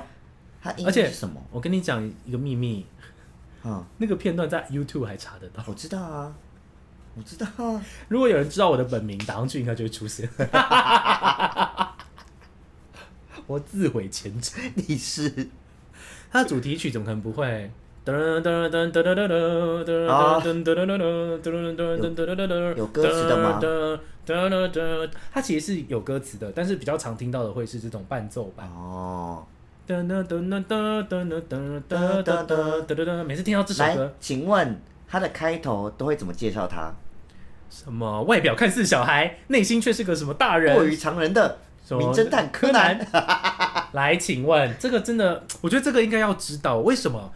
[SPEAKER 2] 他音
[SPEAKER 1] 而且
[SPEAKER 2] 乐是什么？
[SPEAKER 1] 我跟你讲一个秘密，
[SPEAKER 2] 嗯，
[SPEAKER 1] 那个片段在 YouTube 还查得到。
[SPEAKER 2] 我知道啊，我知道啊。
[SPEAKER 1] 如果有人知道我的本名，打上去应该就会出 现。我自毁前程。
[SPEAKER 2] 你是
[SPEAKER 1] 它的主题曲怎么可能不会？噔噔噔噔噔噔噔噔噔噔噔噔噔噔噔噔噔噔噔噔噔，它其实是有歌词的，但是比较常听到的会是这种伴奏版。
[SPEAKER 2] 哦，
[SPEAKER 1] 噔噔噔噔噔噔噔噔噔噔噔，每次听到这首
[SPEAKER 2] 来
[SPEAKER 1] 歌，，
[SPEAKER 2] 请问他的开头都会怎么介绍他？
[SPEAKER 1] 什么外表看似小孩，内心却是个什么大人？
[SPEAKER 2] 过于常人的
[SPEAKER 1] 什么
[SPEAKER 2] 名侦探柯南，
[SPEAKER 1] 来，请问这个真的，我觉得这个应该要知道为什么？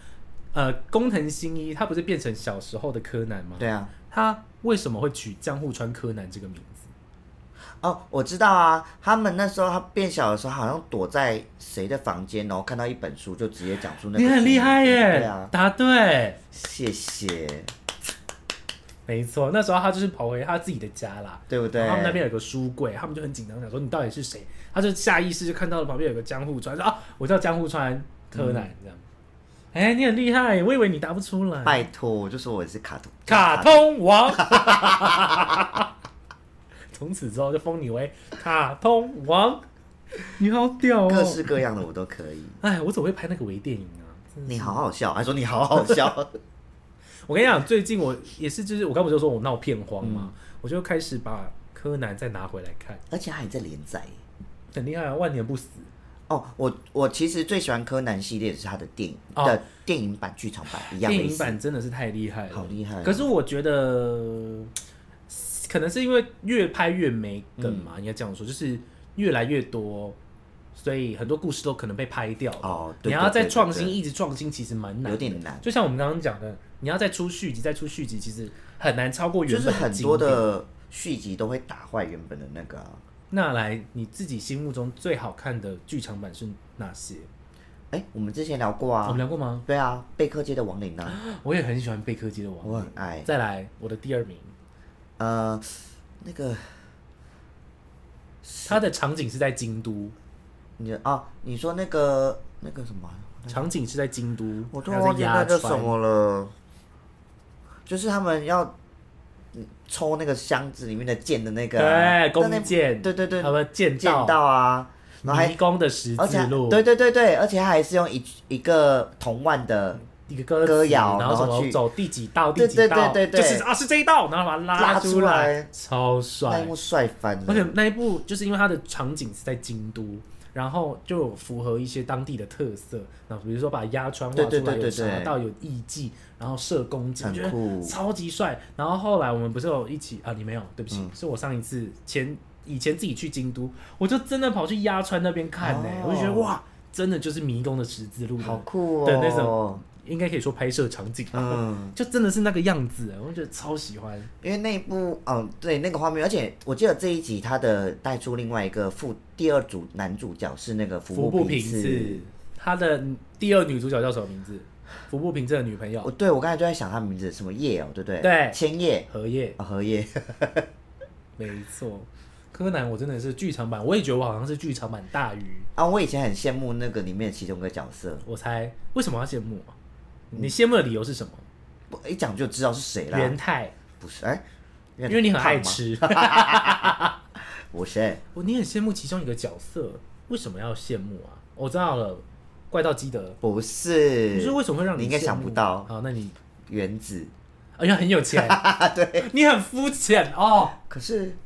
[SPEAKER 1] 呃，工藤新一他不是变成小时候的柯南吗？
[SPEAKER 2] 对啊，
[SPEAKER 1] 他为什么会取江户川柯南这个名字？
[SPEAKER 2] 哦，我知道啊。他们那时候他变小的时候，好像躲在谁的房间，然后看到一本书就直接讲出那个。
[SPEAKER 1] 你很厉害耶！
[SPEAKER 2] 对啊，
[SPEAKER 1] 答对，
[SPEAKER 2] 谢谢，
[SPEAKER 1] 没错。那时候他就是跑回他自己的家啦，
[SPEAKER 2] 对不对？
[SPEAKER 1] 然后他们那边有个书柜，他们就很紧张，想说你到底是谁？他就下意识就看到了旁边有个江户川，说啊，我叫江户川柯南、
[SPEAKER 2] 嗯
[SPEAKER 1] 这样。哎、你很厉害，我以为你答不出来。
[SPEAKER 2] 拜托，我就说我是卡通，
[SPEAKER 1] 卡通王， 从此之后就封你为卡通王，你好屌
[SPEAKER 2] 各
[SPEAKER 1] 哦！
[SPEAKER 2] 式各样的我都可以。
[SPEAKER 1] 哎，我怎么会拍那个微电影啊？真的是
[SPEAKER 2] 你好好笑，还说你好好笑，
[SPEAKER 1] 我跟你讲，最近我也是，就是我刚不就说我闹片荒嘛，
[SPEAKER 2] 嗯
[SPEAKER 1] 我就开始把柯南再拿回来看，
[SPEAKER 2] 而且他还在连载耶。
[SPEAKER 1] 很厉害啊，万年不死。
[SPEAKER 2] 哦，我我其实最喜欢柯南系列的是他的电影、
[SPEAKER 1] 哦
[SPEAKER 2] 的电影版、剧场版一样
[SPEAKER 1] 电
[SPEAKER 2] 的意
[SPEAKER 1] 影
[SPEAKER 2] 思。
[SPEAKER 1] 版真的是太厉害了，
[SPEAKER 2] 好厉害哦
[SPEAKER 1] 可是我觉得，可能是因为越拍越没梗嘛，
[SPEAKER 2] 嗯
[SPEAKER 1] 应该这样说，就是越来越多，所以很多故事都可能被拍掉了。
[SPEAKER 2] 哦对
[SPEAKER 1] 你要再创
[SPEAKER 2] 对
[SPEAKER 1] 新，
[SPEAKER 2] 对对
[SPEAKER 1] 一直创新，其实蛮难的，
[SPEAKER 2] 有点难
[SPEAKER 1] 就像我们刚刚讲的，你要再出续集，再出续集，其实很难超过原
[SPEAKER 2] 就
[SPEAKER 1] 本
[SPEAKER 2] 是很
[SPEAKER 1] 经
[SPEAKER 2] 多
[SPEAKER 1] 典
[SPEAKER 2] 的续集都会打坏原本的那个啊、
[SPEAKER 1] 那来，你自己心目中最好看的剧场版是哪些？
[SPEAKER 2] 哎、我们之前聊过
[SPEAKER 1] 我们
[SPEAKER 2] 啊，
[SPEAKER 1] 聊过吗？
[SPEAKER 2] 对啊，贝克街的亡灵啊，
[SPEAKER 1] 我也很喜欢贝克街的王。
[SPEAKER 2] 我很爱。
[SPEAKER 1] 再来，我的第二名，
[SPEAKER 2] 呃，那个
[SPEAKER 1] 它的场景是在京都，
[SPEAKER 2] 你啊，你说那个那个什么啊，
[SPEAKER 1] 场景是在京都，
[SPEAKER 2] 我都
[SPEAKER 1] 还有
[SPEAKER 2] 忘记
[SPEAKER 1] 鸭
[SPEAKER 2] 那叫什
[SPEAKER 1] 川。
[SPEAKER 2] 么了，就是他们要嗯抽那个箱子里面的剑的那个啊、
[SPEAKER 1] 对，
[SPEAKER 2] 但那
[SPEAKER 1] 弓箭，
[SPEAKER 2] 对对对
[SPEAKER 1] 他们剑
[SPEAKER 2] 剑道啊，然后还
[SPEAKER 1] 迷宫的十
[SPEAKER 2] 而且
[SPEAKER 1] 字路，
[SPEAKER 2] 对对对对，而且他还是用一一个铜腕的
[SPEAKER 1] 一个歌词
[SPEAKER 2] 歌谣
[SPEAKER 1] 然后什
[SPEAKER 2] 然后
[SPEAKER 1] 么
[SPEAKER 2] 去
[SPEAKER 1] 走第几道、第
[SPEAKER 2] 对
[SPEAKER 1] 几道，
[SPEAKER 2] 对对对对
[SPEAKER 1] 就是啊是这一道，然后把它
[SPEAKER 2] 拉
[SPEAKER 1] 出
[SPEAKER 2] 出
[SPEAKER 1] 来
[SPEAKER 2] 来，
[SPEAKER 1] 超
[SPEAKER 2] 那一
[SPEAKER 1] 帅。
[SPEAKER 2] 幕帅翻了，
[SPEAKER 1] 而且那一部就是因为它的场景是在京都，然后就有符合一些当地的特色，那比如说把鸭川画出来，
[SPEAKER 2] 对对对
[SPEAKER 1] 有
[SPEAKER 2] 对对
[SPEAKER 1] 茶道，有艺伎，然后射弓箭，
[SPEAKER 2] 很
[SPEAKER 1] 觉得
[SPEAKER 2] 酷
[SPEAKER 1] 超级帅。然后后来我们不是有一起啊？你没有，对不
[SPEAKER 2] 嗯
[SPEAKER 1] 起，是我上一次前以前自己去京都，我就真的跑去鸭川那边看呢、
[SPEAKER 2] 哦
[SPEAKER 1] 我就觉得哇，真的就是迷宫的十字路的
[SPEAKER 2] 好酷哦，
[SPEAKER 1] 对那种应该可以说拍摄场景吧，
[SPEAKER 2] 嗯
[SPEAKER 1] 就真的是那个样子，我觉得超喜欢。
[SPEAKER 2] 因为那一部，嗯，对，那个画面，而且我记得这一集他的带出另外一个副第二组男主角是那个
[SPEAKER 1] 服
[SPEAKER 2] 服
[SPEAKER 1] 部
[SPEAKER 2] 部
[SPEAKER 1] 平
[SPEAKER 2] 平
[SPEAKER 1] 次
[SPEAKER 2] 次，，
[SPEAKER 1] 她的第二女主角叫什么名字？服部平次的女朋
[SPEAKER 2] 我
[SPEAKER 1] 友
[SPEAKER 2] 哦对我刚才就在想他名字什么叶哦，对不对？
[SPEAKER 1] 对
[SPEAKER 2] 千叶
[SPEAKER 1] 荷叶，
[SPEAKER 2] 啊，荷叶，
[SPEAKER 1] 没错。柯南我真的是剧场版，我也觉得我好像是剧场版大鱼。
[SPEAKER 2] 啊，我以前很羡慕那个里面的其中一个角色，
[SPEAKER 1] 我猜为什么要羡慕啊？你羡慕的理由是什么？
[SPEAKER 2] 不一讲就知道是谁嗯啦。
[SPEAKER 1] 元太，
[SPEAKER 2] 不是，哎，
[SPEAKER 1] 因为你很爱
[SPEAKER 2] 胖吗，
[SPEAKER 1] 吃。
[SPEAKER 2] 不是，
[SPEAKER 1] 我你很羡慕其中一个角色，为什么要羡慕啊？我知道了，怪盗基德。
[SPEAKER 2] 不
[SPEAKER 1] 你
[SPEAKER 2] 是
[SPEAKER 1] 说，为什么会让
[SPEAKER 2] 你应
[SPEAKER 1] 羡
[SPEAKER 2] 该
[SPEAKER 1] 慕
[SPEAKER 2] 想不到
[SPEAKER 1] 好，那你
[SPEAKER 2] 原子，
[SPEAKER 1] 而且很有 钱，对，你很肤浅哦。
[SPEAKER 2] 可是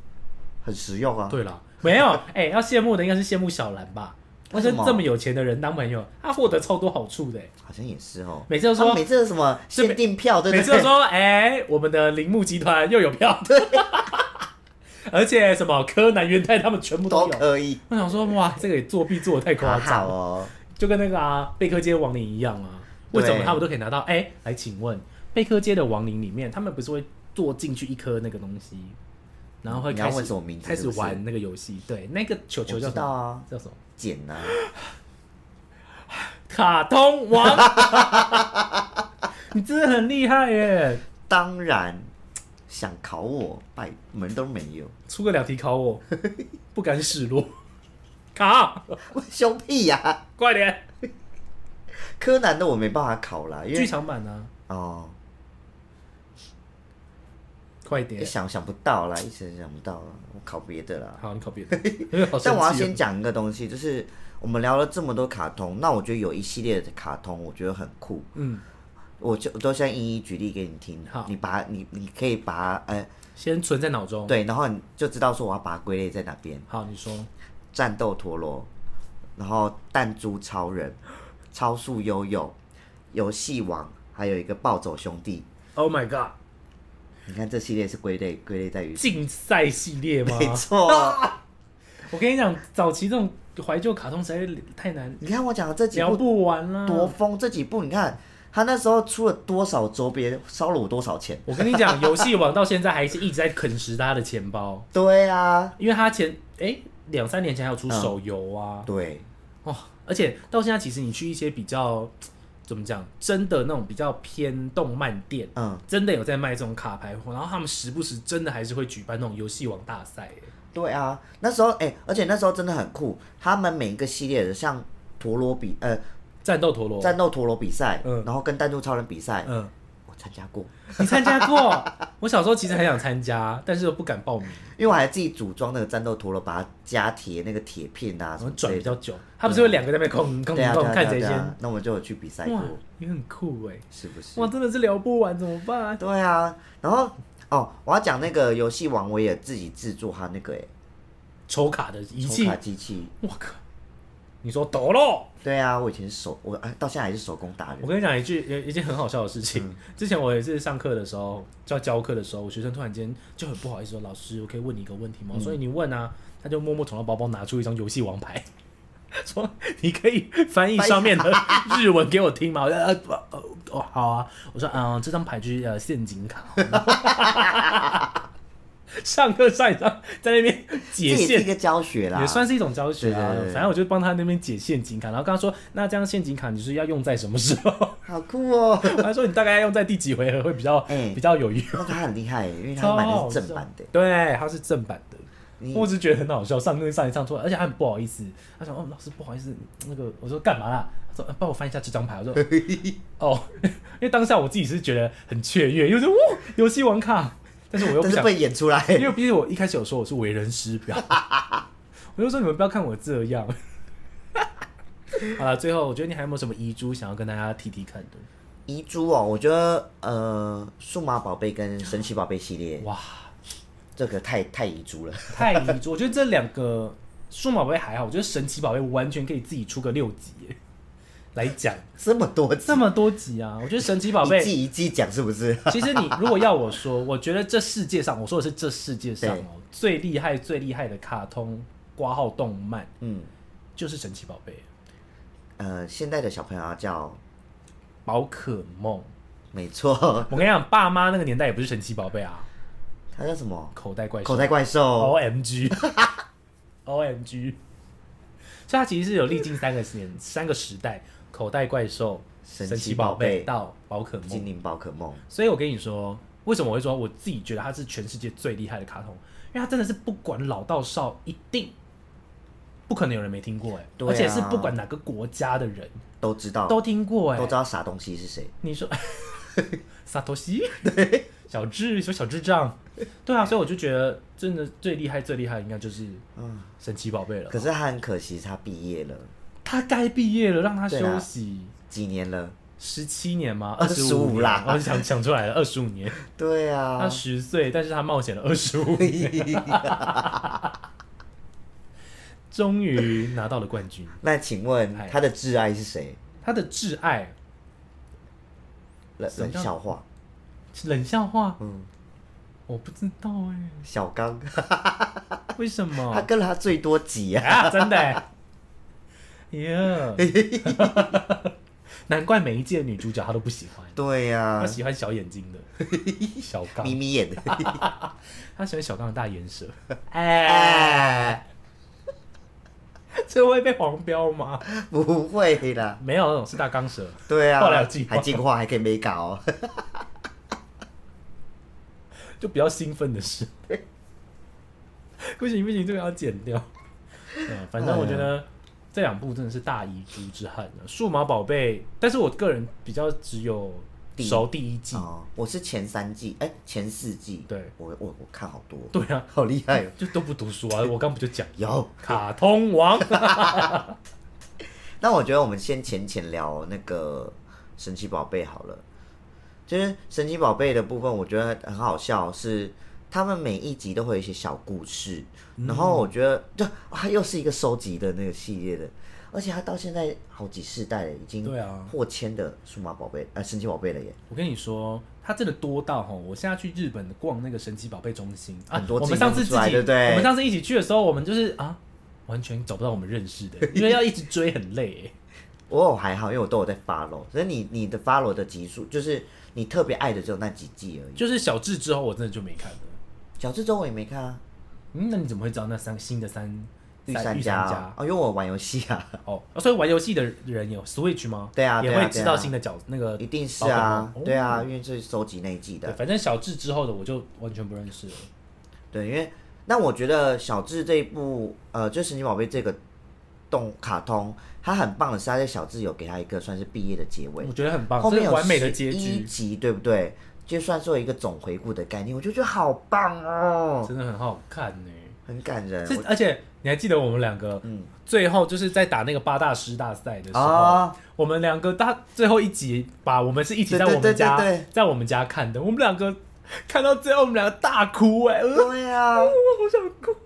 [SPEAKER 2] 很实用啊。
[SPEAKER 1] 对了，没有， 哎、要羡慕的应该是羡慕小兰吧？
[SPEAKER 2] 为
[SPEAKER 1] 跟
[SPEAKER 2] 什么
[SPEAKER 1] 这么有钱的人当朋友，他获得超多好处的、哎
[SPEAKER 2] 好像也是哦。
[SPEAKER 1] 每次都
[SPEAKER 2] 他们
[SPEAKER 1] 说
[SPEAKER 2] 每，次有什么
[SPEAKER 1] 是每
[SPEAKER 2] 限定票，对
[SPEAKER 1] 欸
[SPEAKER 2] 不对？
[SPEAKER 1] 每次都说，哎、我们的铃木集团又有票，对， 而且什么柯南、元太他们全部都
[SPEAKER 2] 都
[SPEAKER 1] 有。啊
[SPEAKER 2] 可以，
[SPEAKER 1] 我想说，哇，这个也作弊做的太夸
[SPEAKER 2] 好
[SPEAKER 1] 张
[SPEAKER 2] 好
[SPEAKER 1] 了，
[SPEAKER 2] 哦。
[SPEAKER 1] 就跟那个啊贝克街亡灵一样啊，为什么
[SPEAKER 2] 对
[SPEAKER 1] 他们都可以拿到？哎、来，请问贝克街的亡灵里面，他们不是会做进去一颗那个东西，然后会
[SPEAKER 2] 你要
[SPEAKER 1] 开始
[SPEAKER 2] 问什么名字
[SPEAKER 1] 开
[SPEAKER 2] 是
[SPEAKER 1] 始
[SPEAKER 2] 不是
[SPEAKER 1] 玩那个游戏？对，那个球球叫
[SPEAKER 2] 我知
[SPEAKER 1] 什么？
[SPEAKER 2] 道啊，
[SPEAKER 1] 叫什么？
[SPEAKER 2] 简啊，
[SPEAKER 1] 卡通王，你真的很厉害耶！
[SPEAKER 2] 当然想考我，拜门都没有，
[SPEAKER 1] 出个两题考我，不甘示弱。卡，
[SPEAKER 2] 我凶屁呀、
[SPEAKER 1] 快点！
[SPEAKER 2] 柯南的我没办法考啦，因
[SPEAKER 1] 剧
[SPEAKER 2] 为
[SPEAKER 1] 场版啊，
[SPEAKER 2] 哦，
[SPEAKER 1] 快
[SPEAKER 2] 一
[SPEAKER 1] 点！
[SPEAKER 2] 想想不到啦，一时想不到啦，我考别的啦。
[SPEAKER 1] 好，你考别的。因为好生气哦
[SPEAKER 2] 但我要先讲一个东西，就是我们聊了这么多卡通，那我觉得有一系列的卡通，我觉得很酷，
[SPEAKER 1] 嗯，
[SPEAKER 2] 我就我都现在一一举例给你听
[SPEAKER 1] 好，
[SPEAKER 2] 你把你你可以把它呃
[SPEAKER 1] 先存在脑中。，
[SPEAKER 2] 对，然后你就知道说我要把它归类在哪边。
[SPEAKER 1] 好，你说。
[SPEAKER 2] 战斗陀螺，然后弹珠超人、超速悠悠、游戏王，还有一个暴走兄弟。
[SPEAKER 1] Oh my god！
[SPEAKER 2] 你看这系列是归类归类在于，
[SPEAKER 1] 竞赛系列吗？
[SPEAKER 2] 没错。
[SPEAKER 1] 我跟你讲，早期这种怀旧卡通实在太难
[SPEAKER 2] 你看我讲的这几
[SPEAKER 1] 聊
[SPEAKER 2] 部
[SPEAKER 1] 不完啦。
[SPEAKER 2] 多疯，这几部你看他那时候出了多少周边，烧了我多少钱？
[SPEAKER 1] 我跟你讲，游戏王到现在还是一直在啃食大家的钱包，
[SPEAKER 2] 对啊，
[SPEAKER 1] 因为他前哎两三年前还有出
[SPEAKER 2] 嗯
[SPEAKER 1] 手游啊，
[SPEAKER 2] 对，
[SPEAKER 1] 哦，而且到现在，其实你去一些比较怎么讲，真的那种比较偏动漫店，
[SPEAKER 2] 嗯，
[SPEAKER 1] 真的有在卖这种卡牌货，然后他们时不时真的还是会举办那种游戏王大赛耶。
[SPEAKER 2] 对啊，那时候哎、而且那时候真的很酷，他们每一个系列的像陀螺比呃
[SPEAKER 1] 战斗陀螺，
[SPEAKER 2] 战斗陀螺比赛，
[SPEAKER 1] 嗯
[SPEAKER 2] 然后跟弹珠超人比赛，
[SPEAKER 1] 嗯，
[SPEAKER 2] 我参加过。
[SPEAKER 1] 你参加过？ 我小时候其实很想参加，但是又不敢报名，
[SPEAKER 2] 因为我还自己组装那个战斗陀螺，把它加铁那个铁片啊
[SPEAKER 1] 然
[SPEAKER 2] 什
[SPEAKER 1] 后
[SPEAKER 2] 么
[SPEAKER 1] 哦转
[SPEAKER 2] 之
[SPEAKER 1] 比
[SPEAKER 2] 类的。
[SPEAKER 1] 较久。他不是会两个在那边空空
[SPEAKER 2] 对啊，对
[SPEAKER 1] 空
[SPEAKER 2] 啊，
[SPEAKER 1] 看
[SPEAKER 2] 对
[SPEAKER 1] 谁
[SPEAKER 2] 啊对
[SPEAKER 1] 先？
[SPEAKER 2] 啊。那我们就有去比赛
[SPEAKER 1] 哇
[SPEAKER 2] 过，，
[SPEAKER 1] 你很酷哎！
[SPEAKER 2] 是不是
[SPEAKER 1] 哇，？真的是聊不完，怎么办？
[SPEAKER 2] 对啊，然后哦，我要讲那个游戏王，我也自己制作它那个诶，
[SPEAKER 1] 抽卡的仪
[SPEAKER 2] 抽
[SPEAKER 1] 器
[SPEAKER 2] 卡，机器。
[SPEAKER 1] 我靠！你说抖喽？
[SPEAKER 2] 对啊，我以前手我哎到现在还是手工打
[SPEAKER 1] 我
[SPEAKER 2] 人。
[SPEAKER 1] 跟你讲一句一一件很好笑的事情。之前我也是上课的时候，教教课的时候，我学生突然间就很不好意思说：“老师，我可以问你一个问题吗？”我说：“你问啊。”他就默默从他包包拿出一张游戏王牌， 说：“你可以翻译上面的日文给我听吗？” 我说：“呃，不呃哦，好啊。”我说：“嗯、这张牌就是呃陷阱卡。” 上课上一上，在那边
[SPEAKER 2] 这
[SPEAKER 1] 解
[SPEAKER 2] 也是
[SPEAKER 1] 线
[SPEAKER 2] 一，个教学啦，
[SPEAKER 1] 也算是一种教学啊
[SPEAKER 2] 对对。对
[SPEAKER 1] 反正我就帮他那边解陷阱卡，然后跟他说，那这样陷阱卡你是要用在什么时候？
[SPEAKER 2] 好酷哦。
[SPEAKER 1] 他说你大概要用在第几回合会比较、
[SPEAKER 2] 哎
[SPEAKER 1] 比较有用。
[SPEAKER 2] 那他很厉害耶，因为他
[SPEAKER 1] 超
[SPEAKER 2] 买的
[SPEAKER 1] 好
[SPEAKER 2] 是
[SPEAKER 1] 笑
[SPEAKER 2] 正版的。
[SPEAKER 1] 对，他是正版的。
[SPEAKER 2] 你
[SPEAKER 1] 我只是觉得很好笑，上课上一上错，而且他很不好意思，他说：“哦，老师不好意思，那个我说干嘛啦？”他说：“呃帮、我翻一下这张牌。”我说：“哦，因为当下我自己是觉得很雀跃，因为说哇，游戏王卡，但是我又不
[SPEAKER 2] 但是
[SPEAKER 1] 想
[SPEAKER 2] 被演出来，
[SPEAKER 1] 因为毕竟我一开始有说我是为人师表， 我就说你们不要看我这样。 好了，最后我觉得你还有没有什么遗珠想要跟大家提提看的？
[SPEAKER 2] 遗珠哦，我觉得呃，数码宝贝跟神奇宝贝系列
[SPEAKER 1] 哇，
[SPEAKER 2] 这个太太遗珠了。
[SPEAKER 1] 太遗珠，我觉得这两个数码宝贝还好，我觉得神奇宝贝完全可以自己出个六集耶来讲，
[SPEAKER 2] 这么多 集，
[SPEAKER 1] 这么多集啊！我觉得神奇宝贝
[SPEAKER 2] 一季一季讲是不是？
[SPEAKER 1] 其实你如果要我说，我觉得这世界上，我说的是这世界上
[SPEAKER 2] 对
[SPEAKER 1] 哦，最厉害最厉害的卡通挂号动漫
[SPEAKER 2] 嗯，
[SPEAKER 1] 就是神奇宝贝、
[SPEAKER 2] 呃，现在的小朋友要叫，
[SPEAKER 1] 宝可梦。
[SPEAKER 2] 没错，
[SPEAKER 1] 我跟你讲，爸妈那个年代也不是神奇宝贝啊，
[SPEAKER 2] 他叫什么？
[SPEAKER 1] 口袋怪兽。
[SPEAKER 2] 口袋怪兽。
[SPEAKER 1] O M G，O M G，所以它其实是有历经三个年、三个时代，口袋怪兽、
[SPEAKER 2] 神奇
[SPEAKER 1] 奇
[SPEAKER 2] 宝贝
[SPEAKER 1] 贝到宝可
[SPEAKER 2] 精
[SPEAKER 1] 梦。
[SPEAKER 2] 灵宝可梦，
[SPEAKER 1] 所以我跟你说，为什么我会说我自己觉得它是全世界最厉害的卡通？因为它真的是不管老到少，一定不可能有人没听过哎、
[SPEAKER 2] 对啊
[SPEAKER 1] 而且是不管哪个国家的人
[SPEAKER 2] 都知道，
[SPEAKER 1] 都听过哎、
[SPEAKER 2] 都知道傻东西是谁。
[SPEAKER 1] 你 说萨托西，对，小智说小智障，对啊，所以我就觉得真的最厉害最厉害的应该就是
[SPEAKER 2] 嗯
[SPEAKER 1] 神奇宝贝了。
[SPEAKER 2] 可是他很可惜，他毕业了
[SPEAKER 1] 他该毕业了，让他
[SPEAKER 2] 对
[SPEAKER 1] 休
[SPEAKER 2] 啊
[SPEAKER 1] 息
[SPEAKER 2] 几年了？
[SPEAKER 1] 十七年吗？
[SPEAKER 2] 25
[SPEAKER 1] 年
[SPEAKER 2] 啦
[SPEAKER 1] 我想想出来了，二十五年。
[SPEAKER 2] 对
[SPEAKER 1] 他
[SPEAKER 2] 啊，
[SPEAKER 1] 十岁，但是他冒险了二十五年，终于拿到了冠军。
[SPEAKER 2] 那请问
[SPEAKER 1] 哎
[SPEAKER 2] 他的挚爱是谁？
[SPEAKER 1] 他的挚爱
[SPEAKER 2] 冷
[SPEAKER 1] 什么
[SPEAKER 2] 冷
[SPEAKER 1] 叫
[SPEAKER 2] 笑话，
[SPEAKER 1] 是冷笑话，
[SPEAKER 2] 嗯，
[SPEAKER 1] 我不知道哎、
[SPEAKER 2] 小刚，
[SPEAKER 1] 为什
[SPEAKER 2] 他
[SPEAKER 1] 么？
[SPEAKER 2] 跟了他最多集啊。
[SPEAKER 1] 啊，真的、欸，耶、 难怪每一届女主角她都不喜欢，
[SPEAKER 2] 对呀
[SPEAKER 1] 她，喜欢小眼睛 的小刚，
[SPEAKER 2] 眯眯眼的。
[SPEAKER 1] 她喜欢小刚的大眼舌。哎，这会被黄标吗？
[SPEAKER 2] 不会啦，
[SPEAKER 1] 没有那种是大钢蛇，
[SPEAKER 2] 对啊，
[SPEAKER 1] 后来有进化
[SPEAKER 2] 还进化，还可以没搞、哦。
[SPEAKER 1] 就比较兴奋的事。不行不行，这个要剪掉。嗯，反正我觉
[SPEAKER 2] 哎
[SPEAKER 1] 得这两部真的是大遗珠之憾了。数码宝贝，但是我个人比较只有
[SPEAKER 2] 第一
[SPEAKER 1] 熟第一季。
[SPEAKER 2] 哦，我是前三季，哎、前四季，
[SPEAKER 1] 对
[SPEAKER 2] 我我我看好多，
[SPEAKER 1] 对啊，
[SPEAKER 2] 好厉害哦。
[SPEAKER 1] 就都不读书啊！我刚不就讲
[SPEAKER 2] 有，
[SPEAKER 1] 卡通 王
[SPEAKER 2] 那我觉得我们先浅浅聊那个神奇宝贝好了。就是神奇宝贝的部分，我觉得很好笑，是他们每一集都会有一些小故事，然后我觉得就啊，又是一个收集的那个系列的，而且它到现在好几世代了，已经
[SPEAKER 1] 对啊
[SPEAKER 2] 破千的数码宝贝呃神奇宝贝了耶。
[SPEAKER 1] 我跟你说，它真的多到哈！我现在去日本逛那个神奇宝贝中心啊
[SPEAKER 2] 很，多
[SPEAKER 1] 我
[SPEAKER 2] 自
[SPEAKER 1] 们
[SPEAKER 2] 己
[SPEAKER 1] 上次
[SPEAKER 2] 弄
[SPEAKER 1] 自
[SPEAKER 2] 出来
[SPEAKER 1] 己，
[SPEAKER 2] 对不对
[SPEAKER 1] 我们上次一起去的时候，我们就是啊，完全找不到我们认识的，因为要一直追很累、 欸。
[SPEAKER 2] 我有还好，因为我都有在 follow，所以你你的 follow 的集数就是你特别爱的只有那几季而已。
[SPEAKER 1] 就是小智之后，我真的就没看了。
[SPEAKER 2] 小智周我也没看啊，
[SPEAKER 1] 嗯，那你怎么会知道那三新的三
[SPEAKER 2] 御
[SPEAKER 1] 三
[SPEAKER 2] 三
[SPEAKER 1] 御
[SPEAKER 2] 家
[SPEAKER 1] 三
[SPEAKER 2] 啊、哦，因为我玩游戏啊，
[SPEAKER 1] 哦，啊所以玩游戏的人有 Switch 吗？
[SPEAKER 2] 对啊
[SPEAKER 1] 也
[SPEAKER 2] 对啊
[SPEAKER 1] 会知
[SPEAKER 2] 对啊
[SPEAKER 1] 道新的角那个
[SPEAKER 2] 一定是
[SPEAKER 1] 宝可
[SPEAKER 2] 啊
[SPEAKER 1] 梦，
[SPEAKER 2] 对啊，
[SPEAKER 1] 哦
[SPEAKER 2] 因为这是收集那一季
[SPEAKER 1] 对，
[SPEAKER 2] 的，
[SPEAKER 1] 反正小智之后的我就完全不认识了。
[SPEAKER 2] 对，因为那我觉得小智这一部呃，就神奇宝贝这个动卡通，它很棒的是，它在小智有给他一个算是毕业的结尾
[SPEAKER 1] 我，觉得很棒，
[SPEAKER 2] 后
[SPEAKER 1] 嗯
[SPEAKER 2] 面
[SPEAKER 1] 这
[SPEAKER 2] 有
[SPEAKER 1] 是完美的结
[SPEAKER 2] 一
[SPEAKER 1] 局，
[SPEAKER 2] 集，对不对？就算做一个总回顾的概念，我就觉得好棒哦，
[SPEAKER 1] 真的很好看呢、
[SPEAKER 2] 很感人。
[SPEAKER 1] 是
[SPEAKER 2] 我，
[SPEAKER 1] 而且你还记得我们两个，
[SPEAKER 2] 嗯
[SPEAKER 1] 最后就是在打那个八大师大赛的时候，
[SPEAKER 2] 啊
[SPEAKER 1] 我们两个大最后一集把我们是一起在
[SPEAKER 2] 对对
[SPEAKER 1] 我们家
[SPEAKER 2] 对对对
[SPEAKER 1] 在我们家看的，我们两个看到最后，我们两个大哭哎、呃
[SPEAKER 2] 对啊，
[SPEAKER 1] 我好想哭，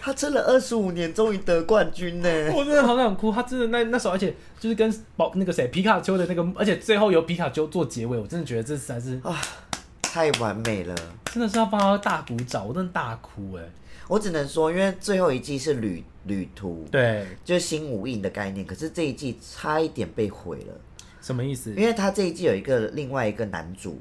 [SPEAKER 2] 他撑了二十五年，终于得冠军呢。
[SPEAKER 1] 我真的好想哭。他真的那那时候，而且就是跟宝那个谁皮卡丘的那个，而且最后由皮卡丘做结尾，我真的觉得这实在
[SPEAKER 2] 啊
[SPEAKER 1] 是
[SPEAKER 2] 太完美了。
[SPEAKER 1] 真的是要帮他大鼓掌，我真的大哭哎、
[SPEAKER 2] 我只能说，因为最后一季是旅旅途，
[SPEAKER 1] 对，
[SPEAKER 2] 就是新无印的概念，可是这一季差一点被毁了，
[SPEAKER 1] 什么意思？
[SPEAKER 2] 因为他这一季有一个另外一个男主，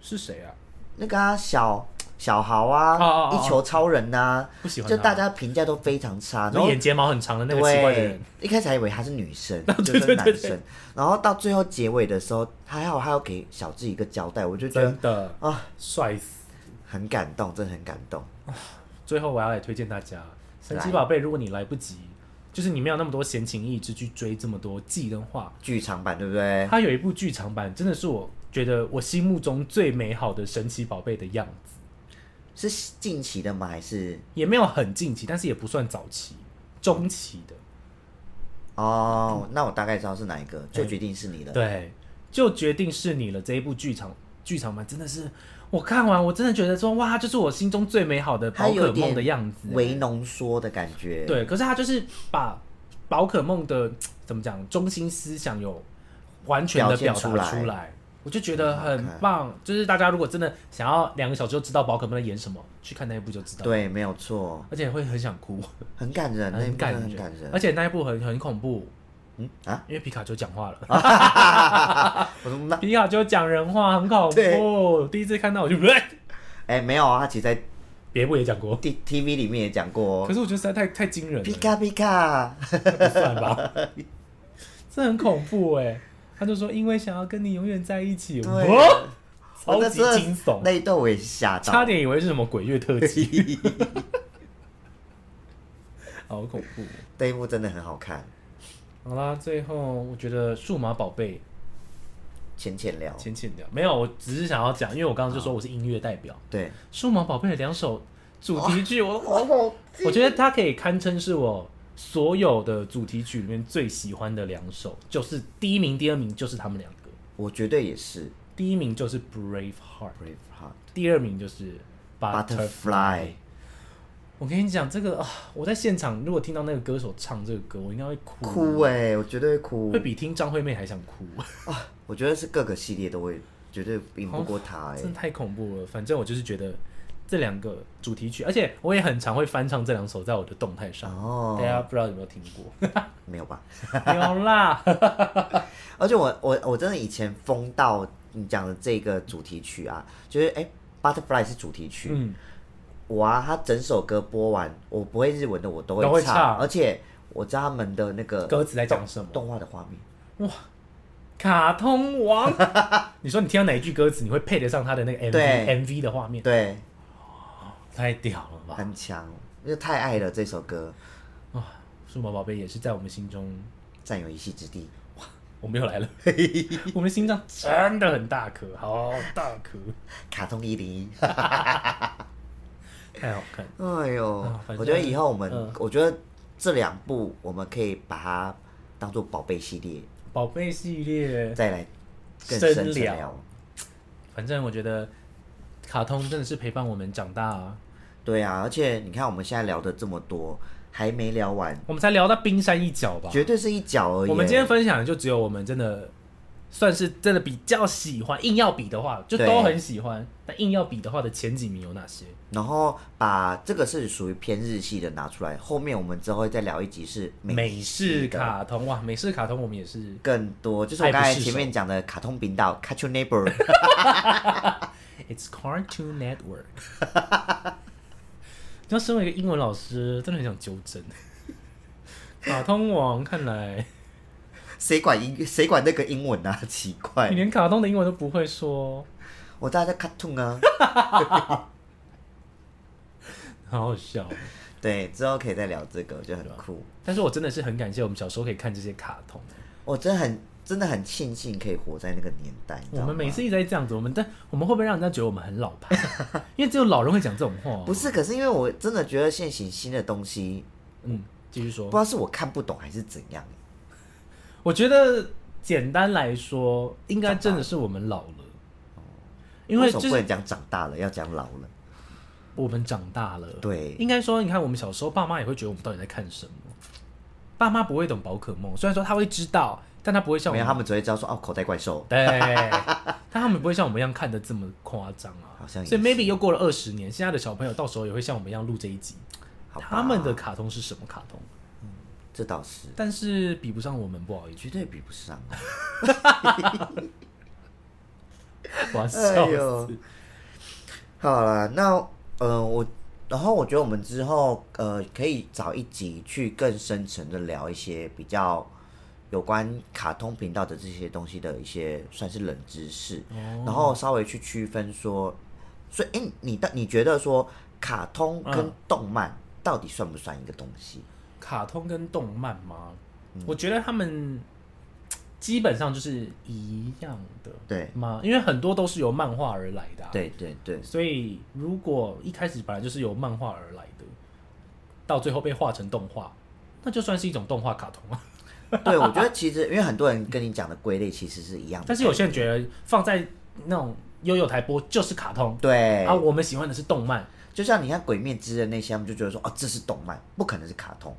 [SPEAKER 1] 是谁啊？
[SPEAKER 2] 那个、啊、小小豪啊，
[SPEAKER 1] 哦哦哦
[SPEAKER 2] 一球超人呐、
[SPEAKER 1] 不喜欢
[SPEAKER 2] 就
[SPEAKER 1] 他
[SPEAKER 2] 大家评价都非常差，然
[SPEAKER 1] 那
[SPEAKER 2] 后
[SPEAKER 1] 眼睫毛很长的那个奇怪的
[SPEAKER 2] 对
[SPEAKER 1] 人，，
[SPEAKER 2] 一开始还以为他是 女生，就是男生，然后到最后结尾的时候，还好还要给小智一个交代，我就觉得
[SPEAKER 1] 真的
[SPEAKER 2] 啊
[SPEAKER 1] 帅死。
[SPEAKER 2] 很感动，真的很感动。
[SPEAKER 1] 最后我要来推荐大家《神奇
[SPEAKER 2] 来
[SPEAKER 1] 宝贝》，如果你来不及，就是你没有那么多闲情逸致去追这么多季的话，
[SPEAKER 2] 剧场版对 不对？
[SPEAKER 1] 它有一部剧场版，真的是我觉得我心目中最美好的神奇宝贝的样子，
[SPEAKER 2] 是近期的吗？还是
[SPEAKER 1] 也没有很近期，但是也不算早期，中期的。
[SPEAKER 2] 哦？那我大概知道是哪一个，就决定是你了。
[SPEAKER 1] 对，就决定是你了这一部剧场剧场版真的是。我看完，我真的觉得说，哇，它就是我心中最美好的宝
[SPEAKER 2] 它有
[SPEAKER 1] 可
[SPEAKER 2] 点
[SPEAKER 1] 梦的样子。
[SPEAKER 2] 微浓缩的感觉。，
[SPEAKER 1] 对，可是他就是把宝可梦的怎么讲中心思想有完全的
[SPEAKER 2] 表
[SPEAKER 1] 表
[SPEAKER 2] 现
[SPEAKER 1] 达
[SPEAKER 2] 出来
[SPEAKER 1] 出来，嗯我就觉得
[SPEAKER 2] 很好
[SPEAKER 1] 很
[SPEAKER 2] 看
[SPEAKER 1] 棒。就是大家如果真的想要两个小时就知道宝可梦在演什么，去看那一部就知道，
[SPEAKER 2] 对，没有错，
[SPEAKER 1] 而且会很想哭，
[SPEAKER 2] 很感人，那一
[SPEAKER 1] 很
[SPEAKER 2] 部真
[SPEAKER 1] 感
[SPEAKER 2] 的很
[SPEAKER 1] 人
[SPEAKER 2] 感人。
[SPEAKER 1] 而且那一部很很恐怖，
[SPEAKER 2] 嗯啊，
[SPEAKER 1] 因为皮卡丘讲话了，
[SPEAKER 2] 我说那
[SPEAKER 1] 皮卡丘讲人话很恐怖。第一次看到我就，
[SPEAKER 2] 哎、没有啊，他其实在
[SPEAKER 1] 别部也讲过，
[SPEAKER 2] T T V 里面也讲过、
[SPEAKER 1] 可
[SPEAKER 2] 哦，
[SPEAKER 1] 是我觉得实在太太惊人了
[SPEAKER 2] 皮，卡皮卡，
[SPEAKER 1] 不算吧， 这很恐怖哎、他就说，因为想要跟你永远在一起，
[SPEAKER 2] 对
[SPEAKER 1] 我。
[SPEAKER 2] 我
[SPEAKER 1] 哦超
[SPEAKER 2] 那
[SPEAKER 1] 级
[SPEAKER 2] 时候
[SPEAKER 1] 惊悚，
[SPEAKER 2] 那一段我也吓到，
[SPEAKER 1] 差点以为是什么鬼月特辑， 好恐怖。
[SPEAKER 2] 那一部真的很好看，
[SPEAKER 1] 好啦，最后我觉得数码宝贝
[SPEAKER 2] 浅浅聊，
[SPEAKER 1] 浅浅聊，没有，我只是想要讲，因为我刚刚就说我是音乐代表，
[SPEAKER 2] 对，
[SPEAKER 1] 数码宝贝的两首主题曲，我
[SPEAKER 2] 好好
[SPEAKER 1] 我觉得它可以堪称是我所有的主题曲里面最喜欢的两首，就是第一名、第二名就是他们两个，
[SPEAKER 2] 我绝对也是
[SPEAKER 1] 第一名就是 Brave Heart，
[SPEAKER 2] Brave Heart
[SPEAKER 1] 第二名就是。
[SPEAKER 2] Butterfly，
[SPEAKER 1] 我跟你讲，这个啊，我在现场如果听到那个歌手唱这个歌，我应该会哭，
[SPEAKER 2] 哭哎、我绝对会哭
[SPEAKER 1] 会，比听张惠妹还想哭，
[SPEAKER 2] 我觉得是各个系列都会绝对赢不过他哎、
[SPEAKER 1] 真的太恐怖了。反正我就是觉得这两个主题曲，而且我也很常会翻唱这两首在我的动态上。
[SPEAKER 2] 哦
[SPEAKER 1] 大家不知道有没有听过？
[SPEAKER 2] 没有吧？
[SPEAKER 1] 有啦，
[SPEAKER 2] 而且我我我真的以前疯到你讲的这个主题曲啊，就是哎、Butterfly 是主题曲，
[SPEAKER 1] 嗯，
[SPEAKER 2] 我啊，他整首歌播完，我不会日文的我都会
[SPEAKER 1] 都会唱
[SPEAKER 2] 而且我知道他们的那个
[SPEAKER 1] 歌词在讲什么？
[SPEAKER 2] 动画的画面，
[SPEAKER 1] 卡通王， 你说你听到哪一句歌词，你会配得上他的那个 MV
[SPEAKER 2] 对
[SPEAKER 1] MV 的画面？
[SPEAKER 2] 对，
[SPEAKER 1] 太屌了吧！
[SPEAKER 2] 很强，因为太爱了这首歌，
[SPEAKER 1] 啊，数码宝贝也是在我们心中，
[SPEAKER 2] 占有一席之地。
[SPEAKER 1] 我们又 来了，我们的心脏真的很大颗，好大颗，
[SPEAKER 2] 卡通一零一，
[SPEAKER 1] 太好看了。
[SPEAKER 2] 哎呦，
[SPEAKER 1] 啊反正
[SPEAKER 2] 我觉得以后我们，
[SPEAKER 1] 嗯
[SPEAKER 2] 我觉得这两部我们可以把它当做宝贝系列
[SPEAKER 1] 宝贝系列，
[SPEAKER 2] 再来更
[SPEAKER 1] 深
[SPEAKER 2] 深层
[SPEAKER 1] 聊
[SPEAKER 2] 聊。
[SPEAKER 1] 反正我觉得卡通真的是陪伴我们长大、啊。
[SPEAKER 2] 对啊，而且你看我们现在聊的这么多，还没聊完，
[SPEAKER 1] 我们才聊到冰山一角吧。
[SPEAKER 2] 绝对是一角而已。
[SPEAKER 1] 我们今天分享的就只有我们真的算是真的比较喜欢，硬要比的话就
[SPEAKER 2] 对
[SPEAKER 1] 都很喜欢。但硬要比的话的前几名有哪些？
[SPEAKER 2] 然后把这个是属于偏日系的拿出来，后面我们之后会再聊一集是
[SPEAKER 1] 美式
[SPEAKER 2] 系的
[SPEAKER 1] 卡通啊哇，美式卡通我们也是
[SPEAKER 2] 更多，就是我
[SPEAKER 1] 爱不
[SPEAKER 2] 刚才
[SPEAKER 1] 释
[SPEAKER 2] 前面讲的卡通频道 Cartoon Neighbor，
[SPEAKER 1] It's Cartoon Network。你要身为一个英文老师，真的很想纠正。卡通王看来
[SPEAKER 2] 谁管英谁管那个英文啊？奇怪
[SPEAKER 1] 你，连卡通的英文都不会说，
[SPEAKER 2] 我大家 Cartoon 啊，
[SPEAKER 1] 好好笑。
[SPEAKER 2] 对，之后可以再聊这个，我觉得很酷。
[SPEAKER 1] 但是我真的是很感谢我们小时候可以看这些卡通。
[SPEAKER 2] 我真的很真的很庆幸可以活在那个年代，你
[SPEAKER 1] 我
[SPEAKER 2] 知道吗
[SPEAKER 1] 们每次一直在这样子，我们但我们会不会让人家觉得我们很老派？ 因为只有老人会讲这种话。啊
[SPEAKER 2] 不，是，可是因为我真的觉得现行新的东西，
[SPEAKER 1] 嗯，继续
[SPEAKER 2] 不
[SPEAKER 1] 说
[SPEAKER 2] 知。道是我看不懂还是怎样，
[SPEAKER 1] 我觉得简单来说，应该真的是我们老了，因为
[SPEAKER 2] 什
[SPEAKER 1] 就
[SPEAKER 2] 么不
[SPEAKER 1] 是
[SPEAKER 2] 能讲长大了，要讲老了？
[SPEAKER 1] 我们长大了。
[SPEAKER 2] 对，
[SPEAKER 1] 应该说，你看我们小时候，爸妈也会觉得我们到底在看什么。爸妈不会懂宝可梦，虽然说他会知道，但他不会像我
[SPEAKER 2] 没有，
[SPEAKER 1] 们
[SPEAKER 2] 他们只会知道说哦，口袋怪兽。
[SPEAKER 1] 对， 但他们不会像我们一样看的这么夸张啊。
[SPEAKER 2] 好像也
[SPEAKER 1] 所以 maybe 又过了二十年，现在的小朋友到时候也会像我们一样录这一集。
[SPEAKER 2] 好吧
[SPEAKER 1] 他们的卡通是什么卡通？
[SPEAKER 2] 这倒是
[SPEAKER 1] 但是比不上我们，不好意思，
[SPEAKER 2] 绝对比不上。啊
[SPEAKER 1] 我要笑
[SPEAKER 2] 哎呦
[SPEAKER 1] 死。
[SPEAKER 2] 好了，那呃我，然后我觉得我们之后呃可以找一集去更深层的聊一些比较有关卡通频道的这些东西的一些算是冷知识，
[SPEAKER 1] 哦
[SPEAKER 2] 然后稍微去区分说，所以哎、诶你到你觉得说卡通跟
[SPEAKER 1] 嗯
[SPEAKER 2] 动漫到底算不算一个东西？
[SPEAKER 1] 卡通跟动漫吗？
[SPEAKER 2] 嗯
[SPEAKER 1] 我觉得他们基本上就是一样的
[SPEAKER 2] 对
[SPEAKER 1] 嘛，因为很多都是由漫画而来的、啊。
[SPEAKER 2] 对对对，
[SPEAKER 1] 所以如果一开始本来就是由漫画而来的，到最后被画成动画，那就算是一种动画卡通啊。
[SPEAKER 2] 对，我觉得其实因为很多人跟你讲的归类其实是一样的，
[SPEAKER 1] 但是有些人觉得放在那种悠悠台播就是卡通，
[SPEAKER 2] 对
[SPEAKER 1] 啊，，我们喜欢的是动漫。
[SPEAKER 2] 就像你看《鬼灭之刃》那些，他们就觉得说哦，这是动漫，不可能是卡通。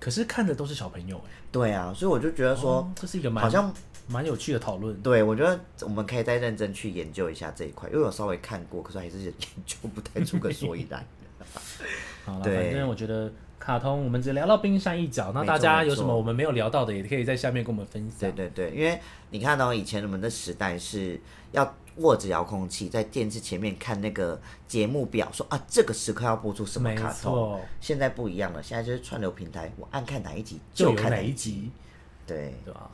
[SPEAKER 1] 可是看的都是小朋友、欸，
[SPEAKER 2] 对啊，所以我就觉得说，
[SPEAKER 1] 哦这是一个蛮
[SPEAKER 2] 好像
[SPEAKER 1] 蛮有趣的讨论。
[SPEAKER 2] 对我觉得我们可以再认真去研究一下这一块，因为我稍微看过，可是还是研究不太出个所以 然。
[SPEAKER 1] 好了，
[SPEAKER 2] 对
[SPEAKER 1] 反正我觉得卡通我们只聊到冰山一角，那
[SPEAKER 2] 没错
[SPEAKER 1] 大家
[SPEAKER 2] 没错
[SPEAKER 1] 有什么我们没有聊到的，也可以在下面跟我们分享
[SPEAKER 2] 对。对对，因为你看到、以前我们的时代是要握着遥控器在电视前面看那个节目表，说啊这个时刻要播出什么
[SPEAKER 1] 没
[SPEAKER 2] 卡通。
[SPEAKER 1] 错，
[SPEAKER 2] 现在不一样了，现在就是串流平台，我按看哪一集
[SPEAKER 1] 就有
[SPEAKER 2] 看
[SPEAKER 1] 哪
[SPEAKER 2] 哪
[SPEAKER 1] 一
[SPEAKER 2] 集。
[SPEAKER 1] 集，
[SPEAKER 2] 对，
[SPEAKER 1] 对吧、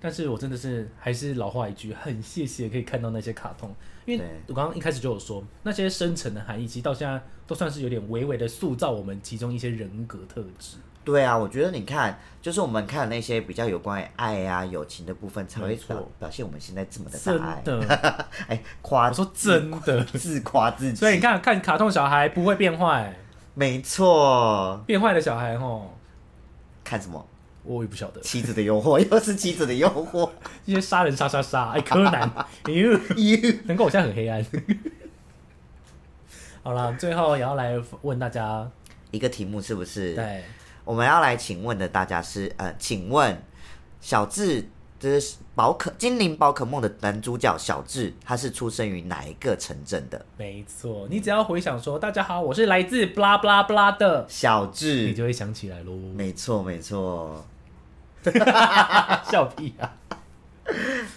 [SPEAKER 1] 但是我真的是还是老话一句，很谢谢可以看到那些卡通，因为
[SPEAKER 2] 对
[SPEAKER 1] 我刚刚一开始就有说，那些深层的含义，其实到现在都算是有点微微的塑造我们其中一些人格特质。
[SPEAKER 2] 对啊，我觉得你看，就是我们看那些比较有关于爱啊、友情的部分，才会
[SPEAKER 1] 没错
[SPEAKER 2] 表表现我们现在这么的
[SPEAKER 1] 真
[SPEAKER 2] 大爱。
[SPEAKER 1] 的，
[SPEAKER 2] 哎，夸
[SPEAKER 1] 我说真 的，
[SPEAKER 2] 自夸自己，
[SPEAKER 1] 所以你看看卡通小孩不会变坏，
[SPEAKER 2] 没错。
[SPEAKER 1] 变坏的小孩吼，
[SPEAKER 2] 看什么？
[SPEAKER 1] 我也不晓得，
[SPEAKER 2] 妻子的诱惑， 又是妻子的诱惑。
[SPEAKER 1] 一些杀人杀杀杀，哎，柯南， 哎呦，
[SPEAKER 2] You
[SPEAKER 1] 能怪我现在很黑暗。 好啦，最后也要来问大家，
[SPEAKER 2] 一个题目是不是？
[SPEAKER 1] 对，
[SPEAKER 2] 我们要来请问的大家是呃，请问小智，这是宝可精灵宝可梦的男主角小智，他是出生于哪一个城镇的？
[SPEAKER 1] 没错，你只要回想说“大家好，我是来自布拉布拉布拉的
[SPEAKER 2] 小”，
[SPEAKER 1] 你
[SPEAKER 2] 智，
[SPEAKER 1] 就会想起来喽。
[SPEAKER 2] 没错没错。
[SPEAKER 1] 笑屁啊！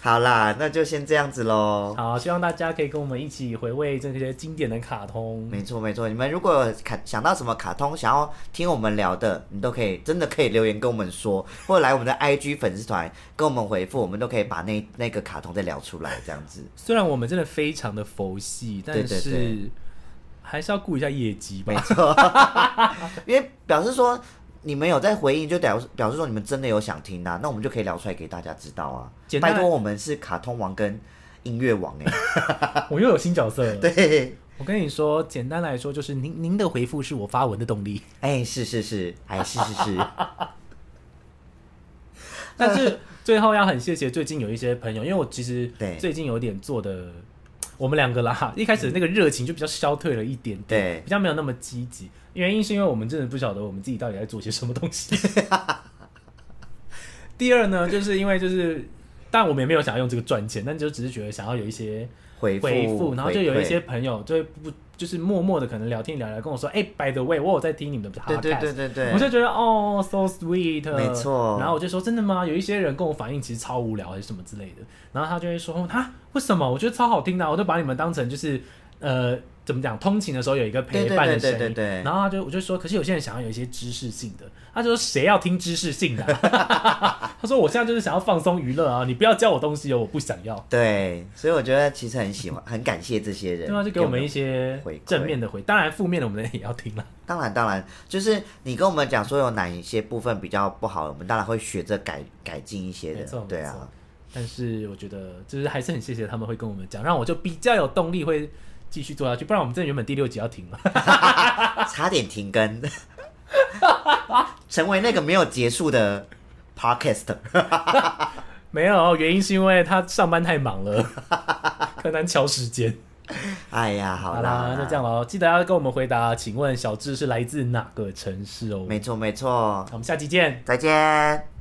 [SPEAKER 2] 好啦，那就先这样子喽。
[SPEAKER 1] 好，希望大家可以跟我们一起回味这些经典的卡通。
[SPEAKER 2] 没错没错，你们如果有卡想到什么卡通想要听我们聊的，你都可以真的可以留言跟我们说，或者来我们的 IG 粉丝团跟我们回复，我们都可以把那那个卡通再聊出来，这样子。
[SPEAKER 1] 虽然我们真的非常的佛系，
[SPEAKER 2] 对
[SPEAKER 1] 但
[SPEAKER 2] 对
[SPEAKER 1] 是
[SPEAKER 2] 对
[SPEAKER 1] 还是要顾一下业绩吧
[SPEAKER 2] 没。错，因为表示说你们有在回应，就表示表示说你们真的有想听的啊、那我们就可以聊出来给大家知道啊
[SPEAKER 1] 简。单
[SPEAKER 2] 拜
[SPEAKER 1] 来
[SPEAKER 2] 托，我们是卡通王跟音乐王 哎、
[SPEAKER 1] 我又有新角色了。
[SPEAKER 2] 对，
[SPEAKER 1] 我跟你说，简单来说就是您您的回复是我发文的动力。
[SPEAKER 2] 哎、是是是，哎、是是是，
[SPEAKER 1] 但是最后要很谢谢最近有一些朋友，因为我其实
[SPEAKER 2] 对嗯
[SPEAKER 1] 最近有点做的，我们两个啦，一开始那个热情就比较消退了一点点，
[SPEAKER 2] 对
[SPEAKER 1] 比较没有那么积极。原因是因为我们真的不晓得我们自己到底在做些什么东 西。第二呢，就是因为就是，但我们也没有想要用这个赚钱，但就只是觉得想要有一些
[SPEAKER 2] 回复
[SPEAKER 1] 回复，然后就有一些
[SPEAKER 2] 回馈
[SPEAKER 1] 朋友就会不就是默默的可能聊天聊聊跟我说，哎、b y the way，我有在听你们的 podcast，
[SPEAKER 2] 对对对对对，
[SPEAKER 1] 我就觉得哦，so sweet，
[SPEAKER 2] 没错
[SPEAKER 1] 然后我就说真的吗？有一些人跟我反映其实超无聊还是什么之类的，然后他就会说啊，为什么？我觉得超好听的啊、我就把你们当成就是呃，怎么讲？通勤的时候有一个陪伴的声音，
[SPEAKER 2] 对对对对对对
[SPEAKER 1] 然后他就我就说，可是有些人想要有一些知识性的，他就说谁要听知识性的啊、 他说我现在就是想要放松娱乐啊，你不要教我东西哦，我不想要。
[SPEAKER 2] 对，所以我觉得其实很喜欢，很感谢这些人，
[SPEAKER 1] 对啊，就给我们一些
[SPEAKER 2] 回馈
[SPEAKER 1] 正面的回，当然负面的我们也要听了。
[SPEAKER 2] 当然，当然，就是你跟我们讲说有哪一些部分比较不好，我们当然会学着改改进一些
[SPEAKER 1] 没
[SPEAKER 2] 的
[SPEAKER 1] 错，，
[SPEAKER 2] 对
[SPEAKER 1] 没错
[SPEAKER 2] 啊，。
[SPEAKER 1] 但是我觉得就是还是很谢谢他们会跟我们讲，让我就比较有动力会继续做下去，不然我们真的原本第六集要停了。
[SPEAKER 2] 差点停更，成为那个没有结束的 podcast。
[SPEAKER 1] 没有，原因是因为他上班太忙了， 很难敲时间。
[SPEAKER 2] 哎呀，好
[SPEAKER 1] 好
[SPEAKER 2] 啦，好
[SPEAKER 1] 啦，
[SPEAKER 2] 啦
[SPEAKER 1] 那这样，咯，记得要跟我们回答，请问小智是来自哪个城市哦？
[SPEAKER 2] 没错没错
[SPEAKER 1] 好，我们下期见。
[SPEAKER 2] 再见。